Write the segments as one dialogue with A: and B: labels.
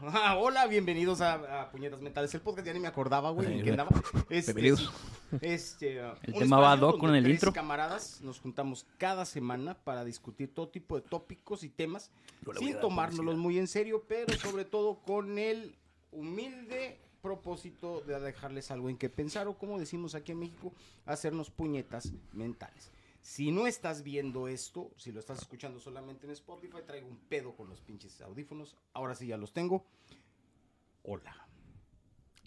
A: Ah, hola, bienvenidos a, a Puñetas Mentales, el podcast. Ya ni me acordaba, güey, en qué andaba. Este,
B: Bienvenidos.
A: Este, uh,
B: El
A: un
B: tema va
A: espacio
B: ad hoc con
A: donde
B: el
A: tres
B: intro.
A: camaradas nos juntamos cada semana para discutir todo tipo de tópicos y temas sin tomárnoslos muy en serio, pero sobre todo con el humilde propósito de dejarles algo en que pensar o como decimos aquí en México, hacernos puñetas mentales. Si no estás viendo esto, si lo estás escuchando solamente en Spotify, traigo un pedo con los pinches audífonos. Ahora sí ya los tengo. Hola.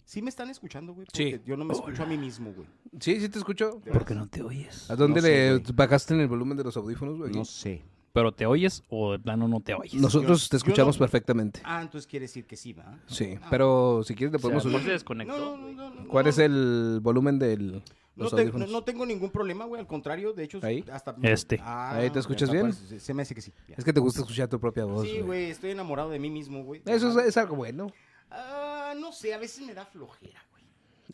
A: ¿Sí me están escuchando, güey?
B: Sí.
A: Porque yo no me escucho a mí mismo, güey.
C: Sí, sí te escucho.
A: De
B: Porque
A: veras.
B: no te oyes.
C: ¿A dónde
A: No sé,
C: le
A: güey.
C: bajaste en el volumen de los audífonos, güey?
A: No sé.
B: ¿Pero te oyes o de plano no te oyes?
C: Nosotros
A: Yo-
C: te
A: yo
C: escuchamos
A: no-
C: perfectamente.
A: Ah, entonces quiere decir que sí, ¿verdad?
C: Sí,
A: Ah,
C: pero si quieres le podemos
B: O sea, no
C: subir.
B: se desconectó. güey.
C: ¿Cuál es el volumen del
A: No,
C: los
A: te-
C: audífonos?
A: no- no tengo ningún problema, güey. Al contrario, de hecho,
C: Ahí.
A: hasta.
B: Este.
A: Ah,
C: Ahí, ¿te escuchas
A: ya
C: bien?
A: está, pues, Se me hace que sí. ya.
C: Es que te gusta escuchar tu propia voz.
A: sí, güey, estoy enamorado de mí mismo, güey.
C: Eso es, es algo bueno,
A: Ah, no sé, a veces me da flojera, güey.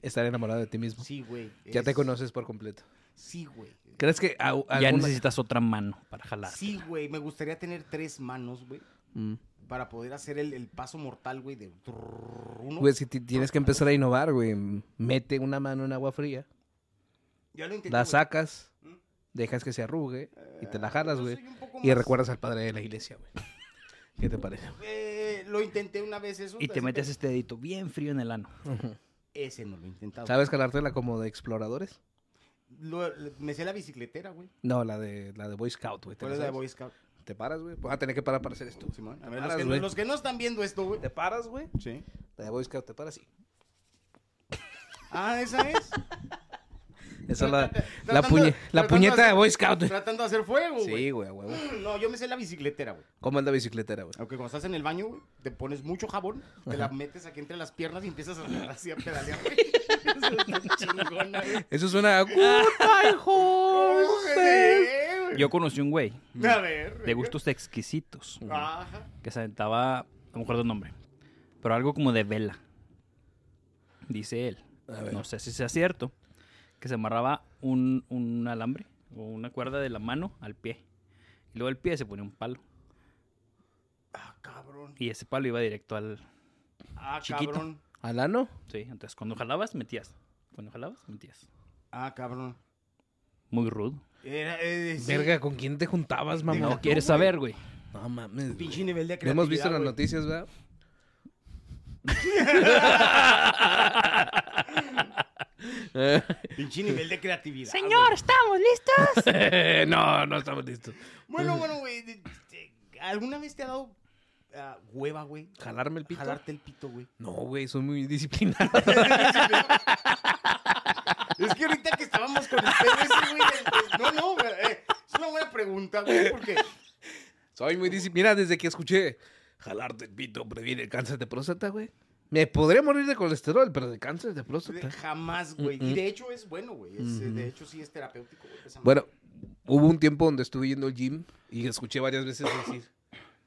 C: estar enamorado de ti mismo.
A: Sí, güey.
C: Ya te
A: es-
C: conoces por completo.
A: Sí, güey.
C: ¿Crees que au-
B: Ya
C: alguna-
B: necesitas otra mano para jalar.
A: Sí, güey, me gustaría tener tres manos, güey,
C: Mm.
A: para poder hacer el, el paso mortal, güey, de trrrr, uno.
C: Güey, si ti- tienes que empezar a innovar, güey. Mete una mano en agua fría,
A: Ya lo intenté,
C: la
A: güey.
C: sacas,
A: Mm. Eh,
C: dejas que se arrugue y te la
A: Yo
C: jalas,
A: soy
C: güey.
A: un poco
C: Y
A: más-
C: recuerdas al padre de la iglesia, güey. ¿Qué te parece?
A: Eh, lo intenté una vez eso.
B: Y te
A: así,
B: metes
A: pero
B: este dedito bien frío en el ano.
A: Ese no lo he intentado.
C: ¿Sabes calártela como de exploradores?
A: Lo- me sé la bicicletera, güey.
C: No, la de la de Boy Scout, güey. ¿Te,
A: ¿Cuál
C: la
A: es la de
C: sabes?
A: Boy Scout?
C: ¿Te paras, güey? Voy a tener que parar para hacer esto.
A: Simón. A
C: Te
A: ver, los,
C: paras,
A: que,
C: güey.
A: los que no están viendo esto, güey.
C: ¿Te paras, güey?
A: Sí.
C: La de Boy Scout, ¿te paras? Sí.
A: Ah, esa es.
C: Esa es la,
A: Tratando-
C: la, puñe- la
A: tratando
C: puñeta de
A: hacer-
C: Boy Scout, güey.
A: Tratando de hacer fuego,
C: Sí,
A: güey.
C: güey, a huevo.
A: No, yo me sé la bicicletera, güey.
C: ¿Cómo es la bicicletera, güey?
A: Aunque cuando estás en el baño, güey, te pones mucho jabón, te la metes aquí entre las piernas y empiezas a andar así a pedalear, güey. Eso está chingona, güey.
C: Eso suena...
B: Yo conocí un güey
A: A ver.
B: de gustos exquisitos
A: Ajá.
B: que se aventaba, a lo mejor del nombre, pero algo como de vela. Dice él. No sé si sea cierto. Que se amarraba un, un alambre o una cuerda de la mano al pie. Y luego el pie se ponía un palo.
A: Ah, cabrón.
B: Y ese palo iba directo al.
A: Ah,
B: Chiquito.
A: cabrón.
C: ¿Alano?
B: Sí, entonces cuando jalabas, metías. Cuando jalabas, metías.
A: Ah, cabrón.
B: Muy rudo.
A: Era, eh, sí.
C: Verga, ¿con quién te juntabas, mamá?
B: No quieres saber, güey.
C: No mames. güey.
A: Pinche nivel de
C: Lo
A: creatividad.
C: hemos visto en las
A: güey.
C: noticias, ¿verdad?
A: Pinche nivel de creatividad.
B: Señor, ¿estamos listos?
C: no, no estamos listos.
A: güey. Bueno, bueno, güey. de- de- ¿Alguna vez te ha dado ah, hueva, güey?
C: ¿Jalarme el pito?
A: Jalarte el pito, güey.
C: No, güey, soy muy disciplinado.
A: Es que ahorita que estábamos con el pedo ese, güey. el- el- No, no, güey. eh, es una buena pregunta, güey, porque.
C: Soy muy disciplinado. Mira, desde que escuché jalarte el pito previene el cáncer de próstata, güey. Me podría morir de colesterol, pero de cáncer de próstata.
A: Jamás, güey. Y de hecho es bueno, güey. es, eh, De hecho sí es terapéutico, güey. esa
C: Mm-hmm. Bueno, hubo un tiempo donde estuve yendo al gym y escuché varias veces decir,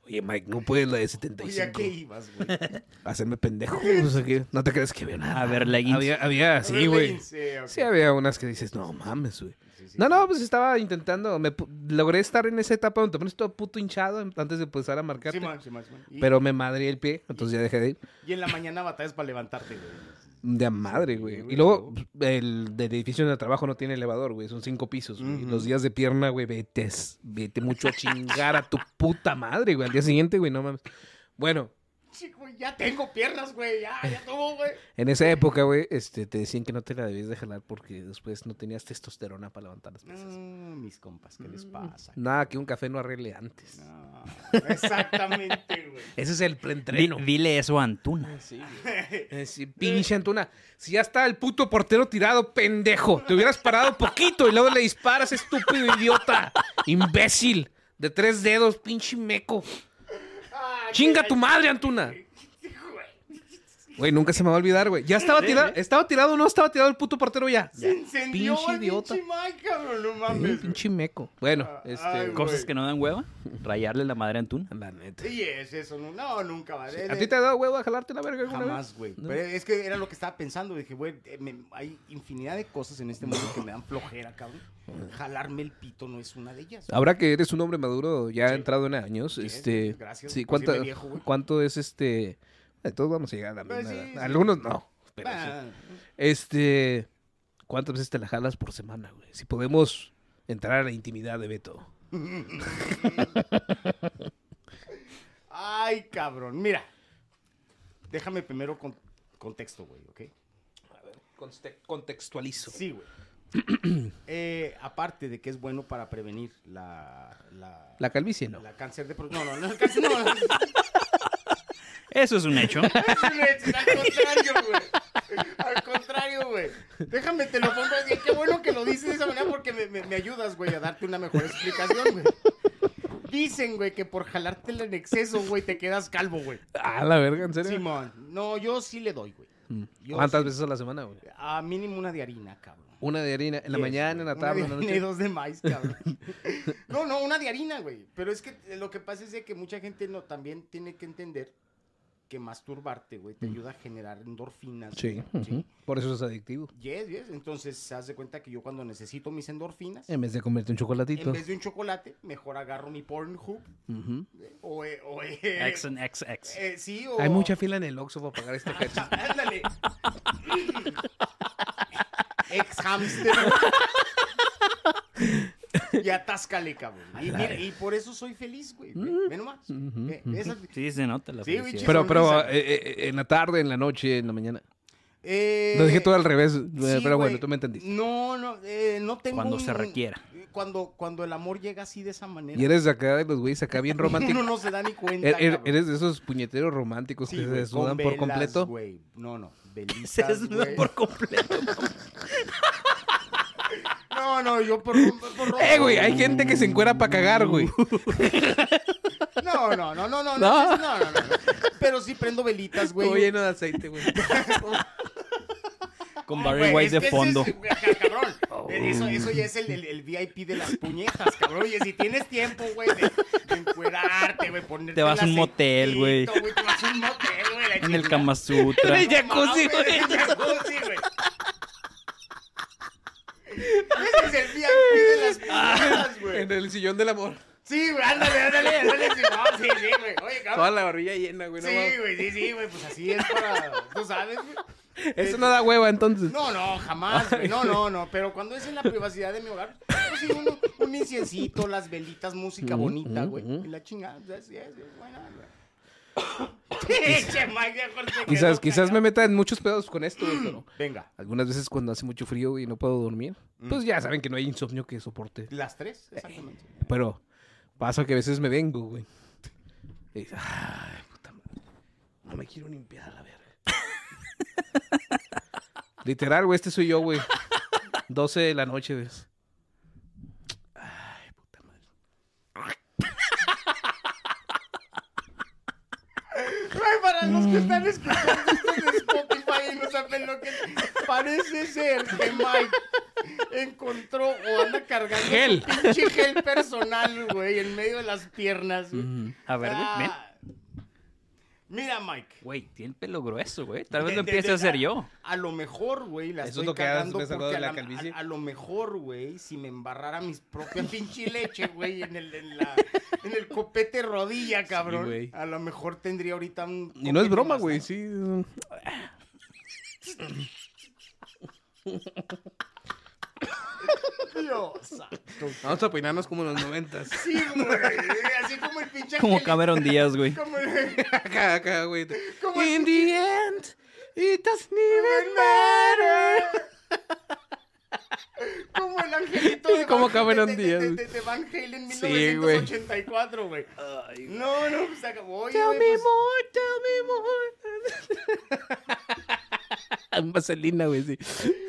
C: oye, Mike, no puedes la de
A: madre. Oye, ¿a
C: 75.
A: qué ibas, güey?
C: Hacerme pendejo. O sea, que no te crees que veo nada.
B: A ver, leggings.
C: Ah, Había, había, sí, güey.
A: Sí, ok.
C: Sí, había unas que dices, no mames, güey.
A: Sí, sí.
C: No, no, pues estaba intentando. Me pu- logré estar en esa etapa donde te pones todo puto hinchado antes de empezar a marcar.
A: Sí, man, sí, man, sí, man. Y,
C: pero me madré el pie, entonces ya dejé de ir.
A: y en la mañana batallas para levantarte, güey.
C: De a madre, güey.
A: güey,
C: Y luego, pues, el del edificio de trabajo no tiene elevador, güey. Son cinco pisos, güey. Los días de pierna, güey, vete, es- vete mucho a chingar a tu puta madre, güey. Al día siguiente, güey, no mames. Bueno,
A: Sí, güey, ya tengo piernas, güey. Ya, ya todo, güey.
C: en esa época, güey, este, te decían que no te la debías de jalar porque después no tenías testosterona para levantar las pesas.
A: Mm, mis compas, ¿qué les pasa?
C: Nada, que un café no arregle antes.
A: No, exactamente, güey.
C: Ese es el
B: Di-
C: preentreno.
B: Dile eso a Antuna.
C: Eh, sí, pinche Antuna. Si ya está el puto portero tirado, pendejo. Te hubieras parado poquito y luego le disparas, estúpido idiota. Imbécil. De tres dedos, pinche meco.
A: Ah,
C: Chinga
A: qué-
C: tu madre, Antuna. Güey, nunca se me va a olvidar, güey. Ya estaba
B: Sí,
C: tirado,
B: sí.
C: estaba tirado o no estaba tirado el puto portero ya.
A: Se incendió
C: Pinche
A: el
C: idiota.
A: pinche Mike, cabrón, no
C: Eh,
A: mames. güey.
C: Pinche meco. Bueno,
A: pues. Ah,
C: este.
A: ay, güey.
B: Cosas que no dan hueva. Rayarle la madre a Antuna.
C: La neta.
A: Sí, es eso, no, no, nunca va.
C: ¿A ti te ha dado huevo a jalarte la verga alguna
A: Jamás,
C: vez?
A: güey.
C: No.
A: Pero es que era lo que estaba pensando. Dije, güey, eh, me- hay infinidad de cosas en este mundo que me dan flojera, cabrón. Jalarme el pito no es una de ellas.
C: Ahora que eres un hombre maduro, ya
A: Sí.
C: entrado en años,
A: Sí,
C: este.
A: gracias
C: Sí,
A: por
C: ¿cuánto,
A: decirme viejo, güey.
C: ¿Cuánto es este? Eh, Todos vamos a llegar a la
A: Pues
C: misma
A: sí,
C: edad.
A: sí.
C: Algunos no. pero sí.
A: Bah,
C: Este. ¿Cuántas veces te la jalas por semana, güey? Si podemos entrar a la intimidad de Beto.
A: Ay, cabrón. Mira. Déjame primero con contexto, güey, ¿ok?
C: contextualizo.
A: Sí, güey. Eh, aparte de que es bueno para prevenir la, la,
C: La calvicie, no.
A: la cáncer de pro- No, no, no, el cáncer no. es
B: Eso es un hecho.
A: un hecho, al contrario, güey. Al contrario, güey. Déjame, te lo pongo así. Qué bueno que lo dices de esa manera porque me, me- me ayudas, güey, a darte una mejor explicación, güey. Dicen, güey, que por jalártela en exceso, güey, te quedas calvo, güey.
C: Ah, la verga, en serio. Mm.
A: Simón. No, yo sí le doy, güey. Yo
C: ¿Cuántas
A: sí-
C: veces a la semana, güey?
A: A mínimo una de harina, cabrón.
C: Una de harina, en la
A: Sí,
C: mañana, en la
A: güey.
C: tarde,
A: Una
C: en
A: de
C: la
A: harina y
C: noche.
A: dos de maíz, cabrón. no, no, una de harina, güey. Pero es que eh, lo que pasa es de que mucha gente no también tiene que entender que masturbarte, güey, te ayuda a generar endorfinas.
C: Mm. Sí,
A: güey,
C: ujú. por eso es adictivo.
A: Yes, yes. Entonces, se hace cuenta que yo cuando necesito mis endorfinas,
C: En vez de comerte un chocolatito.
A: en vez de un chocolate, mejor agarro mi Pornhub
C: Ujú.
A: eh, o... eh, o eh,
B: X and XX.
A: eh, sí, o...
C: Hay mucha fila en el Oxxo para pagar este ejercicio.
A: Ándale. Ex hamster. y atáscale, cabrón. Y, mira, y por eso soy feliz, güey. güey.
C: Mm.
A: Ve nomás. Ve, esa-
B: Sí, se nota la
A: Sí, güey,
B: felicidad.
C: Pero, pero
A: sonrisa.
C: eh, eh, en la tarde, en la noche, en la mañana.
A: Eh,
C: Lo dije todo al revés, eh,
A: sí,
C: pero bueno,
A: güey.
C: tú me entendiste.
A: No, no, eh, no tengo.
B: Cuando se requiera.
A: Cuando, cuando el amor llega así de esa manera.
C: Y eres acá de los güeyes acá bien
A: Uno
C: romántico.
A: no se da ni cuenta.
C: Er- er-
A: cabrón.
C: eres de esos puñeteros románticos
A: Sí,
C: que
A: güey,
C: se desnudan
A: con
C: por
A: velas,
C: completo.
A: güey. No, no.
B: Se
A: Velitas,
B: desnuda
A: güey.
B: por completo.
A: No, no, yo por. por
C: Eh, güey, hay gente que se encuera para cagar, güey.
A: No, no, no, no, no,
C: No.
A: no, no, no, no, no. Pero sí prendo velitas, güey.
C: Todo lleno de aceite, güey.
B: Con
A: Ay,
B: Barry
A: güey,
B: White
A: es
B: de
A: que ese
B: fondo.
A: es- güey, ca- cabrón. Eh, Eso, eso ya es el, el- el VIP de las puñetas, cabrón. Oye, si tienes tiempo, güey, de, de encuerarte, güey, ponerte
B: Te vas a
A: el
B: un motel,
A: aceitito,
B: güey.
A: Te vas a un motel, güey. la
B: En el
A: chingada.
B: Kama Sutra.
C: Güey, ya-
A: No
C: jacuzzi,
A: mames,
C: güey.
A: en el jacuzzi, güey. Ese es el VIP de
B: Ah.
A: las puñetas, güey.
C: en el sillón del amor.
A: Sí, güey, ándale, ándale, ándale. sí, no, sí, sí, güey. Oye, cabrón.
C: Toda la barbilla llena, güey. no
A: Sí,
C: mames.
A: güey, sí, sí, güey, pues así es para, tú sabes, güey.
C: Eso no da hueva, entonces.
A: No, no, jamás, güey, no, no, no, pero cuando es en la privacidad de mi hogar, pues sí, uno, un inciencito, las velitas, música bonita, güey, y la chingada, o sea, sí es, es buena, güey. Mm.
C: Quizás, quizás me meta en muchos pedos con esto, güey, pero
A: Venga,
C: algunas veces cuando hace mucho frío, güey, y no puedo dormir, pues
A: Mm.
C: ya saben que no hay insomnio que soporte.
A: las tres, exactamente.
C: Pero pasa que a veces me vengo, güey. Y dices, ay, puta madre. No me quiero limpiar la verga. Literal, güey, este soy yo, güey. 12 de la noche, güey. Ay, puta madre.
A: Ay, para los que
B: Mm.
A: están escuchando esto en Spotify y no saben lo que es, parece ser que Mike encontró o anda cargando
C: Gel.
A: su pinche gel personal, güey, en medio de las piernas. güey.
B: Mm, A ver, güey, ven.
A: Ah. Mira, Mike.
B: Güey, tiene el pelo grueso, güey. Tal vez lo
A: De- de-
B: empiece
A: de-
B: a hacer yo.
A: A lo mejor, güey,
C: Eso
A: la
C: es
A: estoy
C: lo que has
A: cagando
C: pensado
A: porque
C: de la
A: a, la-
C: calvicie.
A: a- a lo mejor, güey, si me embarrara mis propias pinche leche, güey, en el, en, la- en el copete rodilla, cabrón.
C: güey.
A: a lo mejor tendría ahorita un...
C: Y no es
A: copete
C: broma,
A: más
C: güey,
A: largo.
C: sí.
A: Dios santo.
C: Vamos a peinarnos como en los noventas.
A: Sí, güey. Así como el pinche...
B: Como
A: angelito,
B: Cameron Díaz, güey.
A: Como el...
C: acá, acá, güey.
A: ¿Cómo
C: In the end, it doesn't even matter.
A: Como el angelito de
C: Como
A: Van-
C: Cameron
A: de- de-
C: Diaz.
A: De, de- de Van Halen
C: Sí, güey.
A: 1984, güey. No, no, pues acabó. Oye,
C: Tell
A: güey,
C: me
A: pues,
C: more, tell me more. Un Vaselina, güey, sí.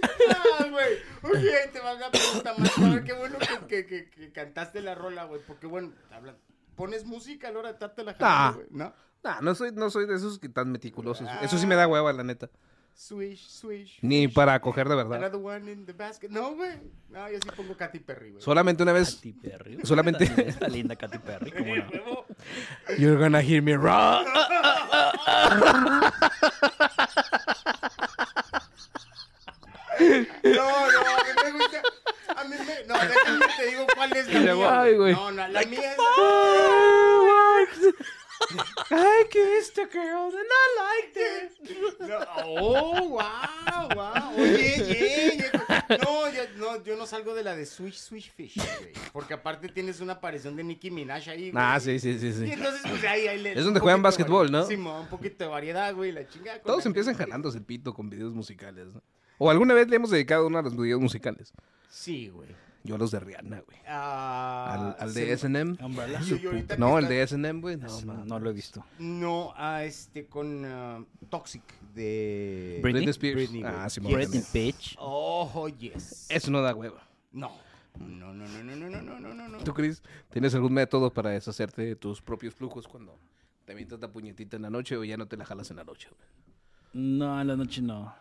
A: Ah, güey. Oye, ahí te va una pregunta más. cabrón. Qué bueno que, que, que, que cantaste la rola, güey. Porque, bueno, habla- pones música a la hora de darte la
C: Ah.
A: jalada, güey, ¿no?
C: Nah, no soy, no soy de esos que tan meticulosos.
A: Ah.
C: Eso sí me da hueva, la neta.
A: Swish, swish.
C: Ni para coger de verdad.
A: Another one in the basket. No, güey. No, yo sí pongo Katy Perry, güey.
C: Solamente una vez.
B: Katy Perry. güey.
C: Solamente-
B: Está, está linda Katy Perry, ¿cómo no?
C: You're gonna hear me raw.
A: No, no, a mí me gusta. A mí me. No, déjame te digo cuál es la
C: luego,
A: mía.
C: ay, güey.
A: güey. No, no, la mía es. Ah,
C: I kissed a este girl and I liked it.
A: No, oh, wow, wow. Oye, ye, ye. No, yo, no, yo no salgo de la de Swish Swish Fish, güey. Porque aparte tienes una aparición de Nicki Minaj ahí, güey.
C: Ah, sí, sí, sí,
A: Y
C: sí.
A: entonces, pues ahí, ahí le.
C: Es donde
A: un poquito
C: juegan
A: de
C: básquetbol,
A: variedad.
C: ¿no?
A: Sí, mo, un poquito de variedad, güey, la chingada. con
C: Todos
A: la-
C: empiezan jalándose el pito con videos musicales, ¿no? O alguna vez le hemos dedicado uno a los videos musicales.
A: Sí, güey.
C: Yo a los de Rihanna, güey.
A: Ah,
C: Al, al
A: se-
C: de SNM.
B: Umbrella.
A: Yo- yo ahorita
C: No,
A: que
C: el
A: está-
C: de SNM, güey. No,
B: No,
C: mames.
B: no lo he visto.
A: No, a este con ah, Toxic de.
B: Britney.
C: Britney Spears.
A: Britney, güey.
C: ah, sí,
A: Yes.
B: Bread and Peach.
A: Oh, yes.
C: Eso no da hueva.
A: No. No, no, no, no, no, no, no, no, no, no.
C: ¿Tú, Chris, tienes algún método para deshacerte de tus propios flujos cuando te mientas la puñetita en la noche o ya no te la jalas en la noche, güey?
B: No, en la noche no.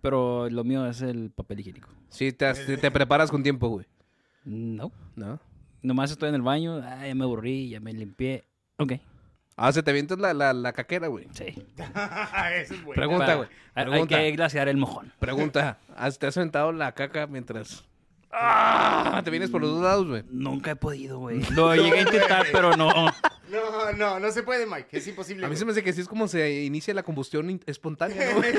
B: Pero lo mío es el papel higiénico.
C: Sí, te, has- te- te preparas con tiempo, güey.
B: No.
C: ¿No?
B: Nomás estoy en el baño. Ah, ya me aburrí, ya me limpié. Ok.
C: Ah, se te avientas la, la, la caquera, güey.
B: Sí.
A: Eso es bueno.
C: Pregunta,
B: Para-
C: güey.
B: hay-
C: Pregunta.
B: Hay que glaciar el mojón.
C: Pregunta. ¿has- ¿Te has aventado la caca mientras. ¡Ah! Te vienes por los dos lados, güey.
B: Nunca he podido, güey. Lo llegué a intentar, pero no.
A: No, no, no se puede, Mike. Es imposible.
C: A mí se
A: güey.
C: me hace que sí es como se inicia la combustión in- espontánea, ¿no? güey?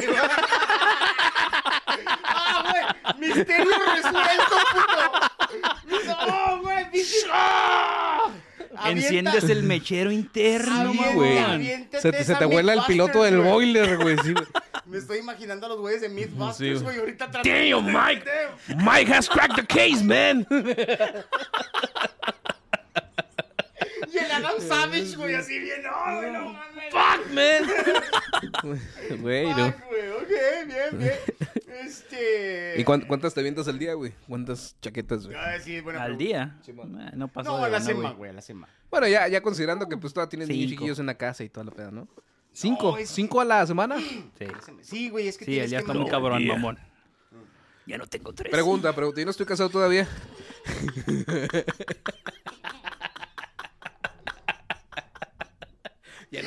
A: ¡Ah, güey! ¡Misterio resuelto, puto! Mis- ¡Oh, güey! pinche- ¡Ah! Avienta-
B: Enciendes el mechero interno,
A: Avienta-
B: güey.
A: aviéntate
C: Se, te- se
A: esa
C: te vuela el piloto del
A: Mythbusters,
C: boiler, güey. Sí, güey.
A: Me estoy imaginando a los güeyes de
C: Sí, güey.
A: Mythbusters, güey. Ahorita tratando.
C: Damn, Mike. Mike has cracked the case, man.
A: Y el Adam Savage, güey, así bien. ¡Oh, güey, no mames!
C: Fuck, man. Güey, no.
A: Fuck, güey. Ok, bien, bien. Este.
C: ¿Y cuán- cuántas te avientas al día, güey? ¿Cuántas chaquetas, güey?
A: Ah, sí, buena
B: Al
A: pregunta.
B: día.
A: Simón.
B: Eh, No pasó.
A: No,
B: de
A: a la
B: una,
A: semana,
B: güey.
A: güey, a la semana.
C: Bueno, ya, ya considerando que pues todavía tienes niños
B: Cinco.
C: chiquillos en la casa y toda la peda, ¿no? Cinco.
A: es-
C: ¿Cinco a la semana?
B: Sí.
A: Sí, güey, es que
B: Sí,
A: tienes
B: ya
A: que Mm.
B: está un
A: mamar.
B: cabrón, mamón. Ya no tengo tres.
C: Pregunta, pregunta. Yo no estoy casado todavía.
B: Ya-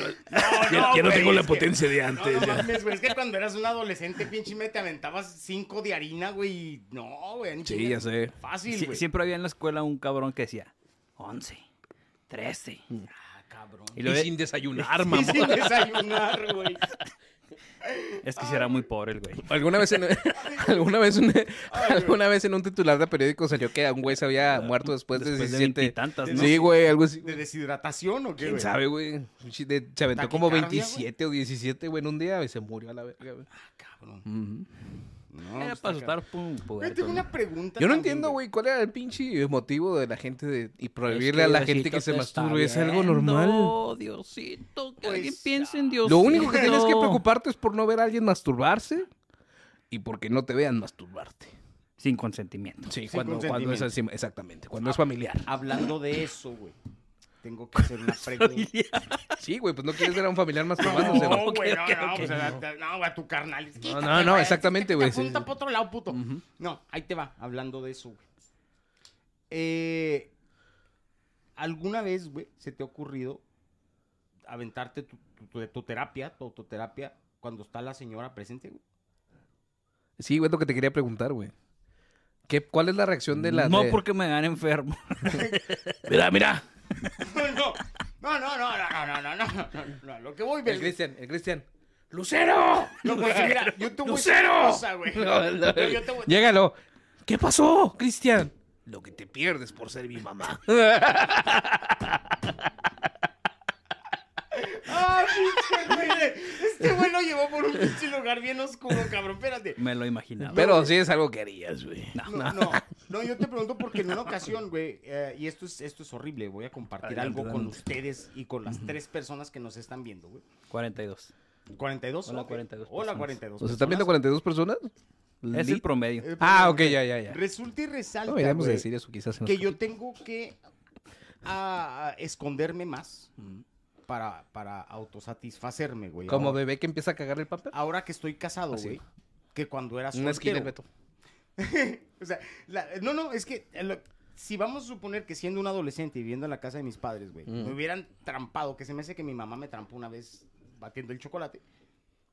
B: ya no
A: güey,
B: tengo la
A: es que-
B: potencia de
A: No, no mames, güey, es que cuando eras un adolescente, pinche, me te aventabas cinco de harina, güey. y No, güey, ni
C: Sí,
A: chingas.
C: ya sé.
A: Fácil,
B: Sie-
A: güey.
B: siempre había en la escuela un cabrón que decía 11, 13.
A: Ah, cabrón.
B: Y luego
C: desayunar,
A: Y sin desayunar, güey.
B: es que si era muy pobre el güey.
C: ¿Alguna vez, en, alguna, vez en- alguna vez en un titular de periódico salió que un güey se había muerto Ah, después,
B: Después de
C: de 17.
B: veintitantas, ¿no? Eh,
C: Sí, güey, algo así.
A: ¿De deshidratación o qué,
C: ¿Quién
A: güey?
C: sabe, güey? Pinche de- Se aventó como
A: Taquicardia,
C: 27 o 17, güey, en un día y se murió a la verga, güey.
A: Cabrón.
C: Ujú.
A: No,
B: era
A: pues,
B: para
A: está
B: asustar pum,
A: cabrón. Yo
B: puberto,
A: tengo
B: ¿no?
A: una pregunta.
C: Yo no
A: también,
C: entiendo, güey, cuál era el pinche motivo de la gente de, y prohibirle
B: Es
C: a la
B: Diosito
C: gente que se
B: te
C: masturbe. Es
B: está
C: algo normal.
B: viendo, Diosito, que
A: Pues,
B: alguien piense en Diosito.
C: Lo único que tienes que preocuparte es por no ver a alguien masturbarse y porque no te vean masturbarte.
B: Sin consentimiento.
C: Sí,
A: Sin
C: cuando, cuando es así, exactamente, cuando es familiar.
A: Hablando de eso, güey. Tengo que hacer una pregunta.
C: Sí, güey, pues no quieres ver a un familiar masturbándose.
A: No,
C: No,
A: güey, no,
B: ok,
A: no,
B: ok.
A: pues, a- a- no, güey, a tu carnal.
C: no,
A: Quítate,
C: no,
A: güey,
C: exactamente,
A: te-
C: güey,
A: Te
C: sí,
A: apunta
C: sí.
A: para otro lado, puto. No, ahí te va, hablando de eso, güey. Eh, ¿Alguna vez, güey, se te ha ocurrido aventarte tu, tu- tu- tu terapia, tu autoterapia, cuando está la señora presente, güey?
C: Sí, güey, lo que te quería preguntar, güey. ¿Qué, ¿Cuál es la reacción de la
B: no
C: de-
B: porque me dan enfermo. mira, mira.
A: No, no, no, no, no, no, no, no, no, no, no, lo que voy,
C: El
A: güey.
C: Cristian, el Cristian. ¡Lucero!
A: No, pues, mira, yo te voy a decir
C: ¡Lucero!
A: una cosa, güey. Yo- yo te voy-
C: Llégalo. ¿Qué pasó, Cristian? Lo que te pierdes por ser mi mamá.
A: Ah, pinche güey. Este güey lo llevó por un pinche lugar bien oscuro, cabrón. Espérate.
B: Me lo imaginaba.
C: Pero sí es algo que harías, güey.
A: No, no, no, yo te pregunto porque en una ocasión, güey, eh, y esto es, esto es horrible, voy a compartir
B: Adelante,
A: algo con
B: adelante.
A: ustedes y con las tres personas que nos están viendo, güey.
B: 42.
A: 42.
B: Hola,
A: Ok.
B: 42
A: Hola,
B: personas.
A: 42.
C: ¿Nos están viendo 42
A: personas.
C: personas?
B: Es el
C: Lit.
B: promedio.
A: Eh,
C: Ah,
A: perdón,
C: ok,
A: güey.
C: ya, ya, ya.
A: Resulta y resalta,
C: No deberíamos
A: güey,
C: decir eso quizás. en
A: que
C: los-
A: yo tengo que ah, esconderme más para, para autosatisfacerme, güey.
C: Como
A: ahora,
C: bebé que empieza a cagar el papel.
A: ahora que estoy casado,
C: Así.
A: güey, que cuando era
C: Una esquina,
A: soltero.
C: Beto.
A: O sea, la- no, no, es que eh, lo- si vamos a suponer que siendo un adolescente y viviendo en la casa de mis padres, güey,
C: Mm.
A: me hubieran trampado, que se me hace que mi mamá me trampó una vez batiendo el chocolate,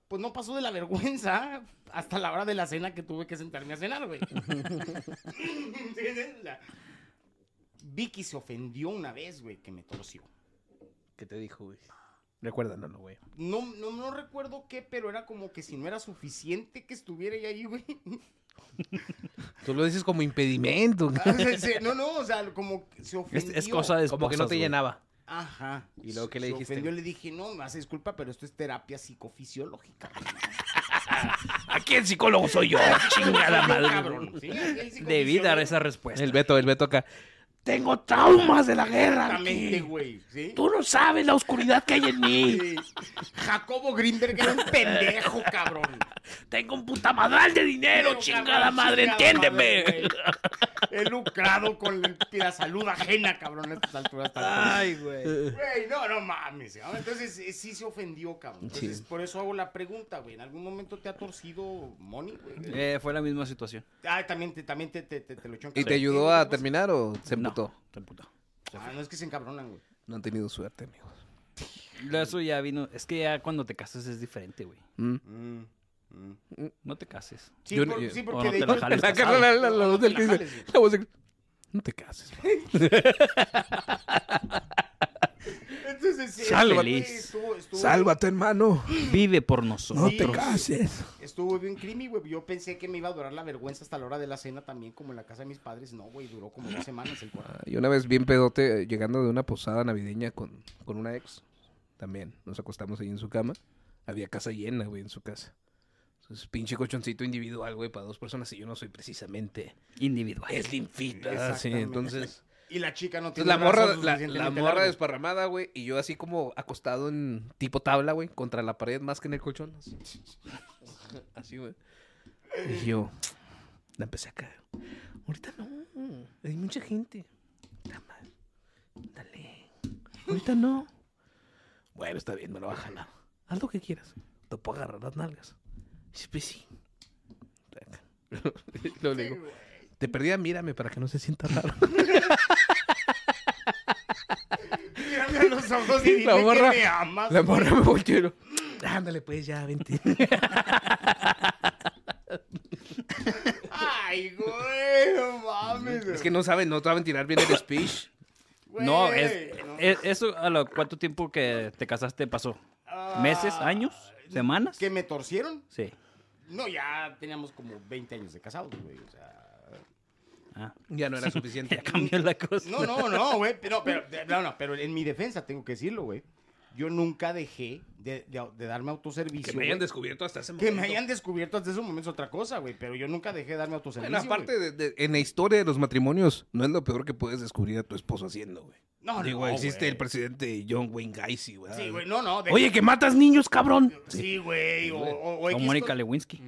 A: pues no pasó de la vergüenza hasta la hora de la cena que tuve que sentarme a cenar, güey. ¿Entiendes? O sea, Vicky se ofendió una vez, güey, que me torció.
C: ¿Qué te dijo, güey? Recuerda, no, no, güey.
A: No, no, no recuerdo qué, pero era como que si no era suficiente que estuviera ella ahí, güey.
C: Tú lo dices como impedimento.
A: Ah, o sea, se- no, no, o sea, como que se
B: Es,
A: ofendió.
B: es cosa de
C: como que no
B: Ah, esposas,
C: te
B: güey.
C: llenaba.
A: Ajá.
C: ¿Y luego qué le
A: Se
C: dijiste,
A: ofendió,
C: güey?
A: le dije, no, me hace disculpa, pero esto es terapia psicofisiológica.
B: Aquí el psicólogo soy yo, chingada madre.
A: Cabrón, ¿sí? El psicofisiólogo-
B: Debí dar esa respuesta.
C: El Beto, el Beto acá. Tengo traumas de la guerra.
A: Exactamente, güey. ¿sí?
C: Tú no sabes la oscuridad que hay en mí.
A: Sí. Jacobo Greenberg era un pendejo, cabrón.
C: Tengo un puta madral de dinero,
A: Pero, cabrón, chingada madre, güey. He lucrado con la salud ajena, cabrón, a estas alturas. tan-
B: Ay, güey.
A: Güey, no, no mames. cabrón. Entonces, eh, sí se ofendió, cabrón. Entonces,
C: Sí.
A: por eso hago la pregunta, güey. ¿En algún momento te ha torcido money, güey?
B: Eh, fue la misma situación.
A: Ah, también te, también te, te, te, te lo echó en
C: ¿Y
A: cara.
C: te ayudó
A: ¿Qué,
C: a
A: güey?
C: terminar o se
B: No,
C: emputó?
B: se emputó.
A: Ah, no es que se encabronan, güey.
C: No han tenido suerte, amigos.
B: Lo- Eso ya vino. Es que ya cuando te casas es diferente, güey.
C: Mm.
B: No te cases.
A: mm. Sí,
C: Yo-
A: por-
C: yo-
A: sí,
B: o
A: porque
B: no
A: de
B: te la
A: hecho-
B: jales
C: La
B: casado.
C: cara, la, la- la voz del
A: La
C: que dice.
A: jales, güey.
C: la voz del- No te cases. güey.
A: Entonces, sí,
B: Sálvate.
A: güey, Estuvo, estuvo,
C: Sálvate, hermano.
B: Vive por
C: No
B: nosotros.
A: Sí.
C: te cases.
A: estuvo bien creamy, güey. Yo pensé que me iba a durar la vergüenza hasta la hora de la cena también, como en la casa de mis padres. No, güey, duró como dos semanas el cuarto.
C: Ah, Y una vez bien pedote, eh, llegando de una posada navideña con, con una ex, también nos acostamos ahí en su cama. Había casa llena, güey, en su casa. Entonces, pinche colchoncito individual, güey, para dos personas. Y yo no soy precisamente
B: Individual.
C: Slim Fit, ¿verdad? Ah, Sí,
A: Exactamente.
C: entonces.
A: Y la chica no tiene
C: Entonces, la
A: el brazo
C: morra, la,
A: suficientemente
C: la
A: largo.
C: morra desparramada, güey, y yo así como acostado en tipo tabla, güey, contra la pared más que en el colchón. Así, Así, güey. Y yo la empecé a caer. Ahorita no, hay mucha gente. Puta madre. Dale. Ahorita no. Bueno, está bien, me lo va a jalar. Haz lo que quieras. Te puedo agarrar las nalgas. Sí, pues sí. Luego le digo, te perdida, mírame para que no se sienta raro.
A: Mírame a los ojos y dime
C: La morra-
A: que me amas.
C: La morra me volteó. y lo, Ándale, pues ya, vente.
A: Ay, güey, no mames.
C: es que no saben, no saben tirar bien el speech.
A: güey,
B: No, es,
A: no.
B: es- eso a lo cuánto tiempo que te casaste pasó. ¿Meses?
A: Ah,
B: ¿Años? ¿Semanas?
A: ¿Que me torcieron?
B: Sí.
A: No, ya teníamos como 20 años de casados, güey. O sea...
B: Ah,
C: Ya no era
B: ya
C: suficiente.
B: cambió la cosa.
A: No, no, no, güey. Pero, pero, de- no, no, pero en mi defensa tengo que decirlo, güey. Yo nunca dejé de, de- de darme autoservicio.
C: que me hayan
A: güey.
C: descubierto hasta ese
A: Que
C: momento.
A: me hayan descubierto hasta ese momento es otra cosa, güey. Pero yo nunca dejé de darme autoservicio.
C: Bueno, aparte,
A: güey.
C: de- de- en la historia de los matrimonios, no es lo peor que puedes descubrir a tu esposo haciendo, güey.
A: No,
C: Digo,
A: no,
C: existe
A: güey.
C: el presidente John Wayne Gacy, güey.
A: Sí, güey, no, no. de-
C: Oye, que matas niños, cabrón.
A: Sí, güey. O, o, o
B: Con
A: X
B: Mónica
A: co-
B: Lewinsky.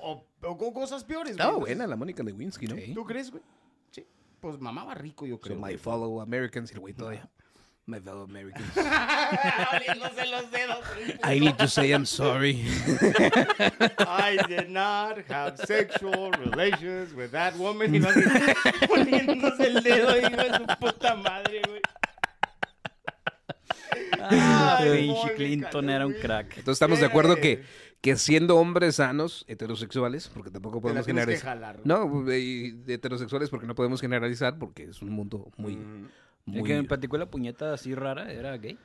A: o- o con cosas peores,
C: Estaba
A: güey.
C: buena la Mónica Lewinsky, ¿no?
A: ¿Tú crees, güey? Sí. Pues mamaba rico, yo
C: So
A: creo.
C: my fellow Americans, y el güey todavía. My fellow Americans.
A: Oliéndose los dedos.
C: I need to say I'm sorry.
A: I did not have sexual relations with that woman. Y no así, poniéndose el dedo y de su puta madre, güey.
B: Ah,
A: Ay,
B: pinche
A: Mónica
B: Clinton era un
A: Lewinsky.
B: crack.
C: Entonces estamos de acuerdo que, que siendo hombres sanos, heterosexuales, porque tampoco
A: Te la
C: podemos
A: tienes que
C: generalizar.
A: jalar.
C: No, y de heterosexuales porque no podemos generalizar porque es un mundo muy...
A: Mm.
B: El
C: muy...
B: que me platicó la puñeta así rara era gay.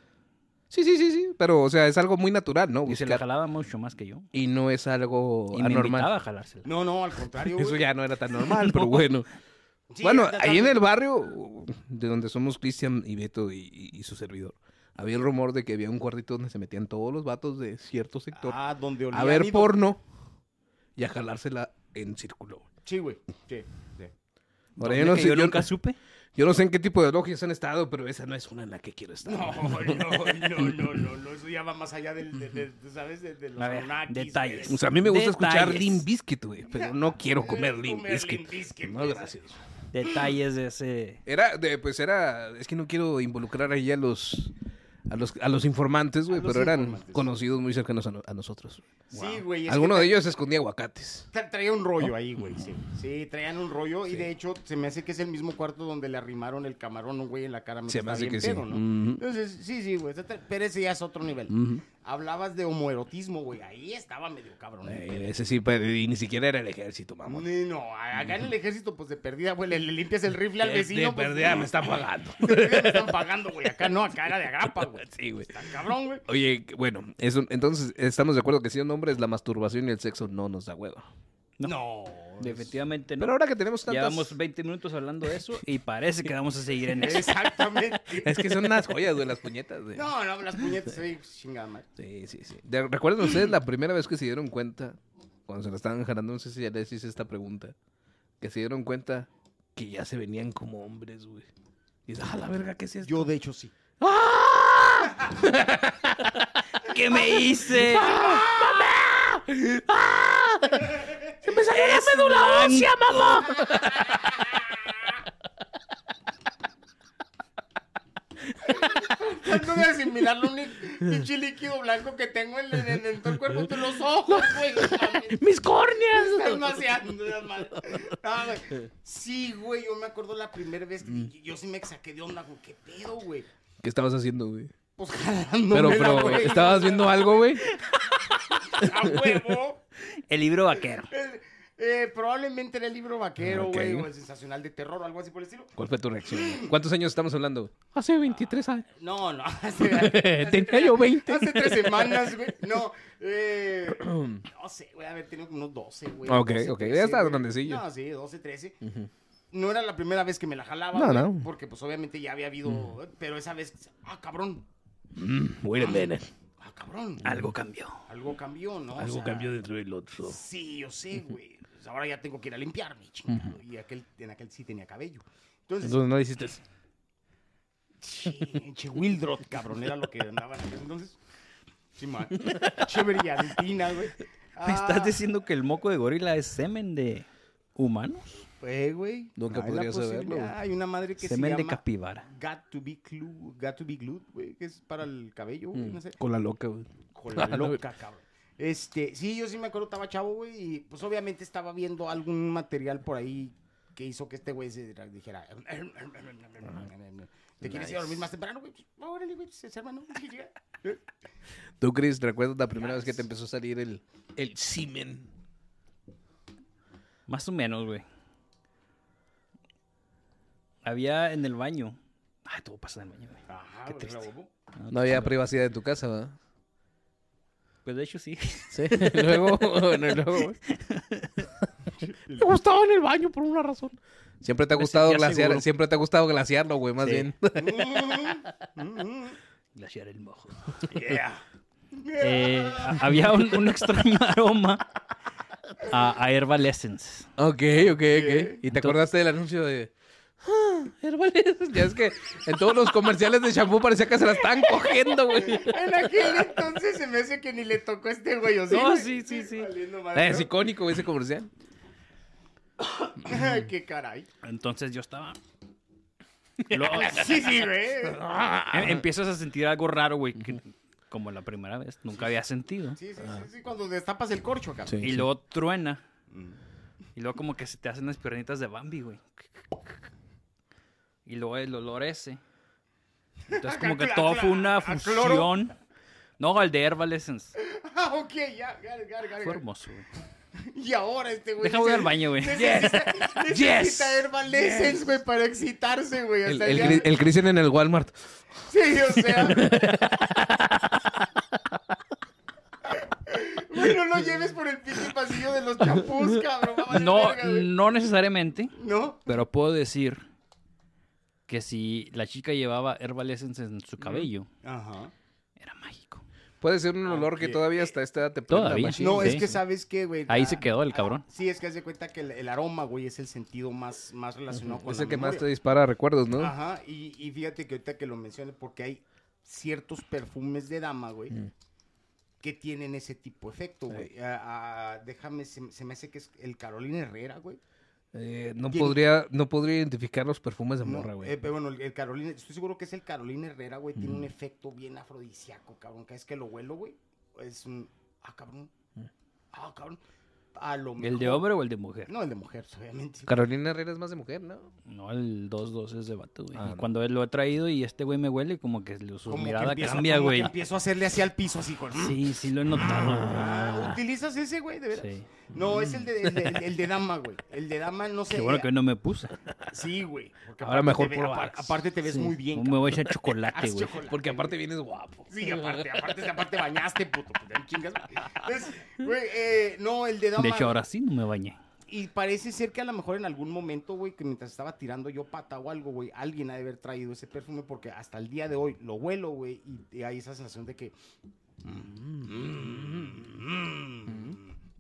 C: Sí, sí, sí, sí, pero o sea, es algo muy natural, ¿no?
B: Y se la
C: Buscar-
B: jalaba mucho más que yo.
C: y no es algo
B: Y me invitaba
C: anormal.
B: a jalársela.
A: No, no, al contrario, güey.
C: Eso ya no era tan normal, pero bueno.
A: Sí,
C: bueno,
A: ya- ya
C: ahí en
A: también.
C: el barrio de donde somos Cristian y Beto y, y- y su servidor, había el rumor de que había un cuartito donde se metían todos los vatos de cierto sector
A: Ah, donde olía
C: a ver
A: nido.
C: porno y a jalársela en círculo. güey.
A: Sí, güey. Sí, sí.
C: Ahora,
B: Yo,
C: yo no, sé, yo,
B: nunca supe.
C: yo no sé en qué tipo de logias han estado, pero esa no es una en la que quiero estar.
A: No, no, no, no, no, no, Eso ya va más allá del, de, de- de- ¿sabes? De, de los
B: A ver,
A: Anunnakis,
B: detalles.
A: güey.
C: O sea, a mí me gusta escuchar
B: Detalles.
C: Limp Bizkit, güey, pero no quiero comer Limp
A: Comer
C: Bizkit.
A: Limp Bizkit,
C: No,
A: pues.
C: gracias.
B: Detalles de ese.
C: Era, de, pues era, es que no quiero involucrar ahí a los, A los, a los informantes, güey,
A: A los
C: pero eran
A: informantes.
C: conocidos muy cercanos a, no- a nosotros.
A: Sí, güey. es
C: Alguno
A: que
C: de ellos escondía aguacates.
A: tra- Traía un rollo ahí, güey, sí. Sí, traían un rollo y de hecho se me hace que es el mismo cuarto donde le arrimaron el camarón a un güey en la cara.
C: Se me
A: está
C: hace
A: bien
C: que sí.
A: pedo, ¿no?
C: Ujú.
A: Entonces, sí, sí, güey. está- Pero ese ya es otro nivel.
C: Ujú.
A: Hablabas de homoerotismo, güey. Ahí estaba medio cabrón. el pedo.
C: Eh, ese sí, pero- y ni siquiera era el ejército, mamón.
A: Ni- No, acá en el ejército, pues de perdida, güey, le, le limpias el rifle al
C: De-
A: vecino.
C: de
A: pues,
C: perdida me está pagando.
A: de perdida me están pagando, güey. Acá no, acá era de agrapa, güey.
C: Sí, güey.
A: Está cabrón, güey.
C: Oye, que- bueno, eso, entonces estamos de acuerdo que siendo hombres la masturbación y el sexo no nos da huevo.
A: No.
B: Definitivamente no.
C: Pero ahora que tenemos tantas...
B: Llevamos 20 minutos hablando de eso y parece que vamos a seguir en eso.
A: Exactamente.
C: Es que son unas joyas, güey, las puñetas, güey.
A: No, no, las puñetas ahí, chingada madre.
C: Sí, sí, sí. De- ¿Recuerdan ustedes la primera vez que se dieron cuenta, cuando se la estaban jalando, no sé si ya les hice esta pregunta, que se dieron cuenta que ya se venían como hombres, güey? Y dices, ah, la verga, ¿qué es esto? ¡Ah!
A: Yo, de hecho, sí.
B: ¿Qué me hice?
C: ¡Ah! ¡Se me salió
B: Es blanco.
C: mamá!
A: Tratando de asimilar lo único pinche líquido blanco que tengo en, en- en- en todo el cuerpo, entre los ojos, güey. no mames.
C: ¡Mis
A: Estás
C: córneas!
A: maseando, no seas malo. No, güey. Sí, güey, yo me acuerdo la primera vez
C: Mm.
A: que dije, yo sí me saqué de onda, güey. ¿Qué pedo, güey?
C: ¿Qué estabas haciendo, güey?
A: Pues jalándome
C: Pero,
A: la
C: pero,
A: güey.
C: ¿estabas viendo algo, güey?
A: a huevo.
B: El libro vaquero.
A: Eh, eh, probablemente era el libro vaquero,
C: Ok.
A: güey, o el sensacional de terror o algo así por el estilo.
C: ¿Cuál fue tu reacción? güey? ¿Cuántos años estamos hablando? Hace 23 años.
A: No, no. Hace, hace-
C: Tenía
A: hace-
C: yo 20.
A: Hace tres semanas, güey. No. Eh, no sé, güey. A ver, tenía como unos 12, güey.
C: Ok,
A: 12,
C: ok, ya
A: 13,
C: estás
A: güey.
C: grandecillo.
A: No, sí, 12, 13. No era la primera vez que me la jalaba.
C: No,
A: güey,
C: no. Mm.
A: Porque, pues, obviamente ya había habido. Pero esa vez. Ah, cabrón.
C: Wait a minute.
A: Ah, cabrón.
B: Algo cambió.
A: Algo cambió, ¿no? O sea,
C: dentro del otro.
A: Sí, yo sé, güey. Pues ahora ya tengo que ir a limpiarme, chingado. Y aquel, en aquel sí tenía cabello. Entonces,
C: Entonces no hiciste eso.
A: che, che Wildrot, cabrón, era lo que andaban haciendo. Entonces, sí, man. Che brillantina, güey.
B: ¿Me estás
A: Ah,
B: diciendo que el moco de gorila es semen de humanos?
A: eh, güey.
C: Nunca
A: hay la
C: podría saberlo,
A: posibilidad.
C: güey.
A: Hay una madre que
B: Semen
A: se
B: de
A: llama
B: capibara.
A: Got to be glue, Got to be glued, güey, que es para el cabello, güey, no sé.
C: Con la loca, güey.
A: Con la
C: Ah, no, güey.
A: loca, cabrón. Este, sí, yo sí me acuerdo, estaba chavo, güey, y pues obviamente estaba viendo algún material por ahí que hizo que este güey se ra- dijera, ¿te quieres ir a dormir más temprano, güey? Pues, Órale, güey, pues, hermano, sí, llega.
C: ¿Tú, Chris, recuerdas la primera vez que te empezó a salir el, el semen?
B: Más o menos, güey. Había en el baño. Ay, todo pasa en el baño, güey.
A: Ajá,
B: Qué
A: güey,
B: triste.
A: luego,
C: No había privacidad de tu casa, ¿verdad?
B: Pues de hecho sí.
C: Sí. luego, bueno, y luego, pues. güey.
D: Me gustaba en el baño por una razón.
C: Siempre te ha gustado
B: ya
C: glaciar,
B: seguro.
C: siempre te ha gustado glaciarlo, güey, más
B: Sí.
C: bien.
A: Mm,
B: Glaciar el mojo.
A: Yeah.
B: Eh, a- había un, un extraño aroma a, a Herbal Essence.
C: Ok, ok, ok. ¿Y te acordaste del anuncio de "Ah, Herbal Essence"? Ya es que en todos los comerciales de shampoo parecía que se la estaban cogiendo, güey.
A: En aquel entonces se me hace que ni le tocó a este güey, ¿o sí?
B: No,
A: güey?
B: sí, sí, Eh, sí.
A: Valiendo madre,
C: Es
A: ¿no?
C: icónico güey, ese comercial.
A: Ay, Qué caray.
B: Entonces yo estaba. Luego,
A: Sí, sí, güey.
B: em- empiezas a sentir algo raro, güey. que- Como la primera vez. Nunca había sentido.
A: Sí, sí, sí, sí, cuando destapas el corcho, cabrón.
B: Y luego truena. Y luego como que se te hacen las piernitas de Bambi, güey. Y luego el olor ese. Entonces como que
A: Acla-
B: todo fue una
A: acla- acloro.
B: fusión. No, el de Herbal Essence.
A: Ah, ok, ya, ya, ya, ya,
B: Fue
A: ya.
B: hermoso, güey.
A: Y ahora este güey.
B: Deja, voy
A: dice-
B: al baño, güey.
A: Necesita,
B: Yes.
A: necesita
B: Yes.
A: Herbal Essence, güey, para excitarse, güey.
C: El,
A: hasta
C: el,
A: ya-
C: Chris- el Christian en el Walmart.
A: Sí, o sea. Güey, no lo lleves por el pinche pasillo de los champús, cabrón. va a valer
B: No,
A: verga, güey.
B: no necesariamente.
A: ¿No?
B: Pero puedo decir que si la chica llevaba Herbal Essence en su cabello,
A: Ajá.
B: era mágico.
C: Puede ser un olor que
A: Ah, Ok.
C: todavía hasta esta edad te prenda,
B: Todavía.
C: machín.
A: No,
B: Sí,
A: es
B: sí.
A: que sabes qué, güey.
B: Ahí
A: la- ah,
B: se quedó el cabrón.
A: Sí, es que haz de cuenta que el, el aroma, güey, es el sentido más, más relacionado con
C: Es
A: la
C: el que más te
A: memoria. Ah,
C: dispara recuerdos, ¿no?
A: Ajá, y, y fíjate que ahorita que lo mencioné, porque hay ciertos perfumes de dama, güey,
B: Mm.
A: que tienen ese tipo de efecto, güey. Ah, ah, déjame, se, se me hace que es el Carolina Herrera, güey.
C: Eh, no,
A: ¿Quién-
C: podría, no podría identificar los perfumes de
A: No,
C: morra, güey.
A: eh, pero bueno, el, el Carolina, estoy seguro que es el Carolina Herrera, güey. Tiene un efecto bien afrodisíaco, cabrón. Cada vez que lo huelo, güey, es un. Ah, cabrón. Ah, cabrón. A lo mejor.
B: ¿El de hombre o el de mujer?
A: No, el de mujer, obviamente.
C: Carolina Herrera es más de mujer, ¿no?
B: No, el 2-2 es de vato, güey.
C: Ah,
B: Y
C: no.
B: cuando él lo ha traído y este güey me huele, como que su
A: Como que
B: mirada
A: empiezo-
B: cambia,
A: como que
B: güey.
A: Empiezo a hacerle así al piso, así, con.
B: Sí, sí lo he notado.
A: Ah, ¿Utilizas ese, güey? ¿De veras?
B: Sí.
A: No, es el de, el de- el- el de dama, güey. El de dama no sé.
B: Qué bueno que no me puse.
A: Sí, güey. porque
C: Ahora
A: aparte
C: mejor
A: te ve-
C: puro
A: apar-
C: Axe.
A: Aparte te ves
B: Sí.
A: muy bien,
B: Me
A: cabrón.
B: voy a echar chocolate,
A: Axe
B: güey.
A: chocolate,
C: Porque
A: güey.
C: aparte vienes guapo.
A: Sí, aparte, aparte, aparte bañaste, puto. Pues, ya me chingas. Entonces, güey, eh, no, el de dama.
B: De hecho, ahora sí no me bañé.
A: Y parece ser que a lo mejor en algún momento, güey, que mientras estaba tirando yo pata o algo, güey, alguien ha de haber traído ese perfume porque hasta el día de hoy lo huelo, güey, y, y hay esa sensación de que... Mm,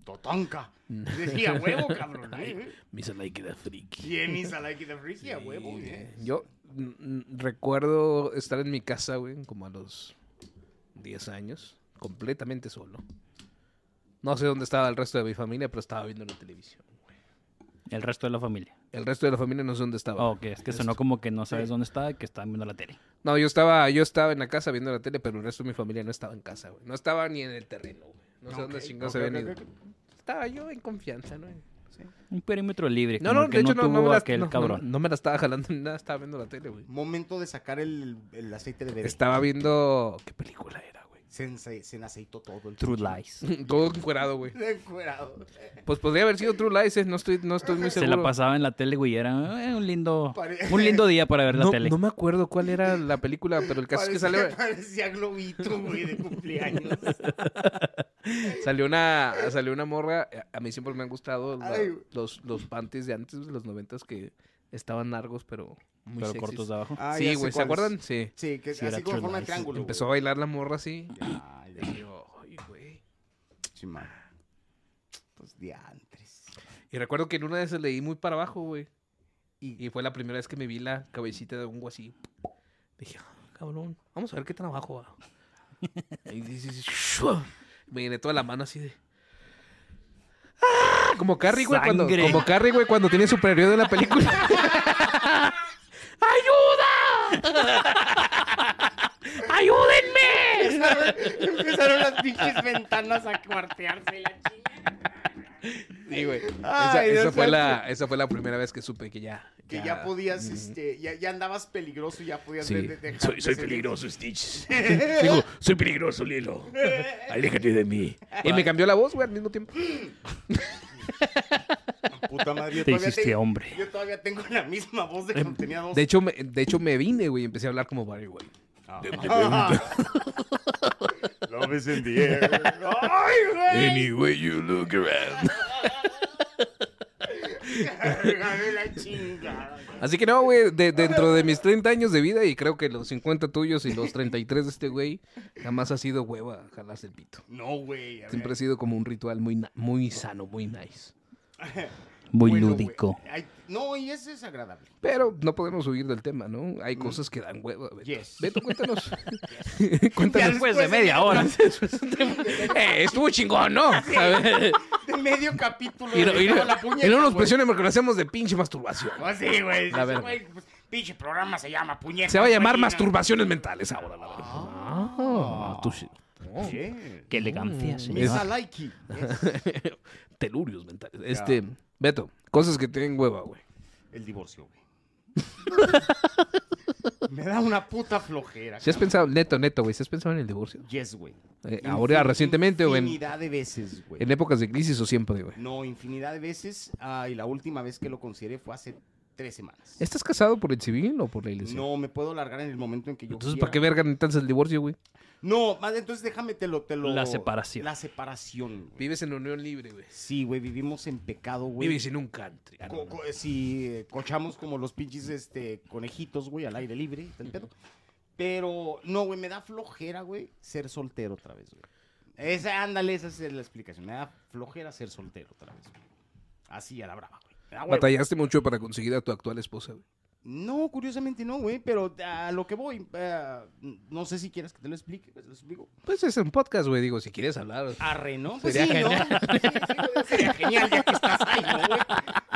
A: Totonca. Decía, huevo, cabrón. ¿eh?
C: Misa like that freaky.
A: ¿Quién hizo la equidad friki? A huevo,
C: Sí,
A: ¿eh?
C: Yo mm, mm, recuerdo estar en mi casa, güey, como a los 10 años, completamente solo. No sé dónde estaba el resto de mi familia, pero estaba viendo la televisión. güey.
B: El resto de la familia.
C: El resto de la familia no sé dónde estaba.
B: Oh, ok, es que sonó como que no sabes dónde está, que están viendo la tele.
C: No, yo estaba, yo estaba en la casa viendo la tele, pero el resto de mi familia no estaba en casa, güey. No estaba ni en el terreno, güey. No sé dónde
A: Ok,
C: chingados
A: ok,
C: se habían
A: ok,
C: ido.
A: ok.
C: Estaba yo en confianza, ¿no?
B: Un perímetro libre.
C: No,
B: como
C: no,
B: que
C: de hecho no, no
B: tuvo
C: me la,
B: aquel
C: no, no,
B: cabrón.
C: no me la estaba jalando ni nada, estaba viendo la tele, güey.
A: Momento de sacar el, el aceite de bebé.
C: Estaba viendo... ¿Qué película era, güey?
A: Se, ense- se aceitó todo el
B: True Lies.
C: Todo encuerado, güey.
A: Encuerado.
C: Pues podría haber sido True Lies, eh, no estoy, no estoy muy
B: Se
C: seguro.
B: la pasaba en la tele, güey. Era eh, un lindo,
A: Pare-
B: un lindo día para ver la
C: no,
B: tele.
C: no me acuerdo cuál era la película, pero el caso es que
A: Parecía-
C: salió,
A: Parecía globito, güey, de cumpleaños.
C: salió, una, salió una morra. eh, A mí siempre me han gustado la-
A: Ay, güey.
C: los, los panties de antes, de los noventas, que estaban largos, pero muy
B: pero
C: sexys.
B: cortos de abajo.
A: Ah, ya
C: sí,
A: sé
C: güey, ¿se
A: cuál es.
C: acuerdan? Sí.
A: Sí, que
B: Sí,
A: así
B: era
A: como
B: True
A: forma de
B: Lies.
A: triángulo. güey.
C: Empezó a bailar la morra así.
A: Ya, ya,
C: Y yo, "Ay, güey".
A: chimán. Pues diantres.
C: Y recuerdo que en una de esas leí muy para abajo, güey. Y, y fue la primera vez que me vi la cabecita de hongo así. Dije, "Ah, cabrón, vamos a ver qué tan abajo va. y dices, "Shua". me llené toda la mano así de. ¡Ah! Como Carrie, güey, cuando,
B: Sangre.
C: como Carrie, güey, cuando tiene su periodo en la película.
D: ¡Ayúdenme!
A: Empezaron las pinches ventanas a cuartearse y la chingada.
C: Sí, güey. Esa,
A: Ay,
C: esa
A: Dios
C: fue
A: santo.
C: la, esa fue la primera vez que supe que ya.
A: Que ya, podías, este, ya, ya andabas peligroso, ya podías
C: Sí.
A: soy,
D: Stitch. Digo, soy peligroso, Lilo. Aléjate de mí.
C: Y me cambió la voz, güey, al mismo tiempo.
A: Puta madre, yo
B: Te
A: todavía,
B: hiciste
A: tengo,
B: hombre.
A: yo todavía tengo la misma voz Em, de cuando tenía dos.
C: De hecho, me, de hecho, me vine, güey, y empecé a hablar como Barry, güey.
A: Love is in the air. Ay, güey.
D: Anyway, you look around.
A: Cárgame la chingada.
C: Así que no, güey, de- dentro de mis 30 años de vida y creo que los 50 tuyos y los 33 de este güey, jamás ha sido hueva jalarse el pito.
A: No, güey. a ver.
C: Siempre ha sido como un ritual muy, na- muy sano, muy nice.
B: Muy
A: Bueno, güey,
B: lúdico.
A: ay, no, y eso es agradable.
C: Pero no podemos huir del tema, ¿no? Hay cosas que dan hueva. Beto,
A: Mm. Yes.
C: Beto, cuéntanos.
A: Ya
C: cuéntanos.
B: Después de media hora.
C: Eh, estuvo chingón, ¿no? A ver,
A: De medio capítulo.
C: y, no, y no-
A: con la puñeta,
C: y no nos
A: güey.
C: presionen porque lo hacemos de pinche masturbación.
A: Pues sí, güey.
C: La
A: Ese
C: verga.
A: güey, pues, pinche programa se llama puñeta.
C: Se va a llamar
A: güey,
C: masturbaciones mentales ahora, la verdad.
A: no. Yeah.
B: Qué elegancia, señor.
A: Misa Likey. Yes.
C: Telurios mentales. Este, Beto, cosas que tienen hueva, güey.
A: El divorcio, güey. Me da una puta flojera.
C: Si has
A: cabrón.
C: pensado, neto, neto, güey, si has pensado en el divorcio.
A: Yes, güey.
C: Eh, ahora,
A: Infin-
C: recientemente, güey.
A: Infinidad de veces, güey.
C: En épocas de crisis o siempre, güey.
A: No, infinidad de veces. ah, y la última vez que lo consideré fue hace tres semanas.
C: ¿Estás casado por el civil o por la iglesia?
A: No, me puedo largar en el momento en que yo
C: Entonces,
A: quiera.
C: ¿para qué verga necesitas el divorcio, güey?
A: No, más entonces déjame te lo, te lo...
B: La separación.
A: La separación, güey.
C: Vives en unión libre, güey.
A: Sí, güey, vivimos en pecado, güey.
C: en un country. Ah, no,
A: Co-
C: no.
A: co- si eh, cochamos como los pinches este, conejitos, güey, al aire libre, y tal pedo. Pero, no, güey, me da flojera, güey, ser soltero otra vez, güey. Esa, ándale, esa es la explicación. Me da flojera ser soltero otra vez, güey. Así a la brava, güey. Me da hueva.
C: ah, Batallaste mucho para conseguir a tu actual esposa, güey.
A: No, curiosamente no, güey, pero a lo que voy, eh, no sé si quieres que te lo explique, pues lo explico.
C: Pues es un podcast, güey. Digo, si quieres hablar.
A: Arre, ¿no? Pues
C: Sería
A: sí, ¿no? Sí, sí, güey, Sería genial ya que estás ahí, ¿no, güey?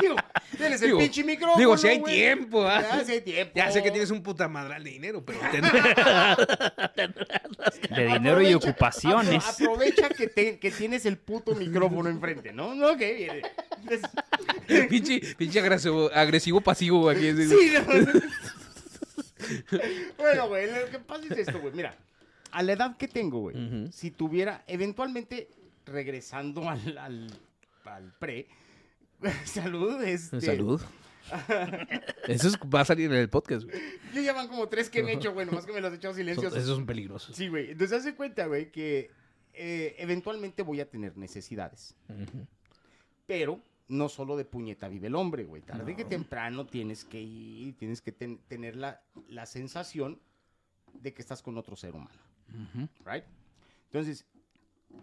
A: Digo, tienes el
C: Digo,
A: pinche micrófono.
C: digo, si hay
A: güey.
C: tiempo, ¿ah?
A: Ya, si hay tiempo.
C: Ya sé que tienes un puta madral de dinero, pero ten-
B: De dinero y
A: Aprovecha- Ah,
B: ocupaciones.
A: apro- Aprovecha que, te- que tienes el puto micrófono enfrente, ¿no? No, que viene.
C: pinche, pinche agresivo, agresivo pasivo güey, aquí. así,
A: Sí, no. bueno, güey, lo que pasa es esto, güey. Mira, a la edad que tengo, güey,
C: Ujú.
A: si tuviera, eventualmente, regresando al, al, al pre, salud, este,
C: Salud. Eso es- va a salir en el podcast, güey.
A: Yo ya van como tres que me he hecho, güey, nomás que me los he echado
C: Eso,
A: silenciosos.
C: eso es un peligroso.
A: Sí, güey. Entonces, hace cuenta, güey, que eh, eventualmente voy a tener necesidades. Pero no solo de puñeta vive el hombre, güey. Tarde que temprano tienes que ir, tienes que ten- tener la, la sensación de que estás con otro ser humano. ¿Right? Entonces,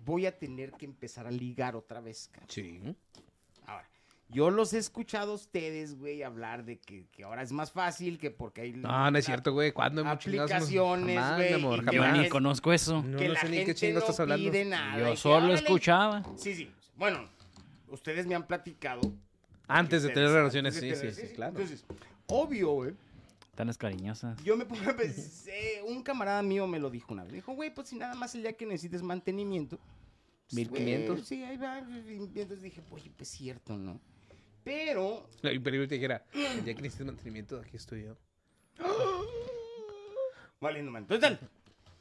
A: voy a tener que empezar a ligar otra vez, cabrón.
C: Sí.
A: Ahora, yo los he escuchado a ustedes, güey, hablar de que, que ahora es más fácil que porque hay...
C: Ah, No, no es
A: la-
C: cierto, güey. ¿Cuándo hemos chingado?
A: Aplicaciones,
C: Jamás,
A: güey,
C: mi amor,
A: y
B: Yo
C: jamás.
B: ni conozco eso.
C: No,
A: que
C: no
A: la
C: sé ni
A: gente
C: qué chingo
A: no
C: estás hablando.
A: pide nada. y
B: Yo
A: que,
B: solo
A: Ah, "Órale".
B: escuchaba.
A: Sí, sí. Bueno, ustedes me han platicado.
C: Antes de
A: ustedes-
C: tener relaciones, sí,
A: antes de
C: sí,
A: tener-
C: sí, claro.
A: Entonces, obvio, güey.
B: Tan las cariñosas.
A: Yo me pongo a pensar, eh, un camarada mío me lo dijo una vez. Me dijo, güey, pues si nada más el día que necesites mantenimiento. pues,
C: 1500.
A: güey, Sí, ahí va. Y entonces dije, oye, pues cierto, ¿no? Pero
C: No, y pero yo te dijera, ya que necesitas mantenimiento, aquí estoy yo.
A: Vale, no man. Total.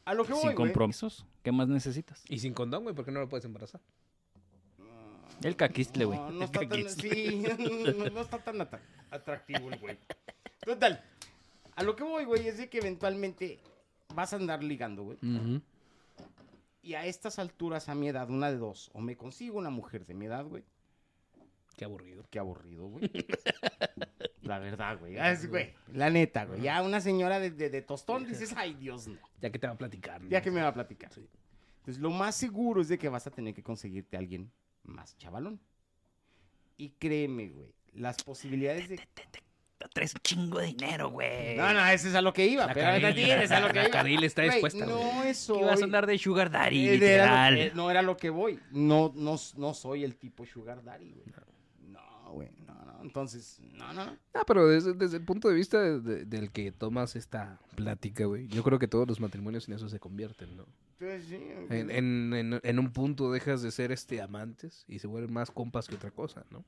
A: A lo que voy,
B: Sin
A: güey.
B: compromisos. ¿Qué más necesitas?
C: Y sin condón, güey, porque no lo puedes embarazar.
B: El caquistle, güey.
A: No, no
B: El
A: está tan,
B: caquistle.
A: sí, no, no está tan atra- atractivo el güey. Total. A lo que voy, güey, es de que eventualmente vas a andar ligando, güey. Y a estas alturas, a mi edad, una de dos. O me consigo una mujer de mi edad, güey.
C: Qué aburrido.
A: Qué aburrido, güey. La verdad, güey. Ah, es, güey. La neta, güey. Ya una señora de, de- de tostón dices, ay, Dios, no.
C: Ya que te va a platicar. ¿no?
A: Ya que me va a platicar. Entonces, lo más seguro es de que vas a tener que conseguirte a alguien más chavalón. Y créeme, güey, las posibilidades de...
B: Traes un chingo de dinero, güey.
A: No, no, ese es a lo que iba.
C: Eh, La
A: Pero
C: Caril-
A: ahorita tienes a lo que
C: la
A: iba.
C: Caril está
A: Güey,
C: dispuesta,
A: No,
C: güey.
A: eso.
B: Ibas a andar de sugar daddy,
A: Era
B: literal.
A: lo- eh, no era lo que voy. No, no, no soy el tipo sugar daddy, güey. No, güey, no, no. Entonces, no, no, no.
C: Ah, pero desde, desde el punto de vista de- de- del que tomas esta plática, güey, yo creo que todos los matrimonios en eso se convierten, ¿no?
A: Entonces, sí,
C: En, en- en- en un punto dejas de ser este amantes y se vuelven más compas que otra cosa, ¿no?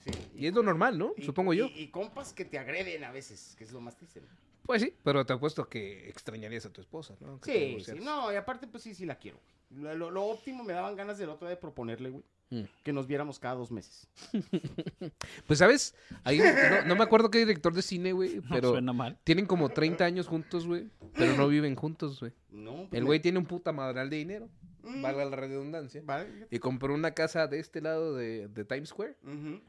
A: sí.
C: Y es lo normal, ¿no?
A: Y-
C: Supongo yo.
A: Y, y compas que te agreden a veces, que es lo más triste. ¿no?
C: Pues sí, pero te apuesto que extrañarías a tu esposa, ¿no? Aunque te
A: Sí, sí,
C: divorciaras.
A: no, y aparte, pues sí, sí la quiero, güey. Lo, lo- lo óptimo me daban ganas del otro día de proponerle, güey,
C: Mm.
A: que nos viéramos cada dos meses.
C: Pues, ¿sabes? Ahí, no, no me acuerdo qué director de cine, güey,
B: No
C: pero
B: suena mal.
C: tienen como 30 años juntos, güey, pero no viven juntos, güey.
A: No, pues,
C: El
A: me-
C: güey tiene un puta madral de dinero,
A: Mm.
C: valga la redundancia,
A: Vale.
C: y compró una casa de este lado de, de Times Square.
A: Ujú.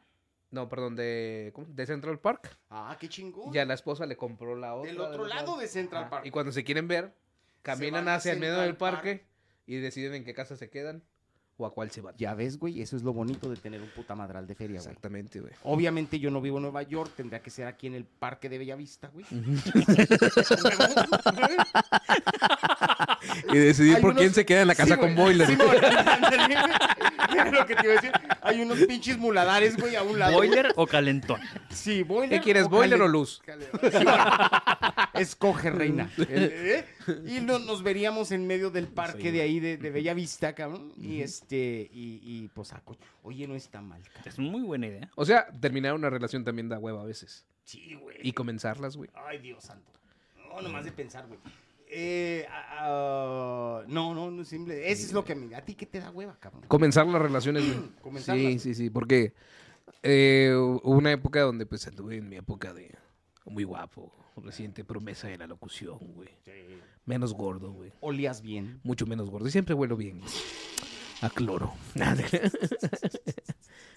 C: No, perdón, de, ¿cómo? de Central Park.
A: Ah, qué chingón.
C: Y a la esposa le compró la otra.
A: Del otro
C: del
A: lado de Central
C: Ajá,
A: Park.
C: Y cuando se quieren ver, caminan
A: van a
C: hacia el medio
A: Central
C: del parque y deciden en qué casa se quedan o a cuál se van.
A: Ya ves, güey, eso es lo bonito de tener un puta madral de feria, güey.
C: Exactamente, güey.
A: Obviamente yo no vivo en Nueva York, tendría que ser aquí en el Parque de Bellavista, güey.
C: Y decidir
A: Hay
C: por quién
A: unos-
C: se queda en la casa
A: Sí,
C: con
A: güey.
C: Boiler.
A: Sí, güey. Era lo que te iba a decir. Hay unos pinches muladares, güey, a un lado. güey.
B: ¿Boiler o calentón?
A: Sí, boiler.
C: ¿Qué quieres,
A: o
C: boiler o
A: calen-
C: luz?
A: Escoge, reina. ¿Eh? Y no- nos veríamos en medio del parque de ahí, de, de Bella Vista, cabrón. Y este, y, y, pues, ah, coño, oye, no está mal, cabrón.
B: Es muy buena idea.
C: O sea, terminar una relación también da hueva a veces.
A: Sí, güey.
C: Y comenzarlas, güey.
A: Ay, Dios santo. No, nomás de pensar, güey. Eh, ah, ah, no, no, no, simple. Eso es lo que a mí, a ti que te da hueva, cabrón.
C: Comenzar las relaciones, güey.
A: Comenzarlas.
C: Sí, sí, sí, porque eh, hubo una época donde pues anduve en mi época de muy guapo, reciente promesa de la locución, güey.
A: Sí.
C: Menos gordo, güey.
A: Olías bien.
C: Mucho menos gordo. Y siempre huelo bien. güey. A cloro.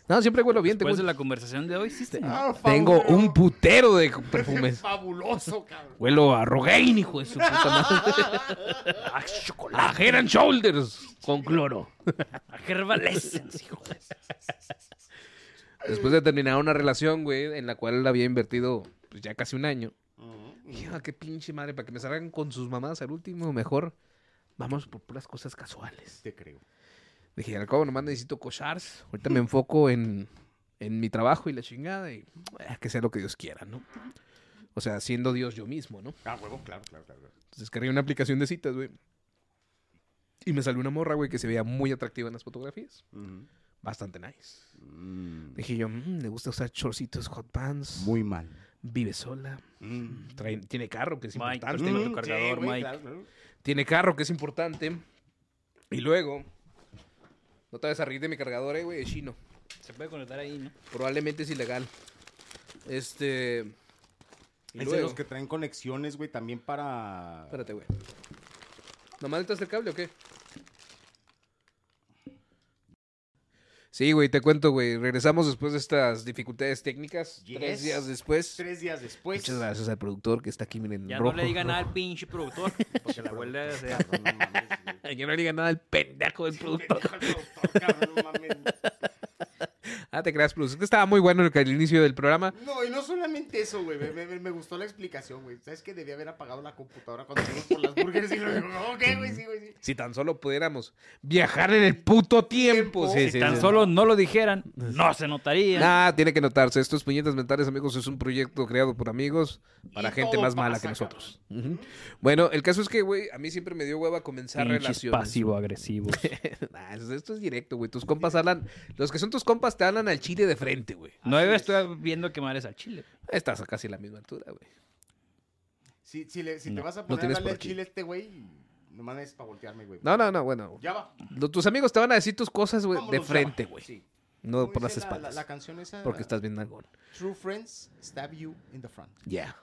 C: no, siempre huelo bien. Tengo,
B: Después de la conversación de hoy, hiciste.
A: Ah,
C: tengo
A: fabuloso.
C: un putero de perfumes.
A: Fabuloso, cabrón.
C: Huelo a Rogaine, hijo de su puta madre.
B: Ah, chocolate.
C: A Head and Shoulders con cloro.
B: Herbal Essence, hijo de-
C: Después de terminar una relación, güey, en la cual había invertido pues, ya casi un año.
A: Ujú.
C: Dije, "Ah, qué pinche madre, para que me salgan con sus mamás al último, mejor vamos por puras cosas casuales.
A: Te creo.
C: Dije, al cabo nomás necesito cocharse. Ahorita me enfoco en, en mi trabajo y la chingada y ah, que sea lo que Dios quiera, ¿no? O sea, siendo Dios yo mismo, ¿no?
A: Ah, huevo, claro, claro, claro. claro.
C: Entonces descargué una aplicación de citas, güey. Y me salió una morra, güey, que se veía muy atractiva en las fotografías.
A: Ujú.
C: Bastante nice.
A: Mm,
C: Dije yo, "Mm, le gusta usar chorcitos, hot pants.
A: Muy mal.
C: Vive sola.
A: Mm.
C: trae- tiene carro, que es
B: Mike,
C: importante.
B: tengo tu
A: Mm,
B: cargador,
A: güey,
B: Mike.
A: claro, claro.
C: Tiene carro, que es importante. Y luego, no te vas a reír de mi cargador, eh, güey, es chino.
B: Se puede conectar ahí, ¿no?
C: Probablemente es ilegal. Este. Y
A: Es de
C: luego-
A: los que traen conexiones, güey, también para...
C: Espérate, güey. ¿Nomás necesitas el cable o qué? Sí, güey, te cuento, güey. Regresamos después de estas dificultades técnicas. Tres
A: Yes.
C: días después.
A: Tres pues. días después.
C: Muchas gracias al productor que está aquí, miren,
B: Ya
C: rojo.
B: no le diga nada
C: rojo.
B: al pinche productor. Porque la huelga o sea.
A: Cabrón, no mames, güey.
C: Ya no le diga nada al pendejo del productor.
A: Pendejo el productor, cabrón, no mames.
C: Ah, te creas, plus. Es que estaba muy bueno el, el inicio del programa.
A: No, y no solamente eso, güey. Me, me- me gustó la explicación, güey. ¿Sabes que debía haber apagado la computadora cuando fuimos por las burgers? Y lo digo, no, ok,
C: Mm.
A: güey, sí, güey, sí.
C: Si tan solo pudiéramos viajar en el puto tiempo.
A: Tiempo.
C: Sí,
B: Si
C: sí,
B: tan
C: sí.
B: solo no lo dijeran, no se notaría.
C: Nah, tiene que notarse. Estos puñetas mentales, amigos, es un proyecto creado por amigos para
A: Y
C: gente
A: todo
C: más mala
A: pasa,
C: que nosotros. Ujú. Bueno, el caso es que, güey, a mí siempre me dio hueva comenzar
B: Pinches
C: relaciones.
B: pasivo-agresivos.
C: Nah, eso- esto es directo, güey. Tus compas hablan. Los que son tus compas te hablan al chile de frente, güey.
B: No debe estar viendo quemar es al chile.
C: Estás a casi la misma altura, güey.
A: Si, si, le- si te
B: No,
A: vas a
C: lo
A: poner a
C: tienes
A: darle
C: por
A: al
C: aquí.
A: chile a este güey, nomás es para voltearme, güey.
C: No, no, no, bueno.
A: Ya va.
C: Lo- tus amigos te van a decir tus cosas, güey, de
A: vámonos, ya
C: frente,
A: va.
C: güey.
A: Sí.
C: No
A: ¿Cómo
C: por las
A: dice la-
C: espaldas.
A: La, la canción esa.
C: porque estás bien nalgón.
A: True friends stab you in the front.
C: Yeah.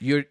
C: your,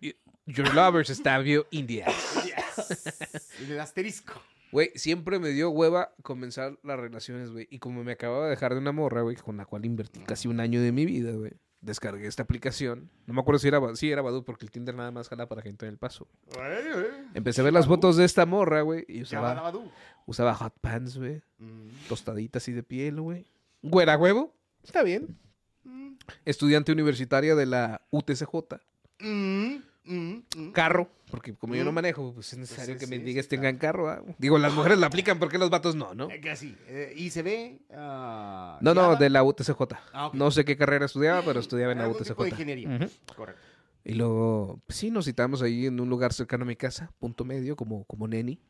C: your lovers stab you in the ass.
A: Yes. y el asterisco.
C: Güey, siempre me dio hueva comenzar las relaciones, güey. Y como me acababa de dejar de una morra, güey, con la cual invertí casi un año de mi vida, güey. Descargué esta aplicación. No me acuerdo si era, Ba- sí, era Badoo, porque el Tinder nada más jala para gente del paso.
A: Ay, güey.
C: Empecé a ver las fotos de esta morra, güey. Y
A: Ya va,
C: usaba,
A: Dabadú.
C: usaba hot pants, güey.
A: Mm,
C: Tostaditas así de piel, güey. Güera huevo. Está bien.
A: mm,
C: Estudiante universitaria de la UTCJ.
A: mm, mm, mm.
C: Carro. Porque como yo no
A: Mm.
C: manejo, pues es necesario
A: sí,
C: que
A: sí,
C: me
A: sí,
C: digas
A: claro.
C: tengan carro. ¿ah? Digo, las mujeres la aplican, porque los vatos no, no?
A: Eh, que así. Eh, y se ve. ah,
C: No, no,
A: guiada.
C: de la UTCJ.
A: Ah, ok.
C: No sé qué carrera estudiaba, pero estudiaba en la
A: Algún tipo de
C: UTCJ.
A: ingeniería.
C: Ujú.
A: Correcto.
C: Y luego, pues, sí, nos citamos ahí en un lugar cercano a mi casa, punto medio, como, como neni.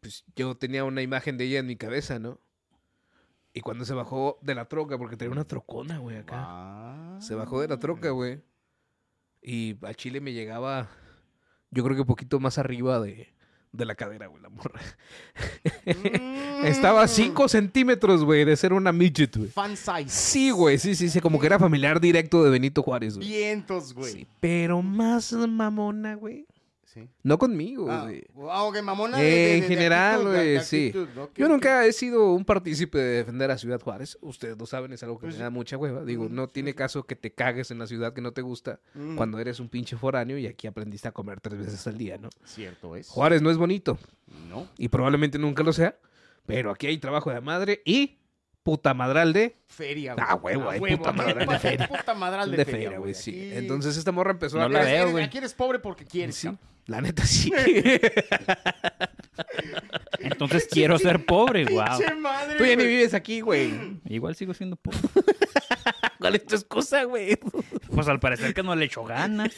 C: Pues yo tenía una imagen de ella en mi cabeza, ¿no? Y cuando se bajó de la troca, porque tenía una trocona, güey, acá.
A: Ah.
C: Se bajó de la troca, güey. Y a Chile me llegaba, yo creo que un poquito más arriba de, de la cadera, güey, la morra.
A: Mm.
C: Estaba a 5 centímetros, güey, de ser una midget, güey.
A: Fan size.
C: Sí, güey, sí, sí, sí, como que era familiar directo de Benito Juárez, güey.
A: Vientos, güey.
C: Sí, pero más mamona, güey.
A: Sí.
C: No conmigo,
A: Ah,
C: güey.
A: ah, ok, mamona.
C: Eh, en general,
A: actitud, de-
C: güey,
A: de
C: sí.
A: actitud, ok,
C: Yo
A: ok.
C: nunca he sido un partícipe de defender a Ciudad Juárez. Ustedes lo saben, es algo que
A: Pues
C: me
A: sí.
C: da mucha hueva. Digo,
A: Ujú,
C: no
A: sí,
C: tiene
A: sí.
C: caso que te cagues en la ciudad que no te gusta
A: Mm.
C: cuando eres un pinche foráneo y aquí aprendiste a comer tres veces al día, ¿no?
A: Cierto es.
C: Juárez no es bonito
A: No.
C: y probablemente nunca lo sea, pero aquí hay trabajo de madre y puta madral de
A: Feria,
C: Ah, huevo, hay puta madral de feria.
A: Puta madral de,
C: de feria, güey, sí.
A: aquí-
C: Entonces esta morra empezó
B: No
C: a
B: la
A: Aquí
B: veo,
A: eres-
B: güey.
A: Aquí eres pobre porque quieres.
C: Sí,
A: cabrón.
C: la neta sí.
B: Entonces quiero ser pobre, wow.
A: Pinche madre,
C: Tú ya ni
A: güey.
C: vives aquí, güey.
B: Igual sigo siendo pobre.
C: ¿Cuál es tu excusa, güey?
B: Pues al parecer que no le echo ganas.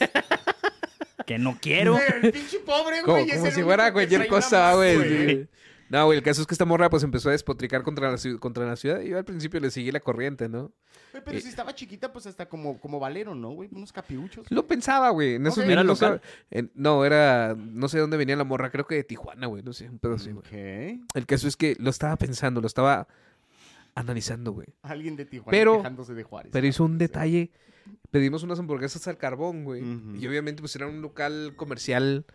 B: Que no quiero.
A: Güey, el pinche pobre,
C: Como,
A: güey. es
C: como
A: el
C: si
A: único
C: fuera
A: que
C: cualquier
A: trae una
C: cosa,
A: más,
C: güey. sí. No, güey, el caso es que esta morra pues empezó a despotricar contra la, ciu- contra la ciudad y yo al principio le seguí la corriente, ¿no?
A: Güey, Pero si estaba chiquita, pues hasta como, como valero, ¿no, güey? Unos capiuchos.
C: Lo pensaba, güey. En esos
A: Ok.
B: ¿Era
C: minutos,
B: local?
C: en- no, era... No sé de dónde venía la morra, creo que de Tijuana, güey. No sé, un pedo así, güey.
A: Mm, Ok.
C: El caso es que lo estaba pensando, lo estaba analizando, güey.
A: Alguien de Tijuana
C: Pero-
A: quejándose de Juárez.
C: Pero hizo un detalle. Pedimos unas hamburguesas al carbón, güey.
A: Ujú.
C: Y obviamente, pues era un local comercial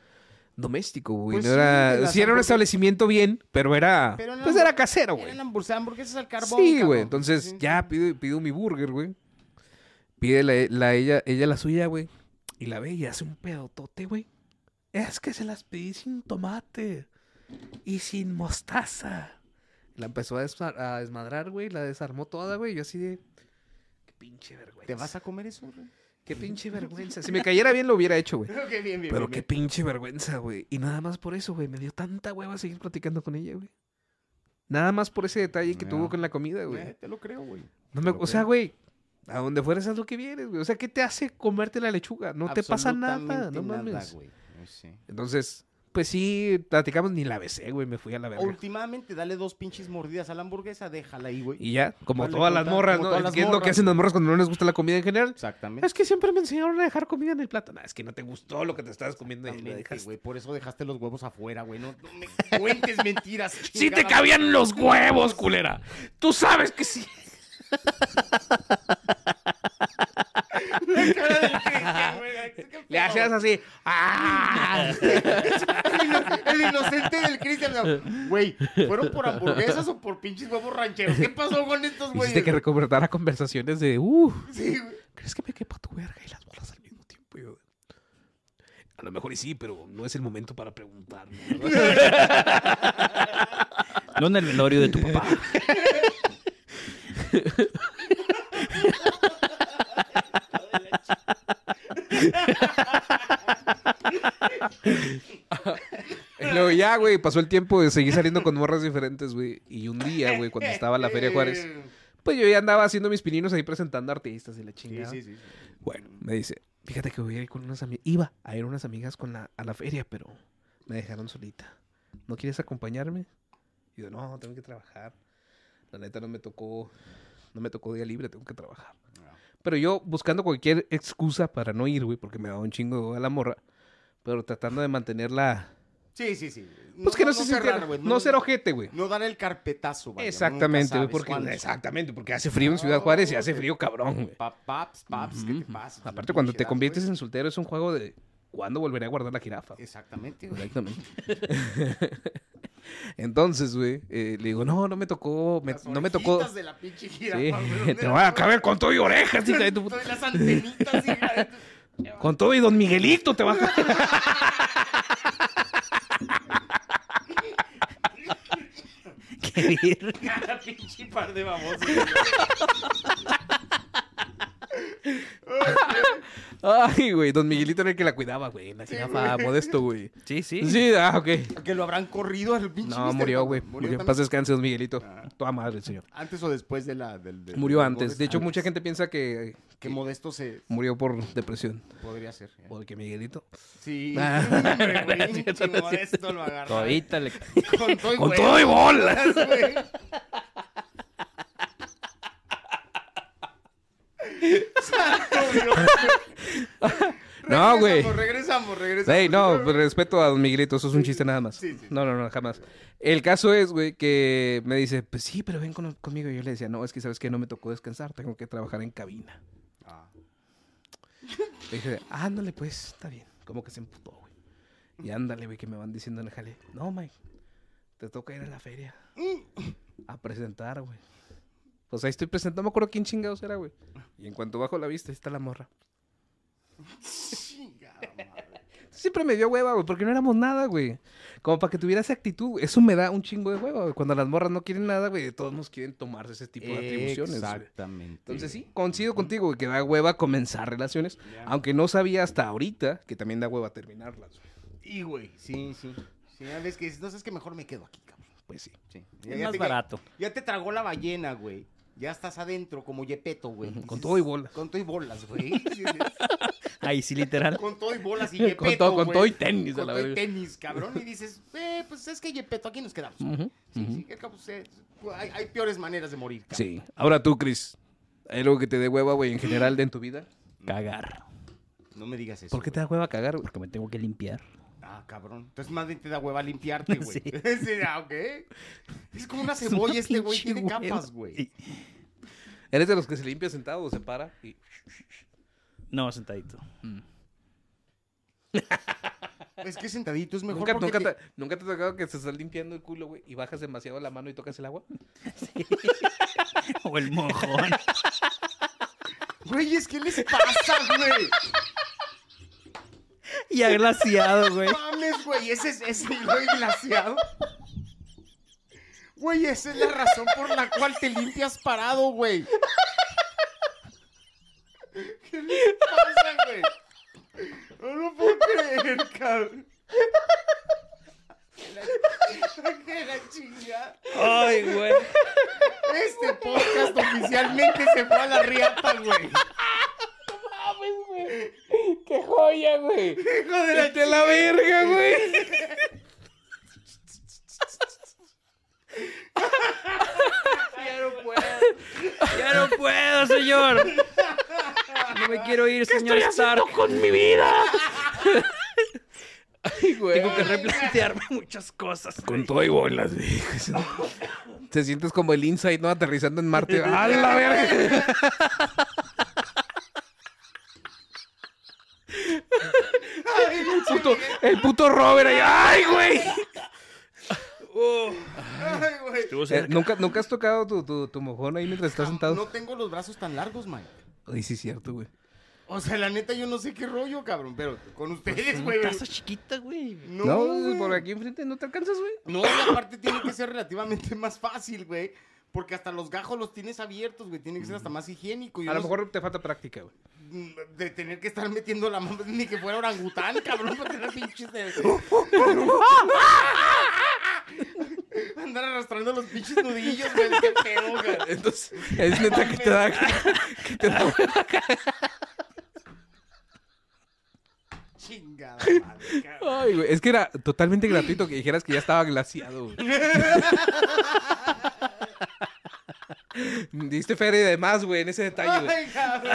C: doméstico, güey.
A: Pues
C: no
A: sí, de
C: era.
A: las
C: Sí, era un
A: hamburgues-
C: establecimiento bien, pero era.
A: Pero no
C: pues
A: era-
C: era casero, güey.
A: Eran hamburguesas, hamburguesas al carbón.
C: Sí,
A: cabrón.
C: güey. Entonces,
A: Sí, sí.
C: ya pido, pido mi burger, güey. Pide la, la- ella, ella la suya, güey. Y la ve y hace un pedotote, güey. Es que se las pedí sin tomate y sin mostaza. La empezó a, desma- a desmadrar, güey. La desarmó toda, güey. Yo así de. Qué pinche vergüenza.
A: ¿Te vas a comer eso, güey?
C: Qué pinche vergüenza. Si me cayera bien, lo hubiera hecho, güey.
A: Ok, bien, bien, bien,
C: Pero
A: bien.
C: qué pinche vergüenza, güey. Y nada más por eso, güey. Me dio tanta hueva seguir platicando con ella, güey. Nada más por ese detalle que tuvo
A: Ya.
C: con la comida, güey.
A: Eh, te lo creo, güey.
C: No me-
A: Te lo
C: o sea,
A: creo.
C: güey, a donde fueres es lo que vienes, güey. O sea, ¿qué te hace comerte la lechuga? No te pasa nada,
A: Absolutamente
C: no
A: nada,
C: mames.
A: güey. Eh, sí.
C: Entonces, pues sí, platicamos ni la besé, güey. Me fui a la verga.
A: Últimamente, dale dos pinches mordidas a la hamburguesa, déjala ahí, güey.
C: Y ya, como
A: Vale,
C: todas las
A: puta,
C: morras,
A: como
C: ¿no?
A: todas
C: Es
A: las
C: que es lo que
A: morras.
C: hacen las morras cuando no les gusta la comida en general.
A: Exactamente.
C: Es que siempre me enseñaron a dejar comida en el plato. Nah, es que no te gustó lo que te estabas comiendo y la
A: Exactamente,
C: dejaste.
A: güey, por eso dejaste los huevos afuera, güey. No, no me cuentes mentiras.
D: ¡Sí te
A: chingada.
D: cabían los huevos, culera! ¡Tú sabes que sí!
A: La cara del Cristian, güey, ay, qué
C: Le hacías
A: pedo.
C: así. ¡Ah!
A: El ino- El inocente del Cristian. no. Güey, ¿fueron por hamburguesas o por pinches huevos rancheros? ¿Qué pasó con estos
C: Hiciste
A: güeyes?
C: que recordara conversaciones de. Uh,
A: Sí, güey.
C: ¿Crees que me quepa tu verga y las bolas al mismo tiempo? Y yo, a lo mejor y sí, pero no es el momento para preguntar. ¿no?
B: No en el velorio de tu papá.
C: Y luego ya, güey, pasó el tiempo de seguir saliendo con morras diferentes, güey. Y un día, güey, cuando estaba en la Feria Juárez,
A: Este,
C: pues yo ya andaba haciendo mis pininos ahí presentando artistas y la
A: Sí,
C: chingada.
A: sí, sí.
C: Bueno, me dice, fíjate que voy a ir con unas amigas. Iba a ir unas amigas con la, a la feria, pero me dejaron solita. ¿No quieres acompañarme? Y yo, no, tengo que trabajar. La neta no me tocó, no me tocó día libre, tengo que trabajar. Pero yo buscando cualquier excusa para no ir, güey, porque me daba un chingo a la morra. Pero tratando de mantenerla.
A: Sí, sí, sí.
C: Pues que no, se
A: cerrar,
C: sintiera-
A: güey,
C: No, ser ojete, güey.
A: No dar el carpetazo, vaya.
C: exactamente,
A: nunca
C: güey.
A: sabes
C: Porque,
A: cuándo.
C: exactamente, porque hace frío en Ciudad Juárez y hace frío cabrón, güey.
A: Pa- Paps, paps, ¿qué te pasa? Pues,
C: Aparte, cuando te conviertes en soltero es un juego de ¿cuándo volveré a guardar la jirafa? güey?
A: Exactamente, güey.
C: Exactamente. Entonces, güey, eh, le digo, no, no me tocó, me-
A: Las
C: no me tocó.
A: orejitas de la pinche jirafa,
C: Sí,
A: güey, ¿dónde
C: te
A: las
C: voy a
A: pones?
C: caber con todo y orejas, hija de tu puta-
A: Todas las antenitas, hija de tu-
C: Con todo y don Miguelito te va a caber.
A: Cada pinche par de babosos.
C: Ay, güey, don Miguelito era el que la cuidaba, güey, la jirafa, modesto, güey.
B: Sí, sí.
C: Sí, ah, ok.
A: Que lo habrán corrido al pinche.
C: No,
A: Mr.
C: murió,
A: Pan.
C: güey. Murió, en paz
A: también?
C: descanse, don Miguelito. Toda madre, el señor.
A: Antes o después de la. Del, del-
C: Murió
A: del
C: antes.
A: Modesto.
C: De hecho, mucha gente piensa que,
A: Que
C: que
A: modesto se
C: murió por depresión.
A: podría ser. ¿eh?
C: O que Miguelito.
A: Sí.
C: Ah.
A: hombre, güey,
C: No es cierto,
A: pinche
C: no es
A: modesto lo agarra.
B: Todita le...
A: Con todo y
D: ¡Con
A: huevos,
D: todo y bolas!
A: güey. Santo Dios.
C: No, güey.
A: Regresamos, Regresamos, regresamos.
C: Ey, no, pues, respeto a don Miguelito, eso es un chiste nada más.
A: Sí, sí.
C: No, no, no, jamás. El caso es, güey, que me dice, pues sí, pero ven con- conmigo. Y yo le decía, no, es que sabes que no me tocó descansar, tengo que trabajar en cabina.
A: Ah.
C: Le dije, ándale, pues, está bien. Como que se emputó, güey. Y ándale, güey, que me van diciendo en el jale, no, Mike, te toca ir a la feria a presentar, güey. Pues ahí estoy presentando, no me acuerdo quién chingados era, güey. Y en cuanto bajo la vista, ahí está la morra.
A: Chingada madre.
C: Siempre me dio hueva, güey, porque no éramos nada, güey. Como para que tuviera esa actitud, güey. Eso me da un chingo de hueva, güey. Cuando las morras no quieren nada, güey, de todos nos quieren tomarse ese tipo de atribuciones. güey.
A: Exactamente.
C: Entonces sí, coincido contigo, güey, que da hueva comenzar relaciones.
A: Ya.
C: Aunque no sabía hasta ahorita que también da hueva terminarlas, güey.
A: Y, güey, sí, sí. Sí, a veces que dices, no, es que mejor me quedo aquí, cabrón.
C: Pues sí.
A: Sí.
B: Es más barato.
A: Ya te tragó la ballena, güey. Ya estás adentro como Yepeto, güey.
C: Con
A: Dices,
C: todo y bolas.
A: Con todo y bolas, güey. Sí, sí.
B: Ahí sí, literal.
A: con todo y bolas y Yepeto,
C: Con todo- con
A: güey.
C: todo y tenis, a
A: Con
C: la
A: todo y
C: verga.
A: tenis, cabrón. Y dices, eh, pues es que Yepeto, aquí nos quedamos. Sí, sí, al cabo, se- hay, hay peores maneras de morir, cabrón.
C: Sí. Ahora tú, Chris. ¿Hay algo que te dé hueva, güey, en general de en tu vida?
B: Cagar.
A: No me digas eso.
C: ¿Por qué te
A: güey.
C: da hueva cagar, güey?
B: Porque me tengo que limpiar.
A: Ah, cabrón. Entonces más bien te da hueva limpiarte, güey. Sí, ah, ok. Es como una cebolla
B: una
A: este güey.
B: pinche
A: Tiene
B: hueva.
A: capas, güey.
C: ¿Eres de los que se limpia sentado o se para? Y...
B: No, sentadito.
A: Es que sentadito es mejor
C: ¿Nunca,
A: porque
C: nunca,
A: te-
C: te, nunca te ha tocado que se estás limpiando el culo, güey, y bajas demasiado la mano y tocas el agua?
B: O el mojón.
A: Güey, es que les pasa, güey.
B: y ha glaciado, güey.
A: Mames, güey, ese es ese hilo glaciado. Güey, esa es la razón por la cual te limpias parado, güey. ¿Qué les pasa, güey? No lo puedo creer, cabrón. Chinga.
C: Ay, güey.
A: Este podcast oficialmente se fue a las riatas, güey.
C: ¡Qué joya, güey! ¡Hijo de la, la verga, güey!
A: Ya no puedo.
B: Ya no puedo, señor. No me quiero ir, señor Stark.
D: con mi vida.
C: Ay, güey.
B: Tengo que replantearme muchas cosas.
D: Con todo y bolas. güey.
C: Te sientes como el Inside, ¿no? Aterrizando en Marte. Ah, ¡A la verga! Puto- el puto Robert ahí. ¡Ay, güey!
A: Ay, güey.
B: Estuvo
C: Eh,
B: cerca.
C: ¿Nunca, ¿Nunca has tocado tu, tu, tu mojón ahí mientras estás sentado?
A: No tengo los brazos tan largos, man.
C: Ay, sí, cierto, güey.
A: O sea, la neta, yo no sé qué rollo, cabrón. Pero con ustedes, güey.
B: Taza chiquita, güey.
A: No,
C: No, pues,
A: güey.
C: por aquí enfrente no te alcanzas, güey.
A: No, y aparte tiene que ser relativamente más fácil, güey. Porque hasta los gajos los tienes abiertos, güey. Tiene que ser hasta más higiénico. y
C: A lo
A: unos-
C: mejor te falta práctica, güey.
A: mm, De tener que estar metiendo la mano. Ni que fuera orangután, cabrón. Para tener pinches de. Andar arrastrando los pinches nudillos, güey. Qué pedo, güey.
C: Entonces, es neta que te da. Que te da-
A: Chingada madre, cabrón.
C: Ay, güey. Es que era totalmente gratuito que dijeras que ya estaba glaciado, güey. Diste feria y demás, güey, en ese detalle, güey.
A: Ay, cabrón.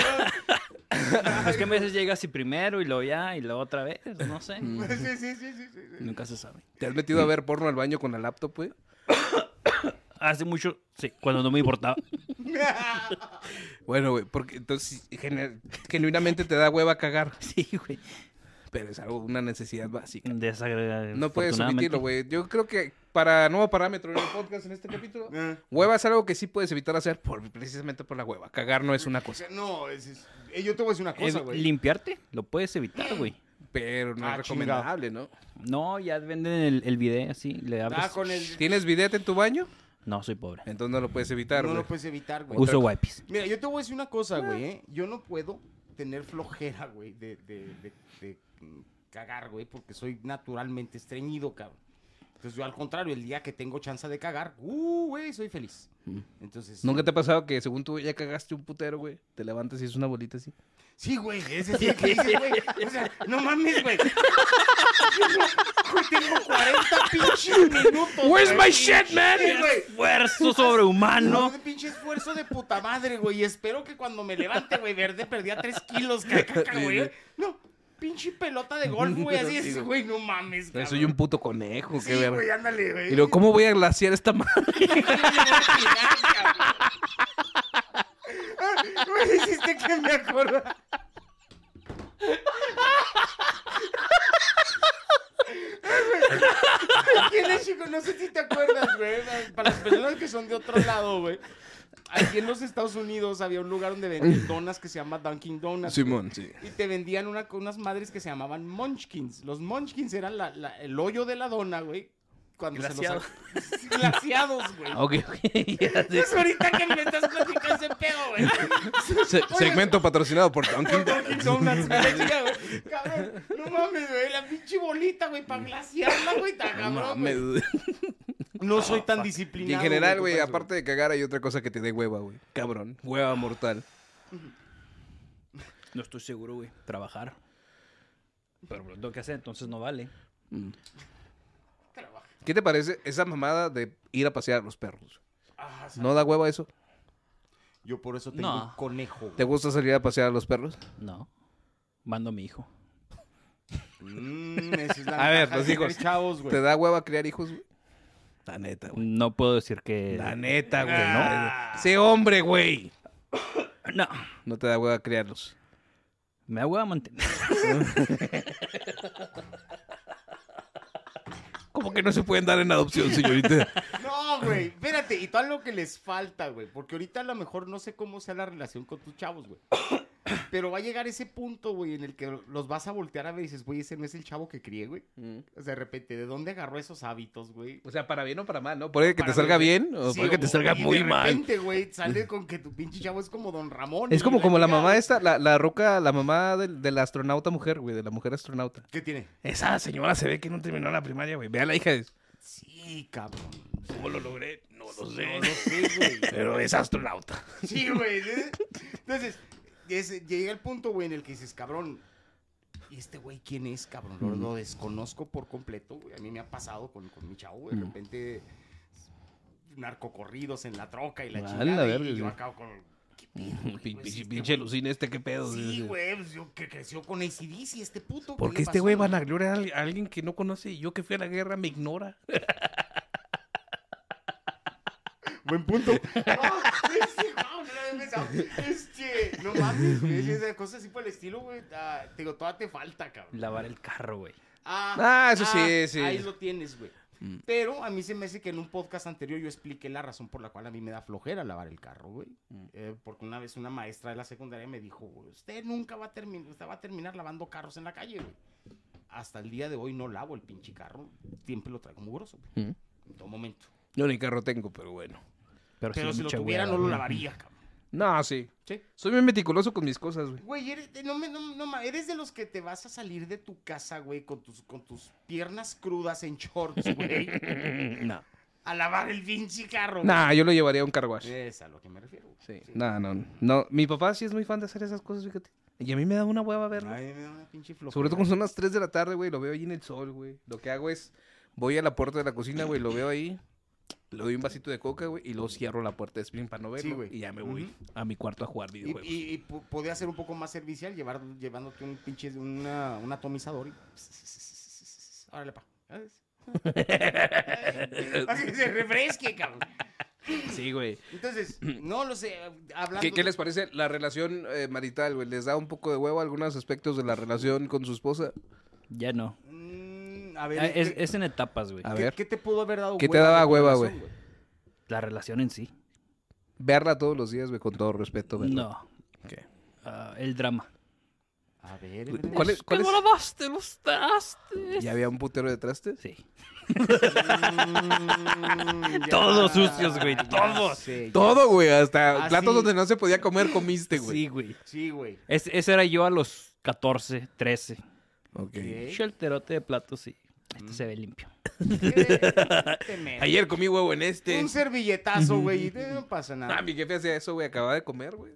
B: Es que a veces llega así primero y luego ya y luego otra vez. No sé.
A: Pues Sí, sí, sí, sí, sí, sí.
B: Nunca se sabe.
C: ¿Te has metido a ver porno al baño con la laptop, güey?
B: Hace mucho, sí, cuando no me importaba.
C: Bueno, güey, porque entonces genu- genuinamente te da hueva cagar.
B: Sí, güey.
C: Pero es algo, una necesidad básica.
B: Desagradable.
C: No puedes omitirlo, güey. Yo creo que para nuevo parámetro en el podcast en este capítulo,
A: Ah.
C: hueva es algo que sí puedes evitar hacer por, precisamente por la hueva. Cagar no es una
A: O
C: cosa.
A: sea, no, es- es- eh, yo te voy a decir una cosa, güey.
B: Limpiarte lo puedes evitar, güey.
C: Pero no
A: Ah,
C: es recomendable, ¿no?
B: No, ya venden el, el video así, le abres.
A: Ah, con el...
C: ¿Tienes bidet en tu baño?
B: No, soy pobre.
C: Entonces no lo puedes evitar,
A: No
C: güey.
A: lo puedes evitar, güey.
B: Uso wipes.
A: Mira, yo te voy a decir una cosa, güey, ¿eh? Yo no puedo tener flojera, güey, de, de, de- de, mm, cagar, güey, porque soy naturalmente estreñido, cabrón. Entonces yo al contrario, el día que tengo chance de cagar, uh, güey, soy feliz. Entonces...
C: ¿Nunca te ha pasado que según tú ya cagaste un putero, güey? Te levantas y es una bolita así.
A: Sí, güey, ese sí que dices, güey. O sea, no mames, güey. Güey, Tengo 40 pinches minutos.
D: Where's
A: güey.
D: my shit, man?
A: Sí, güey.
B: Esfuerzo
C: Ah,
A: No.
B: sobrehumano.
A: de pinche esfuerzo de puta madre, güey. y Espero que cuando me levante, güey, verde, perdía tres kilos, caca, caca, güey. No, pinche pelota de golf, güey. Así
C: Sí,
A: es,
C: güey.
A: güey, no mames,
C: No,
A: cabrón.
C: soy un puto conejo,
A: Sí,
C: qué verga.
A: güey, ándale, güey.
C: Y luego, ¿cómo voy a glaciar esta madre?
A: Güey, hiciste que me acordara. Ay, güey. ¿Quién es, chico? No sé si te acuerdas, güey. Para las personas que son de otro lado, güey. Aquí en los Estados Unidos había un lugar donde vendían donas que se llama Dunkin' Donuts.
C: Simón, sí.
A: Y te vendían una- unas madres que se llamaban munchkins. Los munchkins eran la- la- el hoyo de la dona, güey. Cuando se los
B: Glaseado.
A: sac- Glaseados, güey.
C: Ok, ok. ya sé.
A: Es ahorita que me estás platicando ese pedo, güey.
C: Se- segmento patrocinado por Dunkin' Donuts.
A: Dunkin' Donuts, güey, la chica, güey. Cabrón, no mames, güey. La pinche bolita, güey, para glaciarla, güey, está cabrón.
C: Mames,
A: güey.
C: güey.
A: No soy tan
C: Y
A: disciplinado.
C: en general,
A: güey,
C: güey,
A: como eso,
C: aparte de cagar, hay otra cosa que te dé hueva, güey. Cabrón. Hueva mortal.
B: No estoy seguro, güey. Trabajar. Pero lo tengo que hacer, entonces no vale.
A: güey. Trabaja.
C: ¿Qué te parece esa mamada de ir a pasear a los perros?
A: Ah, sí.
C: ¿No da hueva eso?
A: Yo por eso tengo
B: No.
A: un conejo, güey.
C: ¿Te gusta salir a pasear a los perros?
B: No. Mando a mi hijo.
A: Mm, esa es la
C: A ver,
A: ventaja
C: los
A: de tener
C: hijos.
A: Chavos,
C: ¿Te
A: güey.
C: da hueva criar hijos, güey? La neta, güey.
B: No puedo decir que.
C: La neta, güey.
A: Ah.
C: No. Sé hombre, güey.
B: No.
C: No te da hueva criarlos.
B: Me da hueva mantener.
C: ¿Cómo que no se pueden dar en adopción, señorita?
A: No, güey, espérate, y todo lo que les falta, güey, porque ahorita a lo mejor no sé cómo sea la relación con tus chavos, güey. Pero va a llegar ese punto, güey, en el que los vas a voltear a ver y dices, güey, ese no es el chavo que crié, güey. O sea, de repente, ¿de dónde agarró esos hábitos, güey?
C: o sea, para bien o para mal, ¿no? Puede que
A: Para
C: te salga
A: mí,
C: bien o
A: Sí,
C: puede que te salga
A: y de
C: muy mal.
A: repente, güey, sale con que tu pinche chavo es como Don Ramón.
C: Es
A: y
C: como, como la
A: chingada.
C: mamá esta, la, la roca, la mamá del, de la astronauta mujer, güey, de la mujer astronauta.
A: ¿Qué tiene?
C: Pues
D: Esa señora se ve que no terminó la primaria, güey.
C: Vea la hija de...
A: Sí, cabrón.
D: ¿Cómo lo logré? No lo sé.
A: No sé, güey.
D: Pero es astronauta.
A: Sí, güey. ¿sí? Entonces, es- llega el punto, güey, en el que dices, cabrón, ¿y este güey quién es, cabrón? Lo, lo desconozco por completo, güey. A mí me ha pasado con, con mi chavo, güey. De repente, narcocorridos en la troca y la
C: Ah,
A: chingada.
C: la
A: y-
C: verga,
A: y yo
C: güey.
A: acabo con... ¿qué pedo, güey?
C: Pinche,
A: Este
C: pinche
A: güey-
C: lucina este, qué pedo.
A: Sí, güey, pues, yo que creció con ACDC, este puto. ¿qué
C: Porque
A: le
C: este
A: pasó,
C: güey van a gloriar a alguien que no conoce y yo que fui a la guerra me ignora.
A: Buen punto. No, sí, sí, wow, no lo había pensado. Este, no mames, güey. Esas cosas así por el estilo, güey. ah, te digo, toda te falta, cabrón.
B: Lavar el carro, güey.
A: Ah,
C: Ah, eso sí, sí.
A: Ahí lo tienes, güey. Pero a mí se me hace que en un podcast anterior yo expliqué la razón por la cual a mí me da flojera lavar el carro, güey. Eh, porque una vez una maestra de la secundaria me dijo, güey, usted nunca va a terminar, usted va a terminar lavando carros en la calle, güey. Hasta el día de hoy no lavo el pinche carro, siempre lo traigo mugroso, güey.
C: Mm.
A: En todo momento.
C: Yo ni carro tengo, pero bueno.
B: Pero, sí
A: Pero
B: es
A: si lo
B: mucha
A: tuviera
B: hueva,
A: no lo
B: güey.
A: lavaría, cabrón.
C: No, sí.
A: Sí.
C: Soy bien meticuloso con mis cosas, güey.
A: Güey, eres, eh, no me- no- no ma- eres de los que te vas a salir de tu casa, güey, con tus, con tus piernas crudas en shorts, güey.
C: No.
A: a lavar el pinche carro. güey.
C: Nah, yo lo llevaría a un carwash.
A: Es a lo que me refiero. güey.
C: Sí. No, no, no. Mi papá sí es muy fan de hacer esas cosas, fíjate. Y a mí me da una hueva verlo.
A: Ay, me da una pinche flojera.
C: Sobre todo cuando son las 3 de la tarde, güey. Lo veo ahí en el sol, güey. Lo que hago es, voy a la puerta de la cocina, güey. Lo veo ahí. Le doy un vasito de coca, güey. Y luego cierro la puerta de Spring para no
A: Sí,
C: verlo.
A: güey.
C: y ya me voy a mi cuarto a jugar
A: Y,
C: videojuegos.
A: y, y po- podía ser un poco más servicial llevar, llevándote un pinche, una, un atomizador y... Órale, pa. Para que se refresque, cabrón.
C: Sí, güey.
A: Entonces, no lo sé, hablando...
C: ¿Qué, qué
A: de-
C: les parece la relación eh, marital, güey? ¿Les da un poco de huevo algunos aspectos de la relación con su esposa?
B: Ya no.
A: Mm, a ver,
B: Ah, Es,
A: ¿qué,
B: es en etapas, güey.
C: A
A: qué-
C: ver.
A: qué te pudo haber dado
C: ¿Qué te
A: hueva
C: daba
A: de tu
C: hueva,
A: relación,
C: güey?
B: La relación en sí.
C: Verla todos los días, güey, con todo respeto, güey.
B: No.
C: ¿Qué?
B: Ah, el drama.
A: A ver, a ver,
C: ¿Cuál es? cuál es?
B: lavaste los trastes?
C: ¿Ya había un putero de trastes?
B: Sí.
A: Mm, ya,
B: Todos sucios, güey,
A: ya
B: todos.
A: sé, ya
C: Todo, güey. Hasta
A: Ah,
C: platos
A: sí.
C: donde no se podía comer, comiste, güey.
B: Sí, güey.
A: Sí, güey.
B: Es- ese era yo a los 14, 13.
C: Ok. Mm.
A: ¿Qué?
B: Shelterote de platos y este se ve limpio.
A: ¿Qué te metes?
C: Ayer comí huevo en este.
A: Un servilletazo, güey, y te- no pasa
C: Ah,
A: nada.
C: mi jefe hacía eso, güey. Acababa de comer, güey.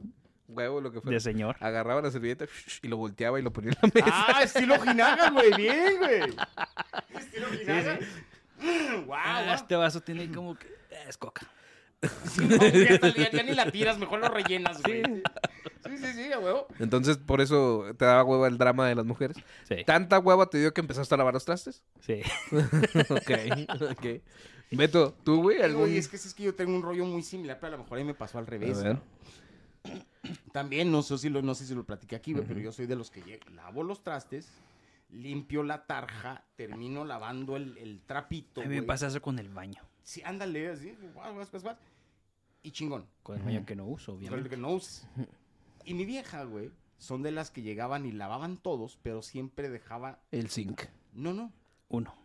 C: Huevo, lo que fuera.
B: De señor.
C: Agarraba la servilleta y lo volteaba y lo ponía en la mesa.
A: Ah, estilo Ginaga, güey, bien, güey. Estilo Ginaga.
B: Ah,
A: Wow,
B: este vaso tiene como que... eh, Es coca.
A: ya, ya ni la tiras, mejor lo rellenas, güey. Sí, sí, sí, a huevo.
C: Entonces, por eso te daba hueva el drama de las mujeres.
B: Sí.
C: ¿Tanta hueva te dio que empezaste a lavar los trastes?
B: Sí.
C: ok, ok. Beto, ¿tú, güey?
A: Digo,
C: ¿Algún...?
A: y es que sí, es que yo tengo un rollo muy similar, pero a lo mejor ahí me pasó al
C: A
A: revés.
C: ver.
A: También, no sé si lo, no sé si lo platiqué aquí, güey, pero yo soy de los que lle- lavo los trastes, limpio la tarja, termino lavando el, el trapito,
B: A mí me
A: güey.
B: pasa eso con el baño.
A: Sí, ándale, así, guau, guau, guau, guau. y chingón.
B: Con el baño que no uso,
A: Pero el
B: obviamente.
A: que no uses. Y mi vieja, güey, son de las que llegaban y lavaban todos, pero siempre dejaba,
C: El zinc.
A: no, no,
B: Uno.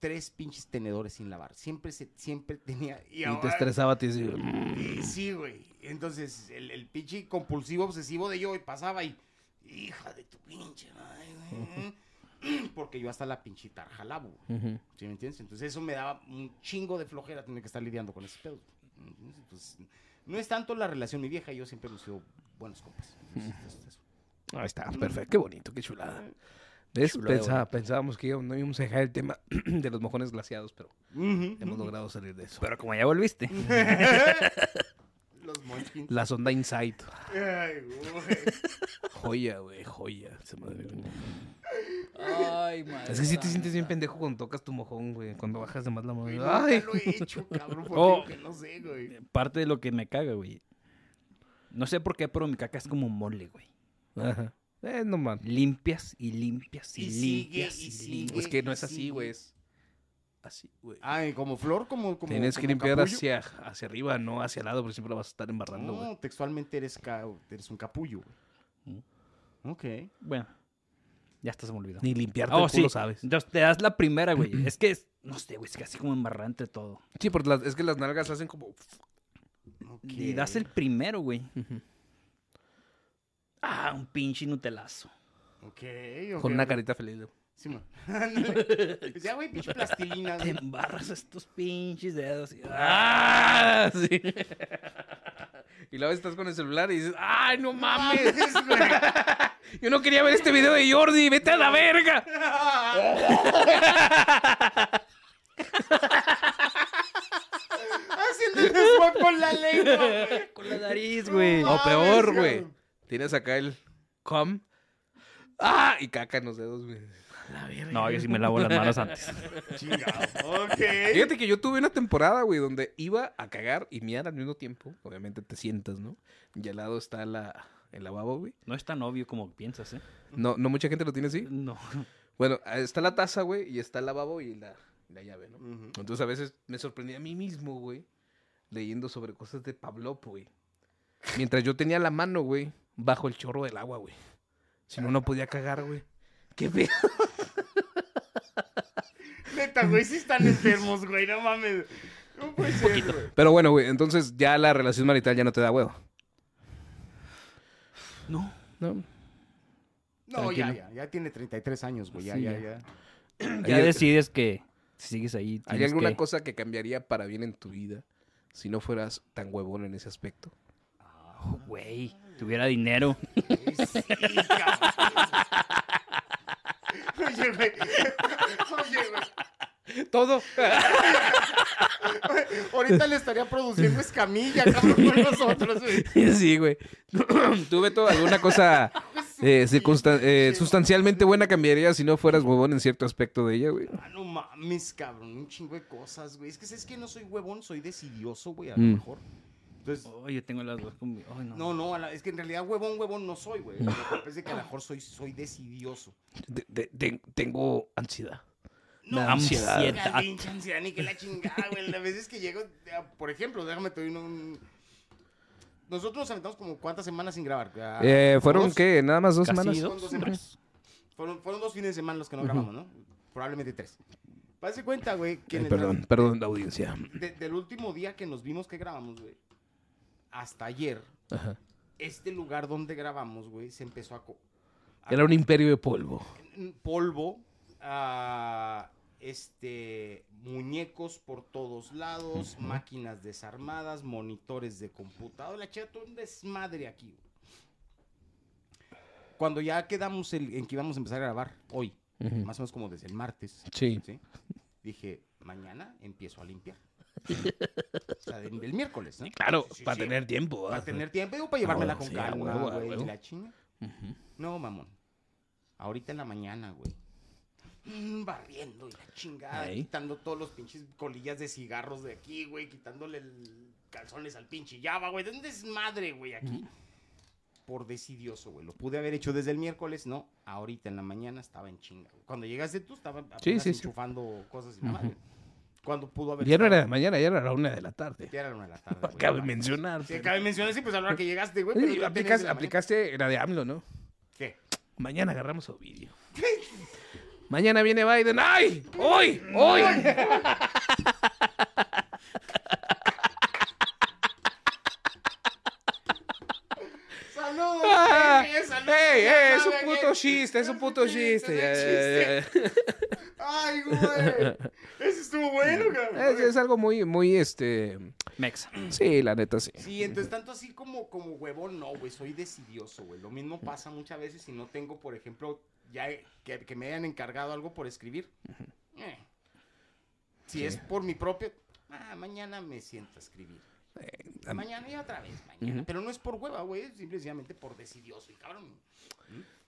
A: tres pinches tenedores sin lavar. Siempre se, siempre tenía. Y,
C: Y te
A: ahora-
C: estresaba, te decía...
B: Mm,
A: y sí, güey. Entonces, el, el pinche compulsivo obsesivo de yo y pasaba y, hija de tu pinche madre, güey. Porque yo hasta la pinche tarja lavo, güey.
C: Ujú.
A: ¿Sí me entiendes? Entonces eso me daba un chingo de flojera tener que estar lidiando con ese pedo. ¿Entiendes? Entonces, pues, no es tanto la relación mi vieja y yo siempre hemos sido buenos compas. Entonces, pues, es- es-
C: Ahí está, perfecto. Qué bonito, qué chulada. ¿Ves?
B: Chulada,
C: Pensaba- pensábamos que íbamos- no íbamos a dejar el tema de los mojones glaciados, pero
A: Ujú.
C: hemos logrado salir de eso.
B: Pero como ya volviste.
A: Los Munchkins.
C: La sonda Insight.
A: Ay, güey.
C: Joya, güey, joya. Se me dio.
B: Ay, madre.
C: Es que si te sientes bien pendejo cuando tocas tu mojón, güey. Cuando bajas de más la
A: Güey,
C: mano.
A: nunca
C: Ay,
A: lo he hecho, cabrón, porque
B: Oh.
A: yo no sé, güey.
B: Parte de lo que me caga, güey. No sé por qué, pero mi caca es como mole, güey.
C: Ajá. Eh, no mames.
B: Limpias y limpias y,
A: Y sigue,
B: limpias
A: y
B: y,
A: sigue.
B: limpias.
C: Es que no es así,
A: Sí.
C: güey. Es así, güey.
A: Ay, como flor, como... como
C: Tienes que
A: como
C: limpiar
A: capullo.
C: hacia, hacia arriba, no hacia el lado, porque siempre la vas a estar embarrando, güey.
A: No, textualmente eres, ca- eres un capullo, güey.
B: Mm.
A: Ok.
B: Bueno, ya estás se me olvidó.
C: Ni limpiarte
B: Ah,
C: el culo, sabes.
B: Entonces te das la primera, güey. es que, es- no sé, güey, es que así como embarrante todo.
C: Sí, porque las- es que las nalgas hacen como.
A: ok.
B: Y das el primero, güey. Ah, un pinche nutelazo.
A: Ok, ok,
C: Con una
A: ok.
C: carita feliz. güey.
A: Simón. Ándale. ya, güey, pinche plastilina.
B: Te
A: güey.
B: embarras estos pinches dedos. y- ¡Ah! Sí.
C: Y luego estás con el celular y dices, ¡ay, no mames!
A: Mames, güey.
C: Yo no quería ver este video de Jordi, vete a la verga.
A: Haciéndote swipe con la lengua. güey.
B: Con la nariz, güey.
A: No
C: O peor,
A: mames,
C: güey.
A: cabrón.
C: Tienes acá el com. ¡Ah! Y caca en los dedos, güey.
B: No, yo sí me lavo las manos antes.
A: Ok.
C: Fíjate que yo tuve una temporada, güey, donde iba a cagar y miar al mismo tiempo. Obviamente te sientas, ¿no? Y al lado está la, el lavabo, güey.
B: No es tan obvio como piensas, ¿eh?
C: No, no mucha gente lo tiene así.
B: No.
C: Bueno, ah, está la taza, güey, y está el lavabo y la, la llave, ¿no?
A: Ujú.
C: Entonces a veces me sorprendía a mí mismo, güey, leyendo sobre cosas de Pavlov, güey. Mientras yo tenía la mano, güey, bajo el chorro del agua, güey. Si no, no podía cagar, güey. ¿Qué pedo?
A: Neta, güey, sí están enfermos, güey, no mames. No puede ser, güey.
C: Pero bueno, güey, entonces ya la relación marital ya no te da huevo.
B: No.
C: No.
A: No, ya,
B: Tranquilo.
A: ya, ya tiene 33 años, güey, ya,
B: Sí,
A: ya,
B: ya.
A: ya.
B: Ya
C: Hay-
B: decides que si sigues ahí.
C: ¿Hay
B: tienes
C: alguna
B: que-
C: cosa que cambiaría para bien en tu vida si no fueras tan huevón en ese aspecto?
B: Oh, Güey, tuviera dinero.
A: Oye, güey. Oye, güey.
C: Todo.
A: Ahorita le estaría produciendo escamilla, cabrón, con nosotros, güey.
C: sí, güey. ¿Tuve todo alguna cosa eh, circunstan- eh, sustancialmente buena cambiaría si no fueras huevón en cierto aspecto de ella, güey?
A: Ah, no mames, cabrón, un chingo de cosas, güey. Es que es que no soy huevón, soy decidioso, güey, a
C: Mm.
A: lo mejor. Entonces,
B: Oh, yo tengo las dos conmigo. Ay, no.
A: no, no, a la- es que en realidad huevón, huevón no soy, güey. Lo que pasa es que a lo mejor soy, soy decidioso.
C: Te- te- te- tengo ansiedad.
A: No,
B: La ansiedad.
A: La Ah, pinche ansiedad, ni que la chingada, güey. Las veces que llego, eh, por ejemplo, déjame te doy un- un... Nosotros nos aventamos como cuántas semanas sin grabar. Ah,
C: Eh, ¿Fueron
A: dos.
C: qué? ¿Nada más dos
B: Casi
C: semanas?
B: dos,
A: Son dos semanas. Fueron, fueron dos fines de semana los que no grabamos, ¿no? Probablemente tres. Pase cuenta, güey, que
C: Ay,
A: en el-
C: perdón, perdón, la audiencia.
A: de- del último día que nos vimos que grabamos, güey, hasta ayer,
C: Ajá.
A: este lugar donde grabamos, güey, se empezó a... co- a-
C: Era un imperio de polvo.
A: polvo, a, este, muñecos por todos lados, máquinas desarmadas, monitores de computadora, la chingada, todo un desmadre aquí. güey. Cuando ya quedamos el- en que íbamos a empezar a grabar hoy,
C: Ujú.
A: más o menos como desde el martes,
C: Sí.
A: ¿sí? dije, mañana empiezo a limpiar. o sea, del, del miércoles, ¿no?
C: Claro,
A: Sí, sí,
C: para
A: sí.
C: tener tiempo.
A: Para
C: ajá.
A: tener tiempo, digo, para llevármela
C: bueno,
A: con
C: sí, a
A: calma,
C: huevo, a
A: güey,
C: huevo.
A: y la chinga. No, mamón. Ahorita en la mañana, güey. Mm, barriendo y la chingada,
C: Ey.
A: quitando todos los pinches colillas de cigarros de aquí, güey, quitándole el calzones al pinche Java, güey. ¿Dónde es madre, güey, aquí? Por decidioso, güey. Lo pude haber hecho desde el miércoles, no. Ahorita en la mañana estaba en chinga. güey. Cuando llegaste tú, estaba apenas
C: sí, sí.
A: enchufando cosas y madre. Cuando pudo haber.
C: Ya no
A: estado-
C: era de mañana, ya era la una de la tarde.
A: Ya era la una de la tarde. güey.
C: Cabe mencionar.
A: Sí, cabe mencionar, sí, pues a la hora que llegaste, güey. pero
C: Sí,
A: ya tenías
C: aplicas-
A: de la mañana.
C: aplicaste la de AMLO, ¿no?
A: ¿Qué?
C: Mañana agarramos a Ovidio. Mañana viene Biden. ¡Ay! ¡Hoy! ¡Hoy!
A: ¡Saludos!
C: Ah,
A: jefe, saludos,
C: ¡Ey,
A: ya
C: ey! Es un
A: sabe,
C: puto
A: güey.
C: chiste, es un puto chiste. ya,
A: Es
C: ya, ya, ya.
A: un chiste. ¡Ay, güey! Ese estuvo bueno,
C: Es,
A: cabrón.
C: es algo muy, muy, este...
B: Mexa.
C: Sí, la neta, sí.
A: Sí, entonces tanto así como, como huevón, no, güey, soy decidioso, güey. Lo mismo pasa muchas veces si no tengo, por ejemplo, ya eh, que, que me hayan encargado algo por escribir. Eh. Si es por mi propio... Ah, mañana me siento a escribir.
C: Eh,
A: Mañana y otra vez, mañana. Pero no es por hueva, güey, es simplemente por decidioso. Y cabrón,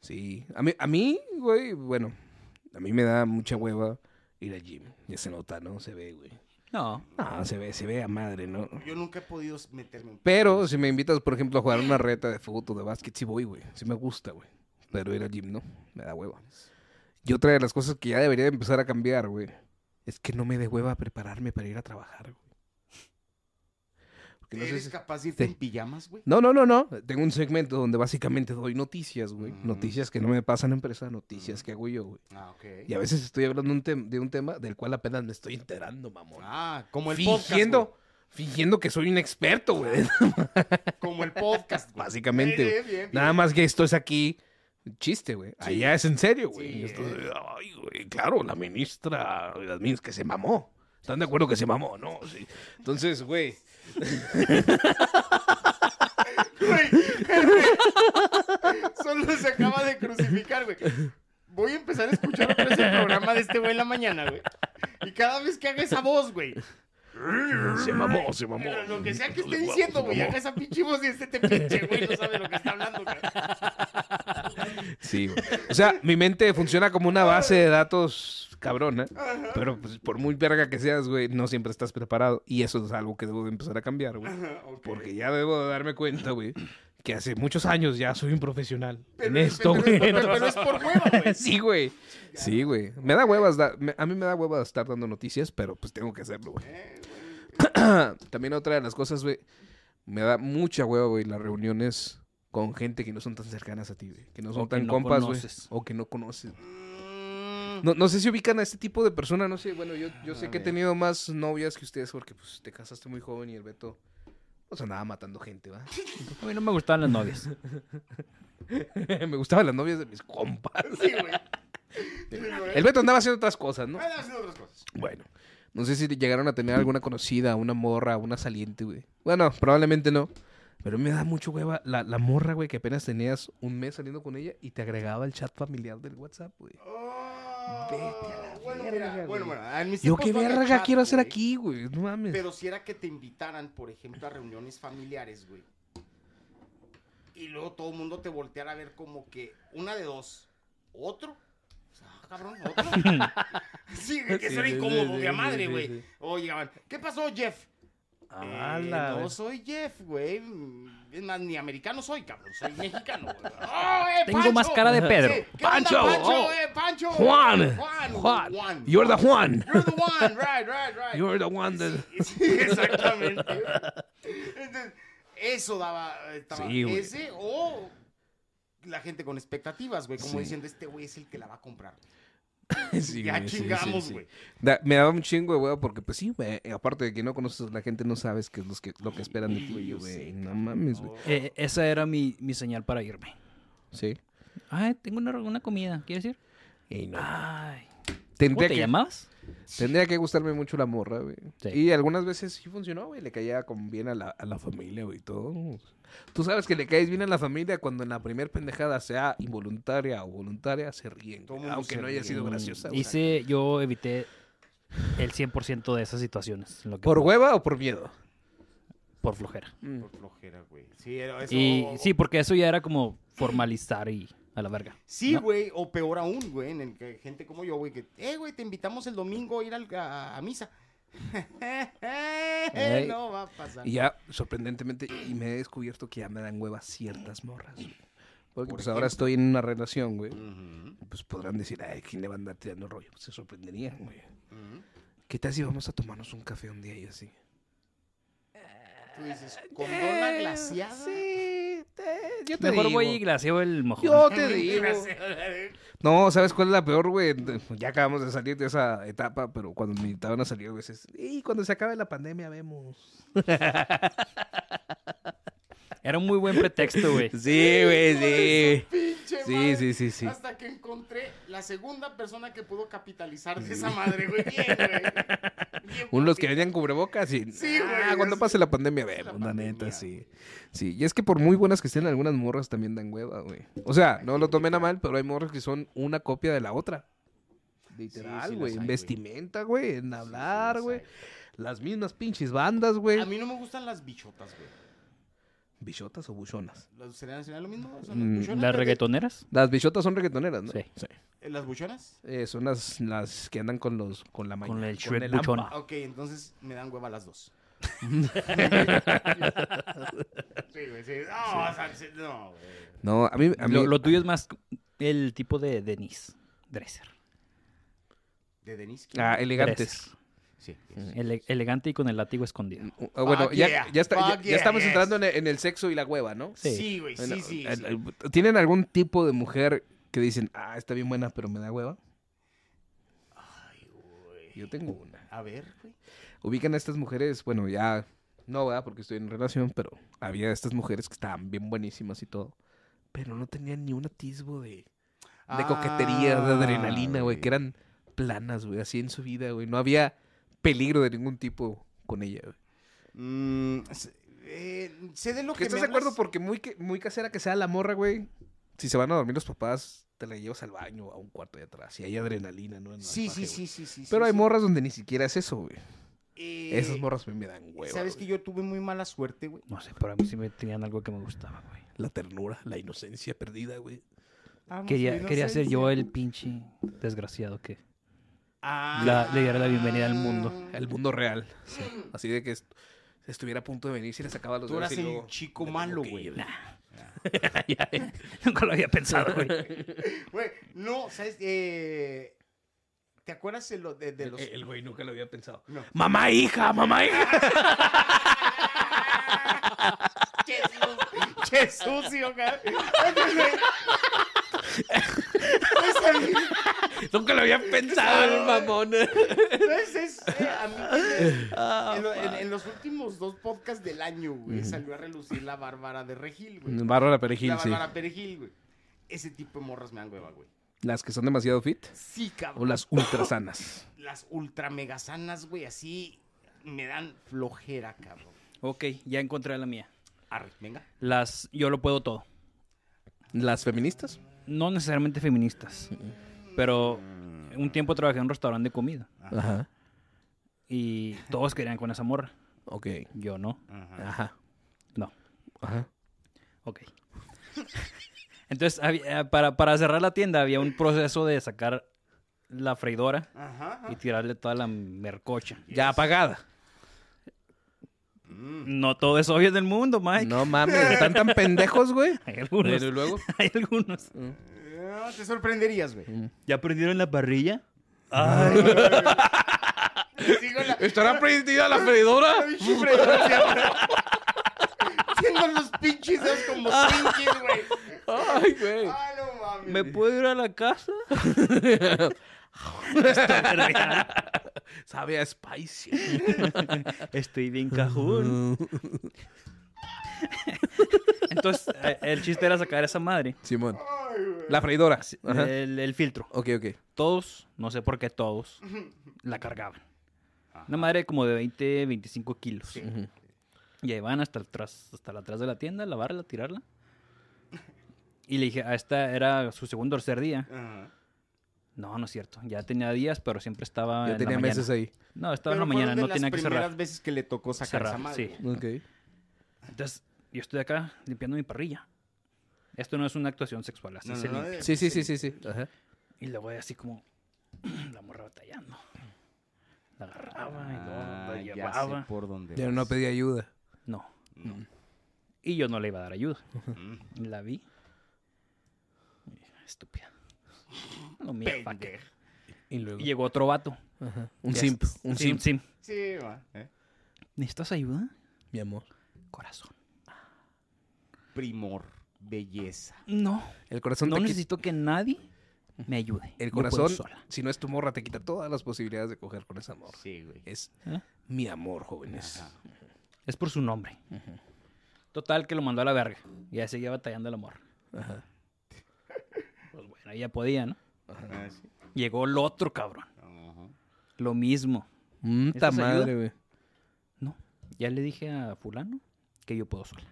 C: Sí. A mí, a mí, güey, bueno, a mí me da mucha hueva ir al gym. Ya se nota, ¿no? Se ve, güey.
B: No.
C: No, se ve, se ve a madre, ¿no?
A: yo nunca he podido meterme un...
C: Pero si me invitas, por ejemplo, a jugar una reta de fútbol, de básquet, sí voy, güey. Sí me gusta, güey. Pero ir al gym no, me da hueva. Y otra de las cosas que ya debería de empezar a cambiar, güey, es que no me dé hueva prepararme para ir a trabajar, güey. Porque no sé
A: ¿Eres
C: si-
A: capaz de irte
C: Sí.
A: en pijamas, güey?
C: No, no, no, no. Tengo un segmento donde básicamente doy noticias, güey.
A: Ujú.
C: Noticias que no me pasan en prensa, noticias que hago yo, güey.
A: Ah, ok.
C: Y a veces estoy hablando un tem- de un tema del cual apenas me estoy enterando, mamón.
A: Ah, como el
C: fingiendo,
A: podcast. Ah.
C: fingiendo que soy un experto, güey.
A: güey. Como el podcast. güey.
C: Básicamente,
A: Bien,
C: güey.
A: bien, bien,
C: Nada
A: bien.
C: más que esto es aquí Un Chiste, güey.
D: Allá es en serio, güey.
A: Sí,
D: Y esto- ay, güey, claro, la ministra, las minis que se mamó. ¿Están de acuerdo que se mamó? No, sí.
C: Entonces, güey.
A: Solo se acaba de crucificar, güey. Voy a empezar a escuchar otra vez el programa de este güey en la mañana, güey. Y cada vez que haga esa voz, güey.
D: Se mamó, se mamó.
A: Pero lo que sea que esté
D: Entonces,
A: diciendo,
D: se
A: güey,
D: mamó.
A: haga esa pinche voz y este te pinche, güey, no sabe lo que está hablando, güey.
C: Sí, güey. O sea, mi mente funciona como una base de datos cabrona. Pero pues, por muy verga que seas, güey, no siempre estás preparado. Y eso es algo que debo de empezar a cambiar, güey. Porque ya debo de darme cuenta, güey, que hace muchos años ya soy un profesional en esto,
A: pero,
C: güey.
A: pero- pero- pero es por hueva, güey.
C: Sí, güey. Sí, güey. Me da huevas. da- me- a mí me da hueva estar dando noticias, pero pues tengo que hacerlo, güey. Ah, También otra de las cosas, güey. Me da mucha hueva, güey, las reuniones con gente que no son tan cercanas a ti, güey. Que no son
B: O que
C: tan
B: no
C: compas, güey.
B: conoces.
C: O que no conoces.
A: Mm,
C: No, no sé si ubican a este tipo de personas, no sé. Bueno, yo, yo sé que he tenido más novias que ustedes porque pues te casaste muy joven y el Beto pues andaba matando gente, ¿va?
B: A mí no me gustaban las novias.
C: me gustaban las novias de mis compas.
A: Sí, güey. eh, Sí, güey.
C: El Beto andaba haciendo otras cosas, ¿no?
A: Bueno, haciendo otras cosas.
C: Bueno, no sé si llegaron a tener alguna conocida, una morra, una saliente, güey. Bueno, probablemente no. Pero me da mucho hueva la, la morra, güey, que apenas tenías un mes saliendo con ella y te agregaba el chat familiar del WhatsApp, güey.
A: Oh,
C: Vete a la
A: bueno,
C: verga,
A: mira,
C: güey.
A: bueno, bueno, en mis
C: Yo
A: tiempos
C: qué
A: no había
C: verga
A: chat,
C: quiero hacer
A: güey.
C: aquí, güey. No mames.
A: Pero si era que te invitaran, por ejemplo, a reuniones familiares, güey. Y luego todo el mundo te volteara a ver como que una de dos. ¿Otro? O sea, ah, cabrón, otro. sí, güey, que
C: Sí,
A: eso era
C: sí,
A: incómodo,
C: sí,
A: de a
C: sí,
A: madre,
C: sí,
A: güey.
C: sí.
A: O llegaban, ¿qué pasó, Jeff?
C: Ah,
A: "Eh,
C: la
A: no
C: ver-
A: soy Jeff, güey. Es más, ni americano soy, cabrón. Soy mexicano, güey. ¡Oh, eh,
B: Tengo
A: Pancho!
B: más cara de Pedro.
A: Sí, ¿qué onda,
D: Pancho,
A: Pancho,
D: oh.
A: eh, Pancho.
D: Juan.
A: Juan.
D: Juan.
A: Juan.
D: You're the Juan.
A: You're the one, right, right, right.
D: You're the one that...
A: Sí, exactamente. Entonces, eso daba. estaba
C: Sí, güey.
A: ese o la gente con expectativas, güey. Como
C: Sí.
A: diciendo, este güey es el que la va a comprar.
C: Sí,
A: ya
C: güey, sí, sí,
A: chingamos,
C: sí.
A: güey.
C: Da- me daba un chingo de hueva porque, pues sí, güey. Aparte de que no conoces a la gente, no sabes qué es los que, lo que esperan de ti, güey. No mames, güey.
B: Eh, esa era mi, mi señal para irme.
C: Sí.
B: Ay, tengo una, una comida, ¿quieres ir?
C: Y no.
B: Ay. ¿Cómo
C: Tendría
B: te
C: que-
B: llamabas?
C: Tendría que gustarme mucho la morra, güey.
B: Sí.
C: Y algunas veces sí funcionó, güey. Le caía con bien a la, a la familia, güey, y todo. Tú sabes que le caes bien a la familia cuando en la primer pendejada, sea involuntaria o voluntaria, se ríen.
A: Todo
C: güey,
A: mundo
C: aunque
A: se
C: no haya
A: ríe.
C: sido
B: Mm,
C: graciosa, güey.
B: Hice, yo evité el 100% de esas situaciones. lo que
C: ¿Por
B: pude,
C: hueva o por miedo? Mm.
B: Por flojera.
A: Por flojera, güey. Sí, era eso.
B: Y sí, porque eso ya era como formalizar y a la verga.
A: Sí,
B: ¿no?
A: güey, o peor aún, güey, en el que gente como yo, güey, que, eh, güey, te invitamos el domingo a ir al- a, a misa.
C: Ey.
A: no va a pasar.
C: Y ya, sorprendentemente, y me he descubierto que ya me dan hueva ciertas morras, güey. Porque
A: Por
C: pues ahora estoy en una relación, güey.
A: Ujú,
C: Pues podrán decir, ay, ¿quién le va a andar tirando rollo? Pues se sorprenderían, güey.
A: ujú.
C: ¿Qué tal si vamos a tomarnos un café un día y así?
A: Tú dices, condona glaciada.
C: Sí, te- yo te
B: Mejor
C: digo.
B: voy y glaseo el mojón.
C: Yo te digo. No, ¿sabes cuál es la peor, güey? Ya acabamos de salir de esa etapa, pero cuando me invitaban a salir, güey, es, y cuando se acabe la pandemia vemos.
B: Era un muy buen pretexto, güey.
C: Sí, güey,
A: Hijo de su pinche
C: Sí,
A: madre.
C: sí, sí, sí.
A: Hasta que encontré la segunda persona que pudo capitalizar de esa madre, güey. Bien, güey. Bien
C: Unos que
A: papi.
C: venían cubrebocas y...
A: Sí, güey,
C: "Ah, cuando
A: es-
C: pase la pandemia
A: la
C: vemos, la, neta,
A: pandemia".
C: sí. Sí, y es que por muy buenas que estén, algunas morras también dan hueva, güey. O sea, no lo tomen a mal, pero hay morras que son una copia de la otra.
A: sí
C: Literal,
A: las
C: güey.
A: hay,
C: en
A: güey.
C: vestimenta, güey. En
A: Sí, sí,
C: hablar,
A: las
C: güey.
A: hay.
C: Las mismas pinches bandas, güey.
A: A mí no me gustan las bichotas, güey.
C: ¿Bichotas o buchonas?
A: ¿Las- ¿Serían, serían lo mismo? O sea,
C: Mm,
A: buchonas,
B: ¿Las
A: de-
B: reggaetoneras?
C: Las bichotas son reggaetoneras, ¿no?
B: Sí.
A: eh, ¿Las buchonas?
C: Eh, son las, las que andan con los con la mañana.
B: Con el Shrek
C: AMPA.
B: buchón.
A: Ah, Ok, entonces me dan hueva las dos. sí, güey, sí. No, o sea, sí, no, güey.
C: No, a mí, a mí
B: Lo, lo tuyo es más el tipo de Denise Dresser.
A: ¿De Denise? ¿quién?
C: ah, elegantes.
B: Dresser.
A: Sí.
B: Ele- elegante y con el látigo escondido.
C: Ah, bueno,
A: Fuck
C: ya,
A: yeah,
C: ya, está- ya-
A: fuck
C: ya estamos
A: yeah,
C: entrando en
A: yes.
C: el, en el sexo y la hueva, ¿no?
B: Sí.
A: Sí, güey, sí,
C: Bueno,
A: sí. sí.
C: el- el- ¿Tienen algún tipo de mujer que dicen, ah, está bien buena, pero me da hueva?
A: Ay, güey.
C: Yo tengo una.
A: A ver, güey.
C: Ubican a estas mujeres, bueno, ya no, ¿verdad? Porque estoy en relación, pero había estas mujeres que estaban bien buenísimas y todo. pero no tenía ni un atisbo de, de coquetería,
A: Ah,
C: de adrenalina, güey, que eran planas, güey, así en su vida, güey. No había peligro de ningún tipo con ella, güey.
A: Mm, se- eh, sé de lo
C: Que
A: que
C: estás de
A: me
C: acuerdo
A: hablas.
C: porque muy, que- muy casera que sea la morra, güey. Si se van a dormir los papás, te la llevas al baño o a un cuarto de atrás. Y hay adrenalina, ¿no? En el
A: Sí,
C: baje,
A: sí,
C: güey.
A: sí, sí, sí.
C: Pero
A: sí,
C: hay
A: sí.
C: morras donde ni siquiera es eso, güey.
A: Eh,
C: Esas morras me, me dan hueva.
A: ¿Sabes que
C: güey.
A: yo tuve muy mala suerte, güey?
B: No sé, pero a mí sí me tenían algo que me gustaba, güey.
C: La ternura, la inocencia perdida, güey.
A: Vamos,
B: Quería, quería ser yo
C: eh,
A: inocencia.
B: el pinche desgraciado que...
A: Ah.
B: la- le diera la bienvenida al mundo.
C: El mundo real. Así de que est- estuviera a punto de venir si le sacaba los
A: Tú eras
C: dedos y
A: el
C: luego-
A: chico
C: me
A: malo,
C: tengo que
A: güey.
C: ir.
B: Nunca lo había pensado, güey.
A: Güey, no, ¿sabes? Eh, ¿Te acuerdas de, lo- de- de
C: El-
A: los...
C: El güey nunca lo había pensado.
A: No.
D: Mamá, hija, mamá, hija.
A: Jesús, ¡Qué sucio, cara! Pues a mí-
D: Nunca lo había pensado el mamón.
A: pues es, eh, a mí me- en, lo- en- en los últimos dos podcasts del año, güey, salió a relucir la Bárbara de Regil, güey.
C: Bárbara Perejil,
A: Mm, La
C: sí.
A: Bárbara Perejil, güey. Ese tipo de morras me dan hueva, güey.
C: Las que son demasiado fit
A: Sí,
C: o
A: cabrón.
C: las ultrasanas.
A: Las ultra megasanas, güey, así me dan flojera, cabrón.
B: Ok, ya encontré la mía.
A: Arre, venga.
B: Las... Yo lo puedo todo.
C: ¿Las feministas?
B: No necesariamente feministas, pero un tiempo trabajé en un restaurante de comida
C: Ajá.
B: y todos querían con esa morra.
C: Ok.
B: Yo no.
C: Ajá.
B: No.
C: Ajá.
B: Ok. Entonces, había- eh, para, para cerrar la tienda había un proceso de sacar la freidora
A: Ajá. ajá.
B: y tirarle toda la mercocha.
C: Ya apagada.
B: No todo es obvio del mundo, Mike.
C: No mames, están tan pendejos, güey.
B: Hay algunos.
C: Pero luego.
B: Hay algunos.
A: Eh, te sorprenderías, güey.
B: ¿Ya prendieron la parrilla?
A: Sigo la-
D: ¿Estará prendida la freidora?
A: Pinche freidora siempre. Tengo los pinches dedos como pinches, güey.
C: Ay, güey.
A: Ay, no mames.
B: ¿Me puedo ir a la casa?
C: Sabe a spicy.
B: Estoy bien cajón. Entonces, eh, el chiste era sacar esa madre.
C: Simón. La freidora. Ajá.
B: El, el filtro.
C: Ok, ok.
B: Ah, Todos, no sé por qué todos, la cargaban. Una madre como de 20, 25 kilos. Y ahí van hasta atrás, hasta la atrás de la tienda, lavarla, tirarla. Y le dije, a esta era su segundo o tercer día.
A: Ajá.
B: No, no es cierto. Ya tenía días, pero siempre estaba. en
C: Ya
B: la
C: tenía
B: mañana.
C: meses ahí.
B: No,
A: Pero
B: estaba en la mañana,
A: fueron de
B: no
A: las
B: tenía que
A: primeras
B: cerrar.
A: veces que le tocó sacar esa
B: Cerrar,
A: madre.
B: sí.
C: Ok.
B: Entonces, yo estoy acá limpiando mi parrilla. Esto no es una actuación sexual, así
A: No,
B: se
A: no, no,
B: limpia.
A: eh,
C: Sí, sí, sí, sí, sí. Ajá.
B: Y luego así como la morra batallando. La agarraba y luego
A: Ah,
B: la
A: ya
B: llevaba.
A: sé por dónde
C: Ya
A: vas.
C: no pedí ayuda.
B: No. Y yo no le iba a dar ayuda.
A: Mm,
B: La vi. Estúpida. No mira, pa' qué.
C: Y luego.
B: Y llegó otro vato.
C: Un
B: Ya-
C: simp. Un
B: sí,
C: simp.
B: sim.
A: Sí, va. eh.
B: ¿Necesitas ayuda?
C: Mi amor.
B: Corazón.
A: Primor, belleza.
B: No.
C: El corazón
B: no
C: te quita-
B: necesito que nadie me ayude.
C: El
B: Yo puedo
C: corazón,
B: sola.
C: si no es tu morra, te quita todas las posibilidades de coger con esa
B: Oh,
C: morra.
A: Sí, güey.
C: Es
B: ¿Eh?
C: mi amor, jóvenes.
B: Es por su nombre. Total, que lo mandó a la verga. Y ya seguía batallando el amor. Pues bueno, ya podía, ¿no?
A: Ah, sí.
B: Llegó el otro cabrón.
A: Ajá.
B: Lo mismo.
C: Mm, ta
B: ¿Necesitas
C: madre,
B: ayuda?
C: güey.
B: No, ya le dije a fulano que yo puedo sola.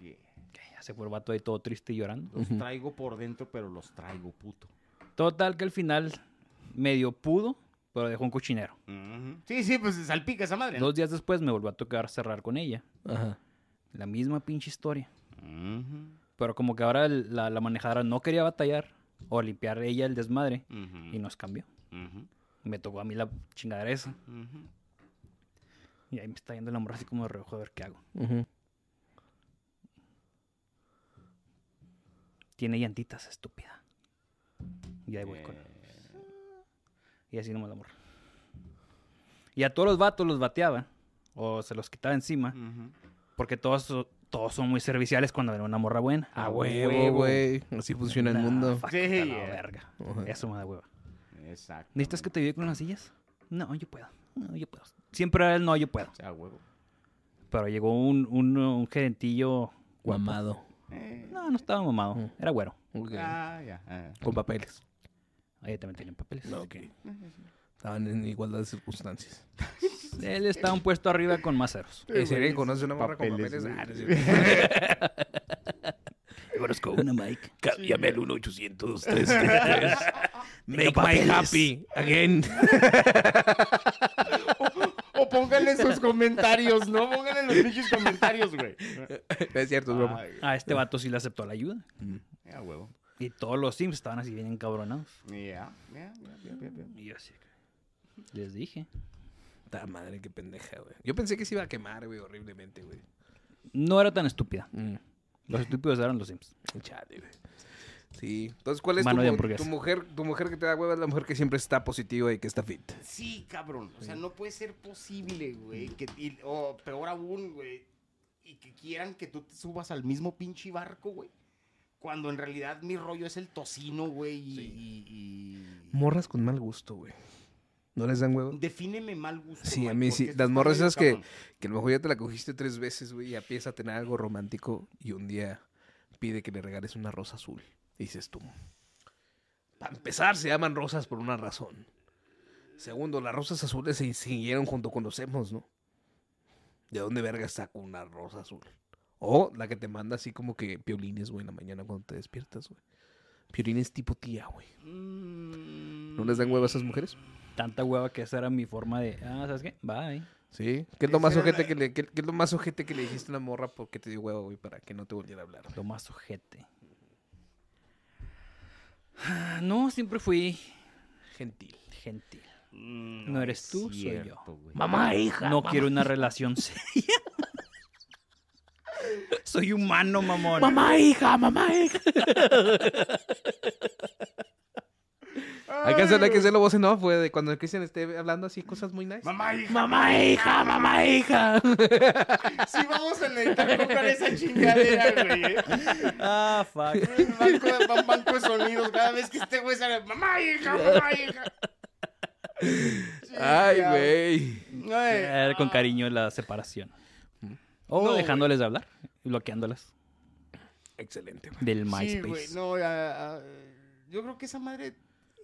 A: Yeah.
B: Que ya se fue el vato ahí todo triste y llorando.
A: Los traigo por dentro, pero los traigo, puto.
B: Total, que al final medio pudo, pero dejó un cochinero.
A: Ujú. Sí, sí, pues se salpica esa madre. ¿no?
B: Dos días después me volvió a tocar cerrar con ella.
C: Ajá.
B: La misma pinche historia.
A: Ujú.
B: Pero como que ahora el- la, la manejadora no quería batallar o limpiar ella el desmadre
A: Ujú.
B: y nos cambió.
A: Ujú.
B: Me tocó a mí la chingadera esa.
A: Ujú.
B: Y ahí me está yendo el amor así como de reojo a ver qué hago.
C: Ujú.
B: Tiene llantitas, estúpida. Y ahí voy con él.
C: Eh.
B: Y así nomás la morra. Y a todos los vatos los bateaba. O se los quitaba encima.
A: Ujú.
B: Porque todos, so- todos son muy serviciales cuando ven una morra buena. Ah,
C: A
A: huevo.
C: huevo, güey. Así funciona el
B: Nah,
C: mundo.
B: fuck,
A: Sí,
B: vete a la
A: yeah.
B: verga.
C: Ajá.
B: Eso me da hueva.
A: Exacto.
B: ¿Necesitas que te ayude con las sillas? No, yo puedo. No, yo puedo. Siempre era el no, yo puedo.
A: O sea, huevo.
B: Pero llegó un, un, un gerentillo
C: Guamado.
A: Eh,
B: No, no estaba mamado. Era güero.
E: Ok.
A: ah, ya, ah,
C: Con papeles.
B: Ahí también tenían papeles.
C: ok. Estaban en igualdad de circunstancias.
B: Él estaba un puesto arriba Eh, con más ceros.
C: ¿En serio que conoce una morra
A: Papeles,
C: con
A: güey.
C: papeles? Ah,
B: Conozco una Mike.
C: Llame al 1 800 Make my happy again.
A: O pónganle sus comentarios, ¿no? Pónganle los pinches comentarios, güey.
C: es cierto, es broma.
A: Ay,
B: A este vato sí le aceptó la ayuda.
A: ya, huevo.
B: Y todos los sims estaban así bien encabronados.
A: Ya, ya, ya, ya, ya, ya.
B: Y yo así. acá. Les dije.
C: Ta madre, qué pendeja, güey. Yo pensé que se iba a quemar, güey, horriblemente, güey.
B: No era tan estúpida.
C: Mm.
B: Los estúpidos eran los sims.
C: Chale, güey. Sí. Entonces, ¿cuál es tu,
B: Mano de
C: mu-
B: hamburguesa.
C: tu mujer? Tu mujer que te da hueva es la mujer que siempre está positiva y que está fit.
A: Sí, cabrón. O sea, no puede ser posible, güey. que- y- O peor aún, güey. Y que quieran que tú te subas al mismo pinche barco, güey. Cuando en realidad mi rollo es el tocino, güey. Y, y- y-
C: Morras con mal gusto, güey. ¿No les dan hueva?
A: Defíneme mal gusto.
C: Sí, a
A: Mike,
C: mí
A: porque
C: sí.
A: esto
C: Las
A: está
C: morras
A: medio
C: esas que,
A: cabrón.
C: que a lo mejor ya te la cogiste tres veces, güey, y empieza a tener algo romántico y un día pide que le regales una rosa azul. Y dices tú. Para empezar, se llaman rosas por una razón. Segundo, las rosas azules se siguieron junto con los emos, ¿no? ¿De dónde verga saco una rosa azul? O la que te manda así como que piolines, güey, en la mañana cuando te despiertas, güey. Piolines tipo tía, güey.
A: Mm,
C: ¿No les dan hueva a esas mujeres?
B: Tanta hueva que esa era mi forma de. Ah, ¿sabes qué? Bye.
C: Sí. ¿Qué es lo más
A: Esa era
C: ojete que le, qué- qué es lo más ojete que le dijiste a una morra porque te dio huevo, güey, para que no te volviera a hablar?
B: Lo más ojete. Ah, No, siempre fui
C: Gentil.
B: gentil.
A: mm,
B: No eres
A: es
B: tú, soy yo.
A: güey.
C: Mamá, hija.
B: No quiero una relación seria. Soy humano, mamón.
C: Mamá, hija, mamá, hija. hay que hacerlo, hay que hacerlo voz en off, güey, de cuando el Cristian esté hablando así cosas muy nice.
A: Mamá, hija,
C: Mamá, hija, mamá, hija.
A: sí vamos a necesitar comprar esa chingadera, güey. eh.
B: Ah, fuck.
A: Un Banco de, un banco de sonidos cada vez que este güey sale. Mamá, hija, mamá, hija.
C: Ay,
A: Chinga.
C: güey.
A: Ay,
B: Era con cariño la separación. O
A: No,
B: dejándoles de hablar, bloqueándolas
C: Excelente, güey.
B: del
A: Sí,
B: MySpace.
A: güey, no, a- a- yo creo que esa madre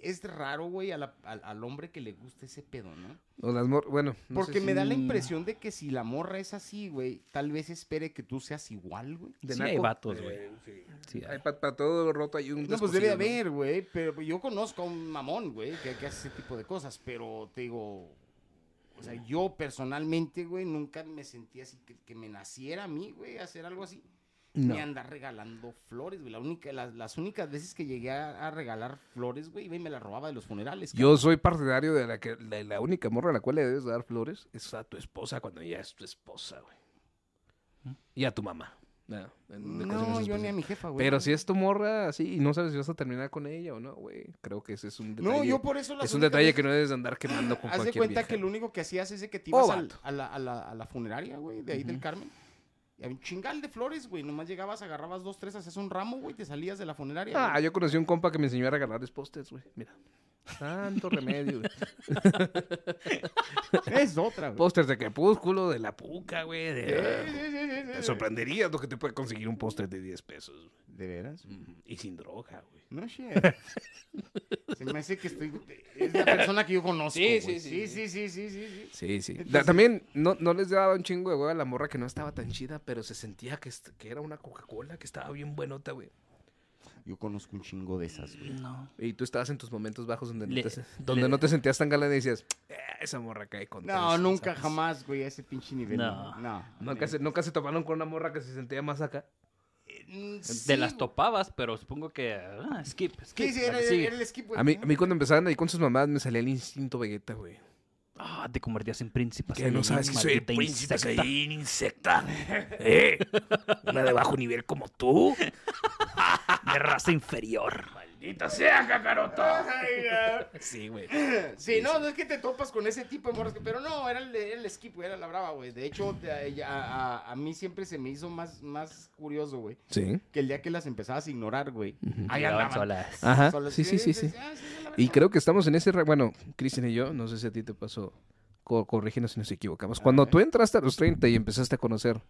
A: es raro, güey, a la- al, al hombre que le gusta ese pedo, ¿no?
C: O las mor- bueno. no
A: Porque
C: sé si-
A: me da la impresión de que si la morra es así, güey, tal vez espere que tú seas igual, güey.
C: de
B: Sí hay
C: naco.
B: vatos, güey.
C: Eh, sí.
B: Sí,
C: Hay para todo roto hay un
A: No, pues debe de
C: descosido,
A: haber, güey, pero pues, yo conozco a un mamón, güey, que, que hace ese tipo de cosas, pero te digo, o sea, yo personalmente, güey, nunca me sentí así, que, que me naciera a mí, güey, hacer algo así.
C: ¿no?
A: Ni andar regalando flores, güey. La única, las, las únicas veces que llegué a, a regalar flores, güey, iba y me las robaba de los funerales.
C: Yo soy partidario de la que la, la única morra a la cual le debes dar flores es a tu esposa cuando ya es tu esposa, güey. Y a tu mamá. No, en
A: cabrón.
C: ocasiones
A: ¿Mm? No,
C: es
A: yo ni a
C: posible.
A: mi jefa, güey.
C: Pero si es tu morra así y no sabes si vas a terminar con ella o no, güey. Creo que ese es un detalle.
A: No, yo por eso las
C: Es un
A: únicas
C: detalle
A: veces-
C: que no debes de andar quemando con
A: Haz de
C: cualquier
A: cuenta
C: vieja.
A: que lo único que hacías es de que te
C: O
A: ibas al-
C: vato.
A: a, la, a, la, a la funeraria, güey, de ahí del Carmen. Y había un chingal de flores, güey. Nomás llegabas, agarrabas dos, tres, hacías un ramo, güey, te salías de la funeraria.
C: Ah,
A: güey.
C: yo conocí un compa que me enseñó a regalarles pósters, güey. Mira. Santo remedio, güey. Ah,
A: Es otra, güey.
C: Pósters de crepúsculo, de la puca, güey.
A: Sí,
C: De...
A: sí, sí, sí,
C: Te
A: sí.
C: sorprenderías lo que te puede conseguir un póster de 10 pesos.
A: ¿De veras?
C: güey. Ujú. Y sin droga, güey.
A: No shit. Se me hace que estoy... Es la persona que yo conozco,
C: Sí,
A: güey.
C: sí, sí,
A: sí, sí, sí, sí, sí.
C: Sí, sí. Da-
A: Entonces-
C: También no, no les daba un chingo de hueva a la morra que no estaba tan chida, pero se sentía que, est- que era una Coca-Cola, que estaba bien buenota, güey.
A: Yo conozco un chingo de esas, güey.
B: No.
C: Y tú estabas en tus momentos bajos donde no,
B: Le-
C: te, se- donde
B: le-
C: no te sentías tan galán y decías, "Eh, esa morra cae con
A: No,
C: tres",
A: nunca,
C: ¿sabes?
A: jamás, güey, a ese pinche nivel.
B: No.
A: No. no. Eh,
C: Nunca se, nunca se toparon con una morra que se sentía más acá.
A: Mm,
B: Te
A: sí,
B: las
A: güey.
B: topabas, pero supongo que. Ah, skip, skip.
A: Sí, sí,
B: la
A: era,
B: que sigue.
A: era el skip, güey.
C: A mí, a mí cuando empezaban ahí con sus mamás me salía el instinto Vegeta, güey.
B: Ah, te convertías en príncipe.
C: Que no
B: Saiyajin,
C: sabes que soy el
B: maldita
C: príncipe
B: insecta.
C: Saiyajin, insecta. ¿Eh? Una de bajo nivel como tú.
B: De raza inferior.
C: Maldita sea, Kakaroto.
A: Ay, ya.
C: Sí, güey.
A: Sí, no, no es que te topas con ese tipo de morras, que- pero no, era el, era el skip, güey, era la brava, güey. De hecho, de- a, a- a mí siempre se me hizo más, más curioso, güey,
C: Sí.
A: que el día que las empezabas a ignorar, güey. Ahí
B: Llegaban
A: andaban.
B: solas.
C: Ajá.
A: Solas.
C: Sí, sí, sí, sí.
A: dices, "Ah, sí, a la
C: Y
A: verga".
C: creo que estamos en ese... ra- Bueno, Cristian y yo, no sé si a ti te pasó, co- corrígenos si nos equivocamos. Cuando tú entraste a los 30 y empezaste a conocer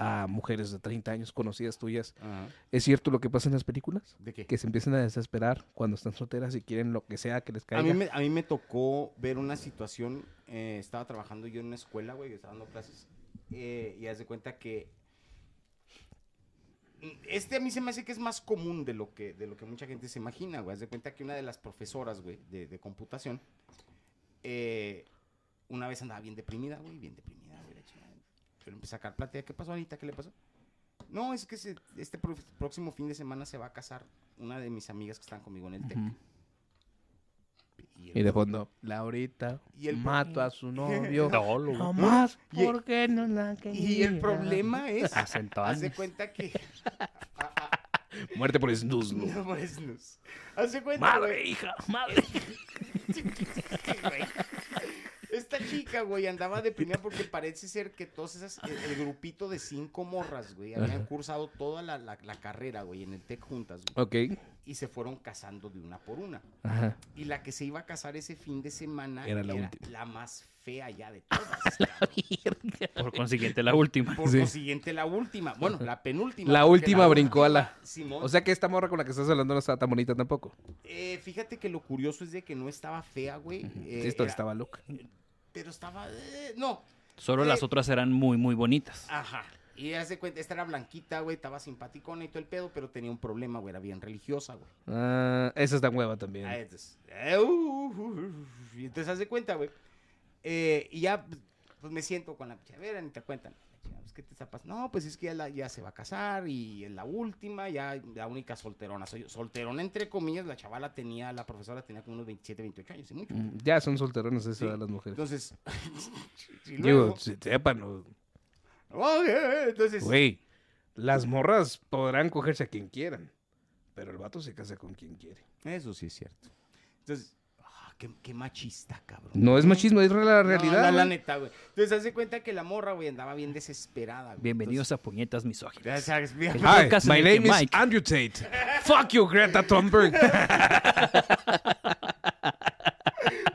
C: a mujeres de 30 años conocidas tuyas.
A: Ajá.
C: ¿Es cierto lo que pasa en las películas?
A: ¿De qué?
C: Que se empiezan a desesperar cuando están solteras y quieren lo que sea que les caiga.
A: A mí, me, a mí me tocó ver una situación. eh, estaba trabajando yo en una escuela, güey, estaba dando clases. eh, y haz de cuenta que. Este a mí se me hace que es más común de lo que, de lo que mucha gente se imagina, güey. Haz de cuenta que una de las profesoras, güey, de, de computación, eh, una vez andaba bien deprimida, güey, bien deprimida, güey, la chingada. Yo le empecé a sacar platea. ¿Qué pasó ahorita? ¿Qué le pasó? No, es que se- este pro- próximo fin de semana se va a casar una de mis amigas que están conmigo en el TEC.
B: Ujú.
A: Y el
C: Y de fondo, Laurita,
A: Y el-
C: mato a su novio.
B: No, lo-
C: No más
A: Y-
C: porque no la quería.
A: Y el problema es,
B: Acento
A: haz de
B: años.
A: cuenta que...
C: Muerte por snuslo.
A: no, por eso no. Haz de cuenta,
C: Madre, hija, madre.
A: güey. Esta chica, güey, andaba deprimida porque parece ser que todas esas, eh, el, el grupito de cinco morras, güey, habían cursado toda la, la- la carrera, güey, en el TEC juntas, güey,
C: Ok.
A: y se fueron casando de una por una.
C: Ajá.
A: Y la que se iba a casar ese fin de semana
C: Era la última.
A: la más fea ya de todas.
B: Por consiguiente, la última.
A: Por
C: Sí.
A: consiguiente, la última. Bueno, la penúltima.
C: La
A: porque
C: última brincó a la-
A: última, Simón,
C: O sea que esta morra con la que estás hablando no estaba tan bonita tampoco.
A: eh, fíjate que lo curioso es de que no estaba fea, güey. eh,
C: Esto
A: era-
C: estaba loca.
A: Pero estaba... eh, no,
B: Solo las otras eran muy, muy bonitas.
A: Ajá. Y haz de cuenta, esta era blanquita, güey, estaba simpaticona y todo el pedo, pero tenía un problema, güey, era bien religiosa, güey.
C: Ah, esa está hueva también.
A: Ah, Entonces, eh, uh, uh, uh, y entonces haz de cuenta, güey. Eh, y ya, pues, pues, me siento con la chavera, ni te cuentan. Ya, pues, ¿Qué te está pasando? No, pues es que ya, la- ya se va a casar y es la última, ya la única solterona. Soy yo. solterona, entre comillas, la chavala tenía, la profesora tenía como unos 27, 28 años, y mucho.
C: Mm, Ya son solteronas esa
A: Sí.
C: de las mujeres.
A: Entonces, y
C: Digo,
A: luego-
C: se- sepan, o-
A: Oh, eh, eh, entonces,
C: güey, las morras podrán cogerse a quien quieran, pero el vato se casa con quien quiere.
A: Eso sí es cierto. Entonces, ah, qué, qué machista, cabrón.
C: No es machismo, es la
A: No,
C: realidad.
A: la, la
C: güey.
A: neta, güey. Entonces, hace cuenta que la morra, güey, andaba bien desesperada, güey.
B: Bienvenidos a Puñetas Misóginas.
A: Entonces, ya sabes, mira,
B: El
C: Hi,
B: podcast en
C: my
B: el que
C: name is
B: Mike-
C: Andrew Tate. Fuck you, Greta Thunberg.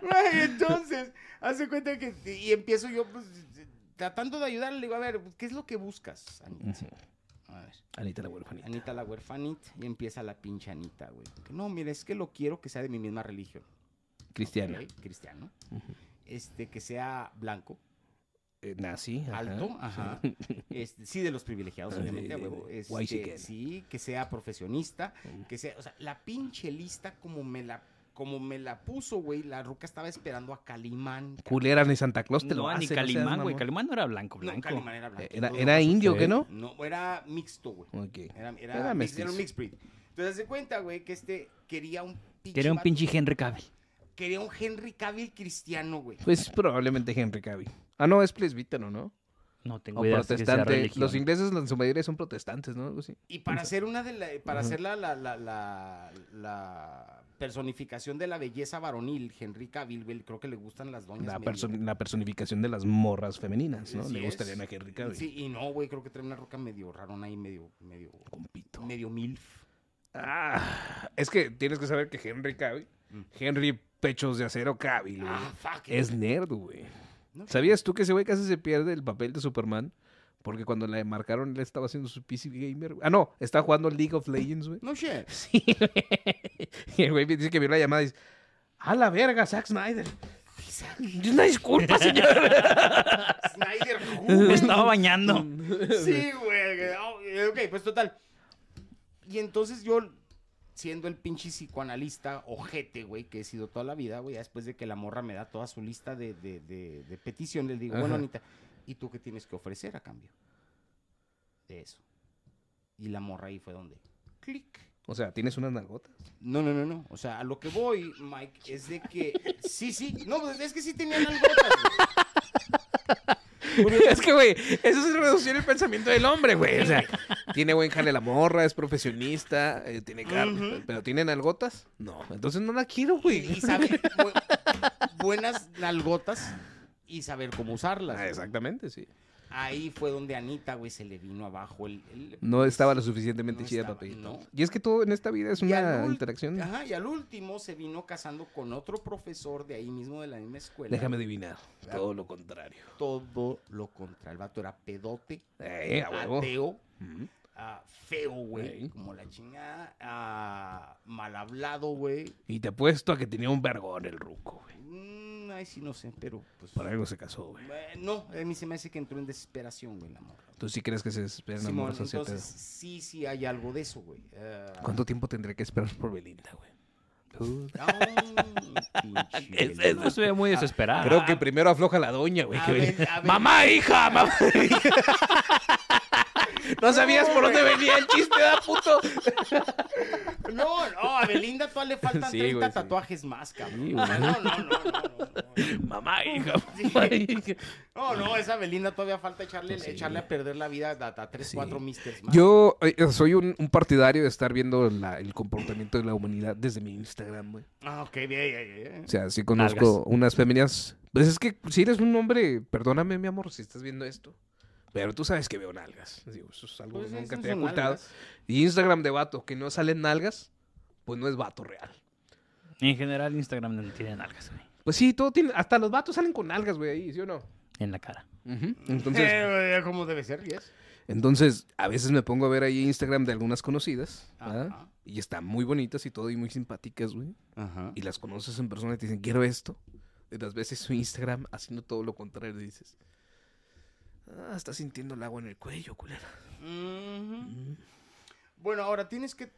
A: güey, entonces, hace cuenta que. Y empiezo yo, pues, tratando de ayudarle, le digo, a ver, ¿qué es lo que buscas, Anita? A ver.
C: Anita la huerfanita.
A: Anita la huerfanita. Y empieza la pinche Anita, güey. Que, no, mira, es que lo quiero que sea de mi misma religión.
C: Cristiana.
A: Ok, cristiano. Este, que sea blanco.
C: Eh, nazi. ajá.
A: alto, ajá. Este, sí, de los privilegiados,
C: Ah, sí,
A: obviamente, a huevo.
C: de-
A: Este,
C: guay chicken.
A: sí, que sea profesionista, que sea, o sea, la pinche lista como me la, como me la puso, güey, la ruca estaba esperando a Calimán.
C: Culera ni Santa Claus te lo
B: No,
C: hace.
B: ni
C: no seas
B: Calimán, güey.
C: mamón. Eh,
B: Calimán no era blanco,
A: No,
B: blanco.
A: Calimán era blanco.
C: Era,
A: todo
C: era
A: raso.
C: indio, ¿qué no?
A: No, era mixto, güey.
C: Ok.
A: Era, era,
C: Era
A: mix- era
C: mestizo.
A: un mixed breed. Entonces, se cuenta, güey, que este quería un pinche.
B: que era un
A: vato-
B: pinche Henry Cavill.
A: Quería un Henry Cavill cristiano, güey.
C: Pues probablemente Henry Cavill. Ah, no, es presbítero, ¿no?
B: No tengo
C: O
B: idea de que sea
C: protestante.
B: religión.
C: Los ingleses en su mayoría son protestantes, ¿no? Algo así.
A: Y para hacer una de la, para hacer la, la, la, la- la personificación de la belleza varonil, Henry Cavill, güey, creo que le gustan las doñas.
C: La,
A: medio-
C: perso- la personificación de las morras femeninas, ¿no?
A: Así
C: Le
A: es.
C: gustarían a Henry Cavill.
A: Sí, y no, güey, creo que trae una roca medio rarona ahí, medio, medio,
C: Con pito.
A: medio milf.
C: Ah, es que tienes que saber que Henry Cavill, Henry Pechos de Acero Cavill, güey,
A: Mm. Ah, fuck.
C: es nerd, güey.
A: No.
C: ¿Sabías tú que ese güey casi se pierde el papel de Superman? Porque cuando le marcaron, él estaba haciendo su PC gamer. güey. Ah, no, estaba jugando League of Legends, güey.
A: No shit.
C: Sí, güey. Y el güey dice que vio la llamada y dice, a la verga, Zack Snyder. Una disculpa, señor.
A: Snyder
B: Me
A: Who,
B: estaba bañando.
A: Sí, güey. Oh, Ok, pues total. Y entonces yo, siendo el pinche psicoanalista ojete, güey, que he sido toda la vida, güey, ya después de que la morra me da toda su lista de, de, de, de peticiones, digo, bueno,
C: Ajá.
A: Anita, ¿y tú qué tienes que ofrecer a cambio de eso? Y la morra ahí fue donde. Clic.
C: O sea, tienes unas nalgotas.
A: No, no, no, no. O sea, a lo que voy, Mike, es de que. Sí, sí. No, pues, es que sí tenían algo.
C: es que, güey, eso es reducir el pensamiento del hombre, güey. O sea, tiene buen jale la morra, es profesionista, eh, tiene carne, pero ¿tiene nalgotas? No. Entonces no la quiero,
A: y
C: güey.
A: saber bu- buenas nalgotas y saber cómo usarlas.
C: Ah, exactamente, sí.
A: Ahí fue donde Anita, güey, se le vino abajo el... el-
C: No estaba lo suficientemente
A: No
C: chida,
A: estaba,
C: papito.
A: no.
C: Y es que todo en esta vida es
A: Y
C: una
A: al ul-
C: interacción.
A: Ajá, y al último se vino casando con otro profesor de ahí mismo, de la misma escuela.
C: Déjame adivinar. Todo lo contrario.
A: Todo lo contra. El vato era pedote,
C: Eh, a huevo.
A: ateo,
C: Ujú.
A: ah, feo, güey,
C: Ey.
A: como la chingada, ah, mal hablado, güey.
C: Y te apuesto a que tenía un vergón el ruco, güey.
A: Mm, ay, sí, no sé, pero pues...
C: Para algo se casó, güey.
A: eh, no, a mí se me hace que entró en desesperación, güey, la morra.
C: ¿Tú sí crees que se esperan
A: Simón,
C: amor hacia
A: entonces, sí, sí hay algo de eso, güey. Ah,
C: ¿Cuánto tiempo tendré que esperar por Belinda, güey?
A: ay, ah, pinche
B: Eso se ve muy desesperado.
C: Creo que primero afloja la doña, güey.
A: A
C: que
A: ver,
C: Belinda-
A: a ver.
C: ¡Mamá, hija! ¡Mamá! no sabías por dónde venía el chiste, da puto.
A: No, no, a Belinda todavía le faltan
C: Sí,
A: 30
C: güey, sí.
A: tatuajes más, cabrón.
C: Sí,
A: no,
C: güey.
A: no, no, no, no, no.
C: Mamá, hija.
A: Sí.
C: mamá, hija.
A: No, no, esa Belinda todavía falta echarle,
C: Pues Sí.
A: echarle a perder la vida a, 3,
C: Sí.
A: 4 misters más.
C: Yo eh, soy un, un partidario de estar viendo la- el comportamiento de la humanidad desde mi Instagram, güey.
A: Ah, ok, bien, bien, bien.
C: O sea, sí conozco unas femeninas. Pues es que si eres un hombre, perdóname, mi amor, si estás viendo esto. Pero tú sabes que veo nalgas. Digo, eso es algo
A: Pues
C: que nunca
A: esas
C: te he
A: son
C: ocultado.
A: algas.
C: Y Instagram de vato que no salen nalgas, pues no es vato real.
B: En general, Instagram no tiene nalgas, güey.
C: Pues sí, todo tiene. Hasta los vatos salen con nalgas, güey, ahí, ¿sí o no?
B: En la cara.
C: Ujú. Entonces,
A: Eh, ¿Cómo debe ser, yes?
C: entonces, a veces me pongo a ver ahí Instagram de algunas conocidas. ¿verdad?
A: Ajá.
C: Y están muy bonitas y todo, y muy simpáticas, güey.
A: Ajá.
C: y las conoces en persona y te dicen, quiero esto. Y las veces su Instagram haciendo todo lo contrario y dices, ah, estás sintiendo el agua en el cuello, culera.
A: Ujú. Mm. Bueno, ahora tienes que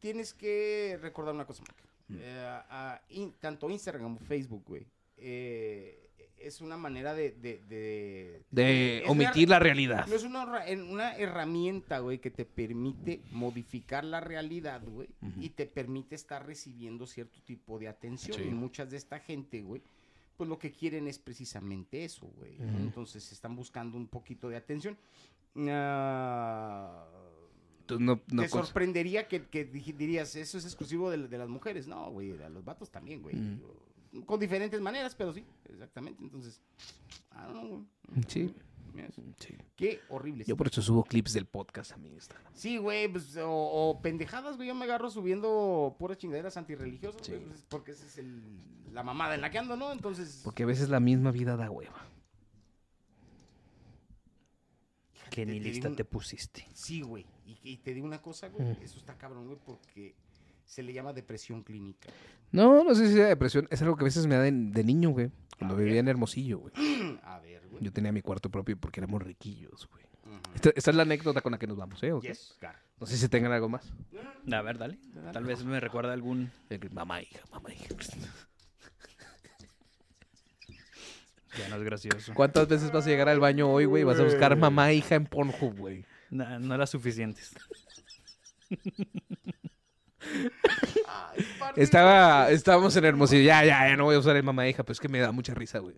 A: tienes que recordar una cosa, Mike. Eh, a- in- tanto Instagram como Facebook, güey, eh, es una manera de- de- de
C: De
A: Eh, Es
C: omitir
A: real-
C: la realidad.
A: No es una, herra- en- una herramienta, güey, que te permite modificar la realidad, güey, y te permite estar recibiendo cierto tipo de atención.
C: Sí.
A: Y muchas de esta gente, güey, pues lo que quieren es precisamente eso, güey. ¿no? Entonces están buscando un poquito de atención. Ah,
C: Entonces, no, no pues.
A: te
C: cons-
A: sorprendería que, que dij- dirías, eso es exclusivo de, de las mujeres. No, güey, a los vatos también, güey. Con diferentes maneras, pero sí, exactamente. Entonces, I don't know, güey.
C: Sí,
A: Yes.
C: sí.
A: Qué horrible.
C: Yo por eso subo clips del podcast a mi Instagram.
A: Sí, güey, pues, o, o pendejadas, güey. Yo me agarro subiendo puras chingaderas antirreligiosas,
C: Sí.
A: güey, pues, porque esa es el- la mamada en la que ando, ¿no? Entonces,
C: Porque a veces la misma vida da hueva.
B: Que ni
A: te digo
B: lista
A: un-
B: te pusiste.
A: sí, güey. Y, y te digo una cosa, güey. Eso está cabrón, güey, porque se le llama depresión clínica.
C: No, no sé si sea depresión. Es algo que a veces me da de, de niño, güey. Cuando
A: A
C: vivía
A: ver.
C: en Hermosillo, güey.
A: A ver, güey.
C: Yo tenía mi cuarto propio porque éramos riquillos, güey.
A: Ujú.
C: Esta, esta es la anécdota con la que nos vamos, ¿eh? ¿O qué?
A: Yes, gar.
C: No sé si tengan algo más.
B: A ver, dale. Tal vez me recuerda algún.
C: Mamá, hija, mamá, hija.
B: Ya no es gracioso.
C: ¿Cuántas veces vas a llegar al baño hoy, güey? Vas a buscar mamá e hija en Pornhub, güey.
B: No, no era suficiente.
A: Ay, parte-
C: Estaba, estábamos en Hermosillo. Ya, ya, ya no voy a usar el mamá e hija, pero es que me da mucha risa, güey.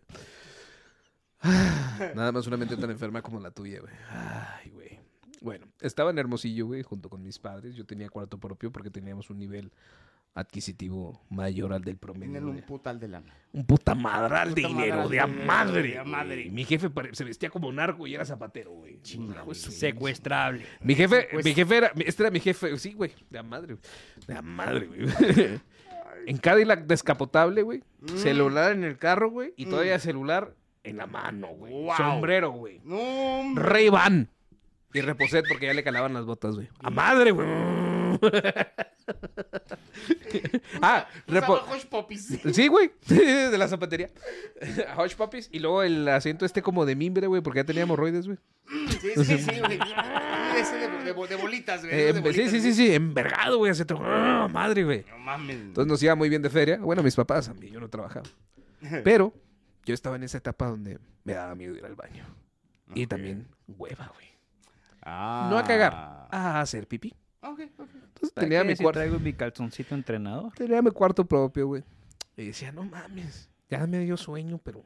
C: Ah, Nada más una mente tan enferma como la tuya, güey. Ay, güey. Bueno, estaba en Hermosillo, güey, junto con mis padres. Yo tenía cuarto propio porque teníamos un nivel adquisitivo mayor al del promedio.
A: Tienen un
C: güey.
A: putal de lana.
C: Un puta madral de
A: Puta
C: dinero,
A: madral
C: de
A: de
C: a
A: dinero,
C: madre.
A: de a
C: güey.
A: madre.
C: Mi jefe pare- se vestía como narco y era zapatero, güey. Hijo de su
B: Secuestrable.
C: Mi jefe,
A: Pues-
C: mi jefe era, este era mi jefe, sí, güey, de la madre, güey. de la madre, güey. en Cadillac descapotable, güey, Mm. celular en el carro, güey, Mm. y todavía celular en la mano, güey.
A: Wow.
C: Sombrero, güey.
A: No, hombre.
C: Rey Van. Y reposet porque ya le calaban las botas, güey. A madre, güey. ah, repo-
A: Abajo es popis.
C: Sí, güey, de la zapatería. A Hodge Puppies. Y luego el asiento este como de mimbre, güey, porque ya teníamos roides, güey.
A: Sí, sí, sí, güey. Ese de, de bo- de bolitas, güey.
C: Eh,
A: de
C: sí,
A: bolitas,
C: sí, sí,
A: güey.
C: sí, envergado, güey, asiento. ¡Ah, madre, güey.
A: No mames.
C: Entonces nos iba muy bien de feria. Bueno, mis papás a mí, yo no trabajaba. Pero yo estaba en esa etapa donde me daba miedo ir al baño. Y también hueva, güey.
A: Ah.
C: No a cagar, a hacer pipí.
A: Ok, ok.
C: Entonces
B: ¿Para
C: tenía
B: qué
C: mi,
B: si
C: cuar-
B: traigo mi calzoncito entrenador.
C: tenía mi cuarto propio, güey. Y decía, no mames, ya me dio sueño, pero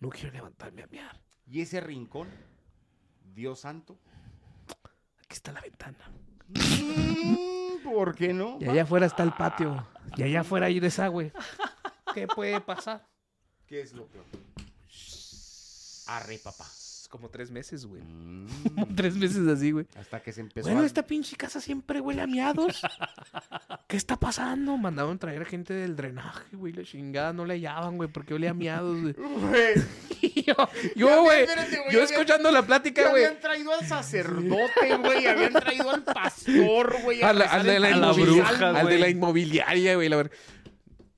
C: no quiero levantarme a miar.
A: Y ese rincón, Dios santo.
C: Aquí está la ventana.
A: Mm, ¿Por qué no?
C: Y allá afuera está el patio. Y allá afuera hay desagüe. ¿Qué puede pasar?
A: ¿Qué es lo peor? Arre, papá.
C: como tres meses, güey.
F: Tres meses así, güey.
A: Mm, Hasta que se empezó
C: Bueno, este-
A: a...
C: esta pinche casa siempre huele a miados. ¿Qué está pasando? Mandaron traer gente del drenaje, güey. La chingada no la hallaban, güey, porque olía a miados, güey.
A: Güey,
C: yo,
A: habían-
C: yo, güey.
A: espérate, güey,
C: Yo
A: ya habían-
C: escuchando la plática,
A: ya
C: güey.
A: habían traído al sacerdote, güey. Habían traído al pastor, güey.
C: A la- Al de la
B: a la
C: inmovili-
B: bruja,
C: al de la
B: güey.
C: inmobiliaria, güey. la ver-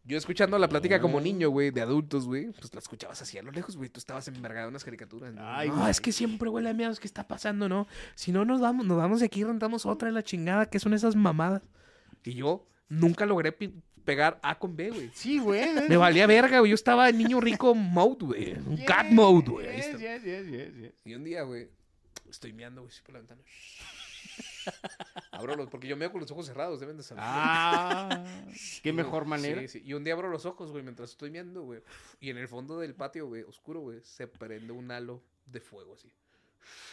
C: Yo escuchando la plática
A: Ah.
C: como niño, güey, de adultos, güey, pues la escuchabas así a lo lejos, güey. Tú estabas envergado en unas caricaturas. No,
A: Ay,
C: No,
A: güey.
C: es que siempre huele a miedos. ¿Qué está pasando, no? Si no nos vamos, nos vamos de aquí y rentamos otra de la chingada. ¿Qué son esas mamadas? Y yo nunca logré pi- pegar A con B, güey.
A: Sí, güey. ¿eh?
C: Me valía verga, güey. Yo estaba en niño rico mode, güey. Un
A: Yes,
C: cat mode, güey. Ahí
A: yes,
C: está.
A: yes, yes, yes, yes.
C: Y un día, güey, estoy meando, güey, así por la ventana. Abro los, porque yo meo con los ojos cerrados, deben de saber.
A: Ah, qué mejor manera.
C: Sí, sí. Y un día abro los ojos, güey, mientras estoy viendo, güey. Y en el fondo del patio, güey, oscuro, güey, se prende un halo de fuego así.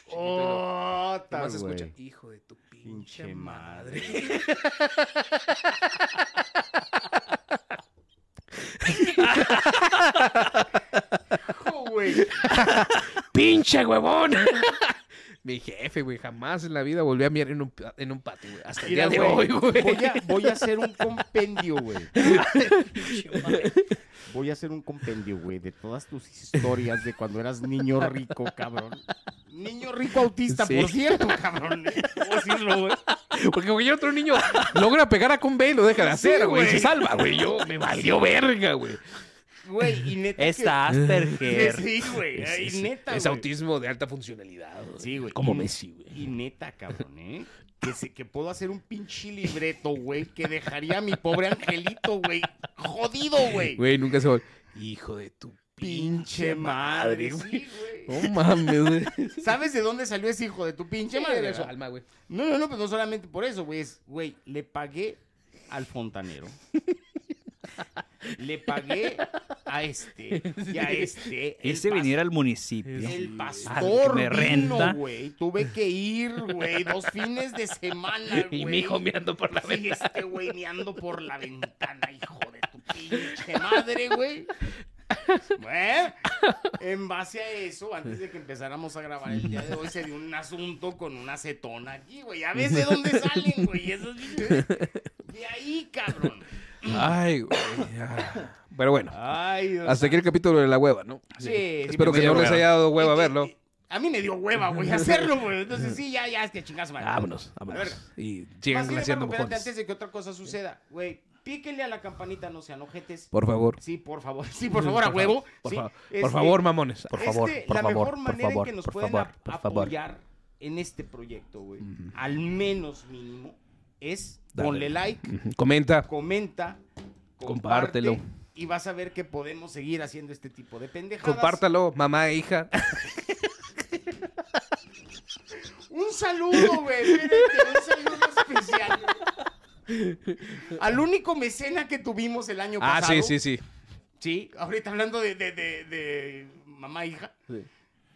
C: Chiquito, y luego
A: Oh,
C: nomás se
A: güey.
C: escucha, hijo de tu pinche,
A: Pinche
C: madre.
A: Hijo, güey.
C: ¡Pinche huevón! Mi jefe, güey, jamás en la vida volvió a mirar en un, pa- en un patio, güey. Hasta el
A: Mira,
C: día
A: güey,
C: de hoy, güey.
A: Voy a, voy a hacer un compendio, güey. Voy a hacer un compendio, güey, de todas tus historias de cuando eras niño rico, cabrón. Niño rico autista,
C: Sí.
A: por cierto, cabrón. Debo decirlo, güey.
C: Porque cualquier otro niño logra pegar a con B y lo deja de hacer, güey. y Se salva, güey. Yo me valió verga, güey.
A: Güey, y neta. que-
B: Esta
A: que
B: Asperger.
A: Sí, güey.
C: Es-
A: ay,
C: es-
A: neta,
C: Es
A: güey.
C: autismo de alta funcionalidad. güey.
A: Sí, güey.
C: Como
A: Y-
C: Messi, güey.
A: Y neta, cabrón, ¿eh? Que, se- que puedo hacer un pinche libreto, güey, que dejaría a mi pobre angelito, güey. Jodido, güey.
C: Güey, nunca se vol- Hijo de tu
A: Pinche madre,
C: güey.
A: sí, güey.
C: No mames, güey.
A: ¿Sabes de dónde salió ese hijo de tu pinche madre?
C: de
A: O sea,
C: alma, güey.
A: No, no, pues no, pero no solamente por eso, güey. Es, güey, le pagué al fontanero. le pagué a este y a este. El
B: Ese
A: pas-
B: viniera al municipio.
A: El
B: Al que
A: pastor
B: me
A: vino,
B: renta.
A: güey. Tuve que ir, güey, dos fines de semana, güey.
C: Y mi hijo mirando por la
A: Sí,
C: ventana.
A: este güey meando por la ventana, hijo de tu pinche madre, güey. Bueno, en base a eso, antes de que empezáramos a grabar el día de hoy, se dio un asunto con una acetona aquí, güey. A ves de dónde salen, güey. Esos bichos. De ahí, cabrón.
C: Ay, güey. Ah. Pero bueno,
A: Ay, Dios
C: hasta aquí el capítulo de la hueva, ¿no?
A: Sí,
C: Espero
A: sí,
C: que no
A: me
C: les
A: dio
C: haya dado hueva
A: Es que-
C: verlo.
A: A mí me dio hueva, güey, hacerlo, güey. Entonces, sí, ya, ya, es que chingas, madre.
C: Vámonos,
A: A ver.
C: vámonos. Y
A: Más
C: sigan
A: sin
C: haciendo
A: embargo, espérate,
C: mojones.
A: antes de que otra cosa suceda, güey, píquenle a la campanita, no sean ojetes.
C: Por favor.
A: Sí, por favor. Sí, por favor, a
C: Por
A: huevo.
C: Por,
A: sí.
C: fa-
A: Este,
C: por favor, mamones.
A: este, la mejor manera en que nos pueden ap- apoyar en este proyecto, güey, al menos mínimo, es
C: Dale.
A: ponle like,
C: Comenta.
A: comenta,
C: Compártelo.
A: comparte, Y vas a ver que podemos seguir haciendo este tipo de pendejadas.
C: Compártalo, mamá e hija.
A: Un saludo, güey. espérate, un saludo especial. Al único mecena que tuvimos el año
C: Ah,
A: pasado.
C: sí, sí, sí.
A: Sí, ahorita hablando de, de, de, de mamá e hija.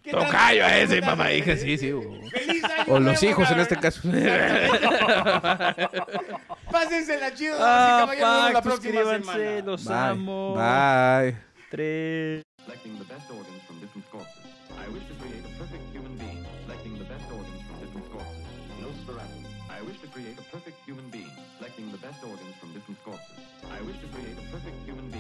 A: ¿Qué
C: Tocayo
A: tal?
C: ese, mamá e hija, sí, sí. O,
A: Feliz año
C: o los
A: nuevo,
C: hijos en
A: cabrón.
C: este caso.
A: Pásensela chido, damas y
B: Ah,
A: caballeros, nos vemos la
B: fuck,
A: próxima
B: suscríbanse,
A: semana.
B: los amo.
C: Bye. Bye.
B: Tres.
G: selecting the best organs from different corpses. I wish to create a perfect human being, selecting the best organs from different corpses. Nosferatu. I wish to create a perfect human being, selecting the best organs from different corpses. I wish to create a perfect human being.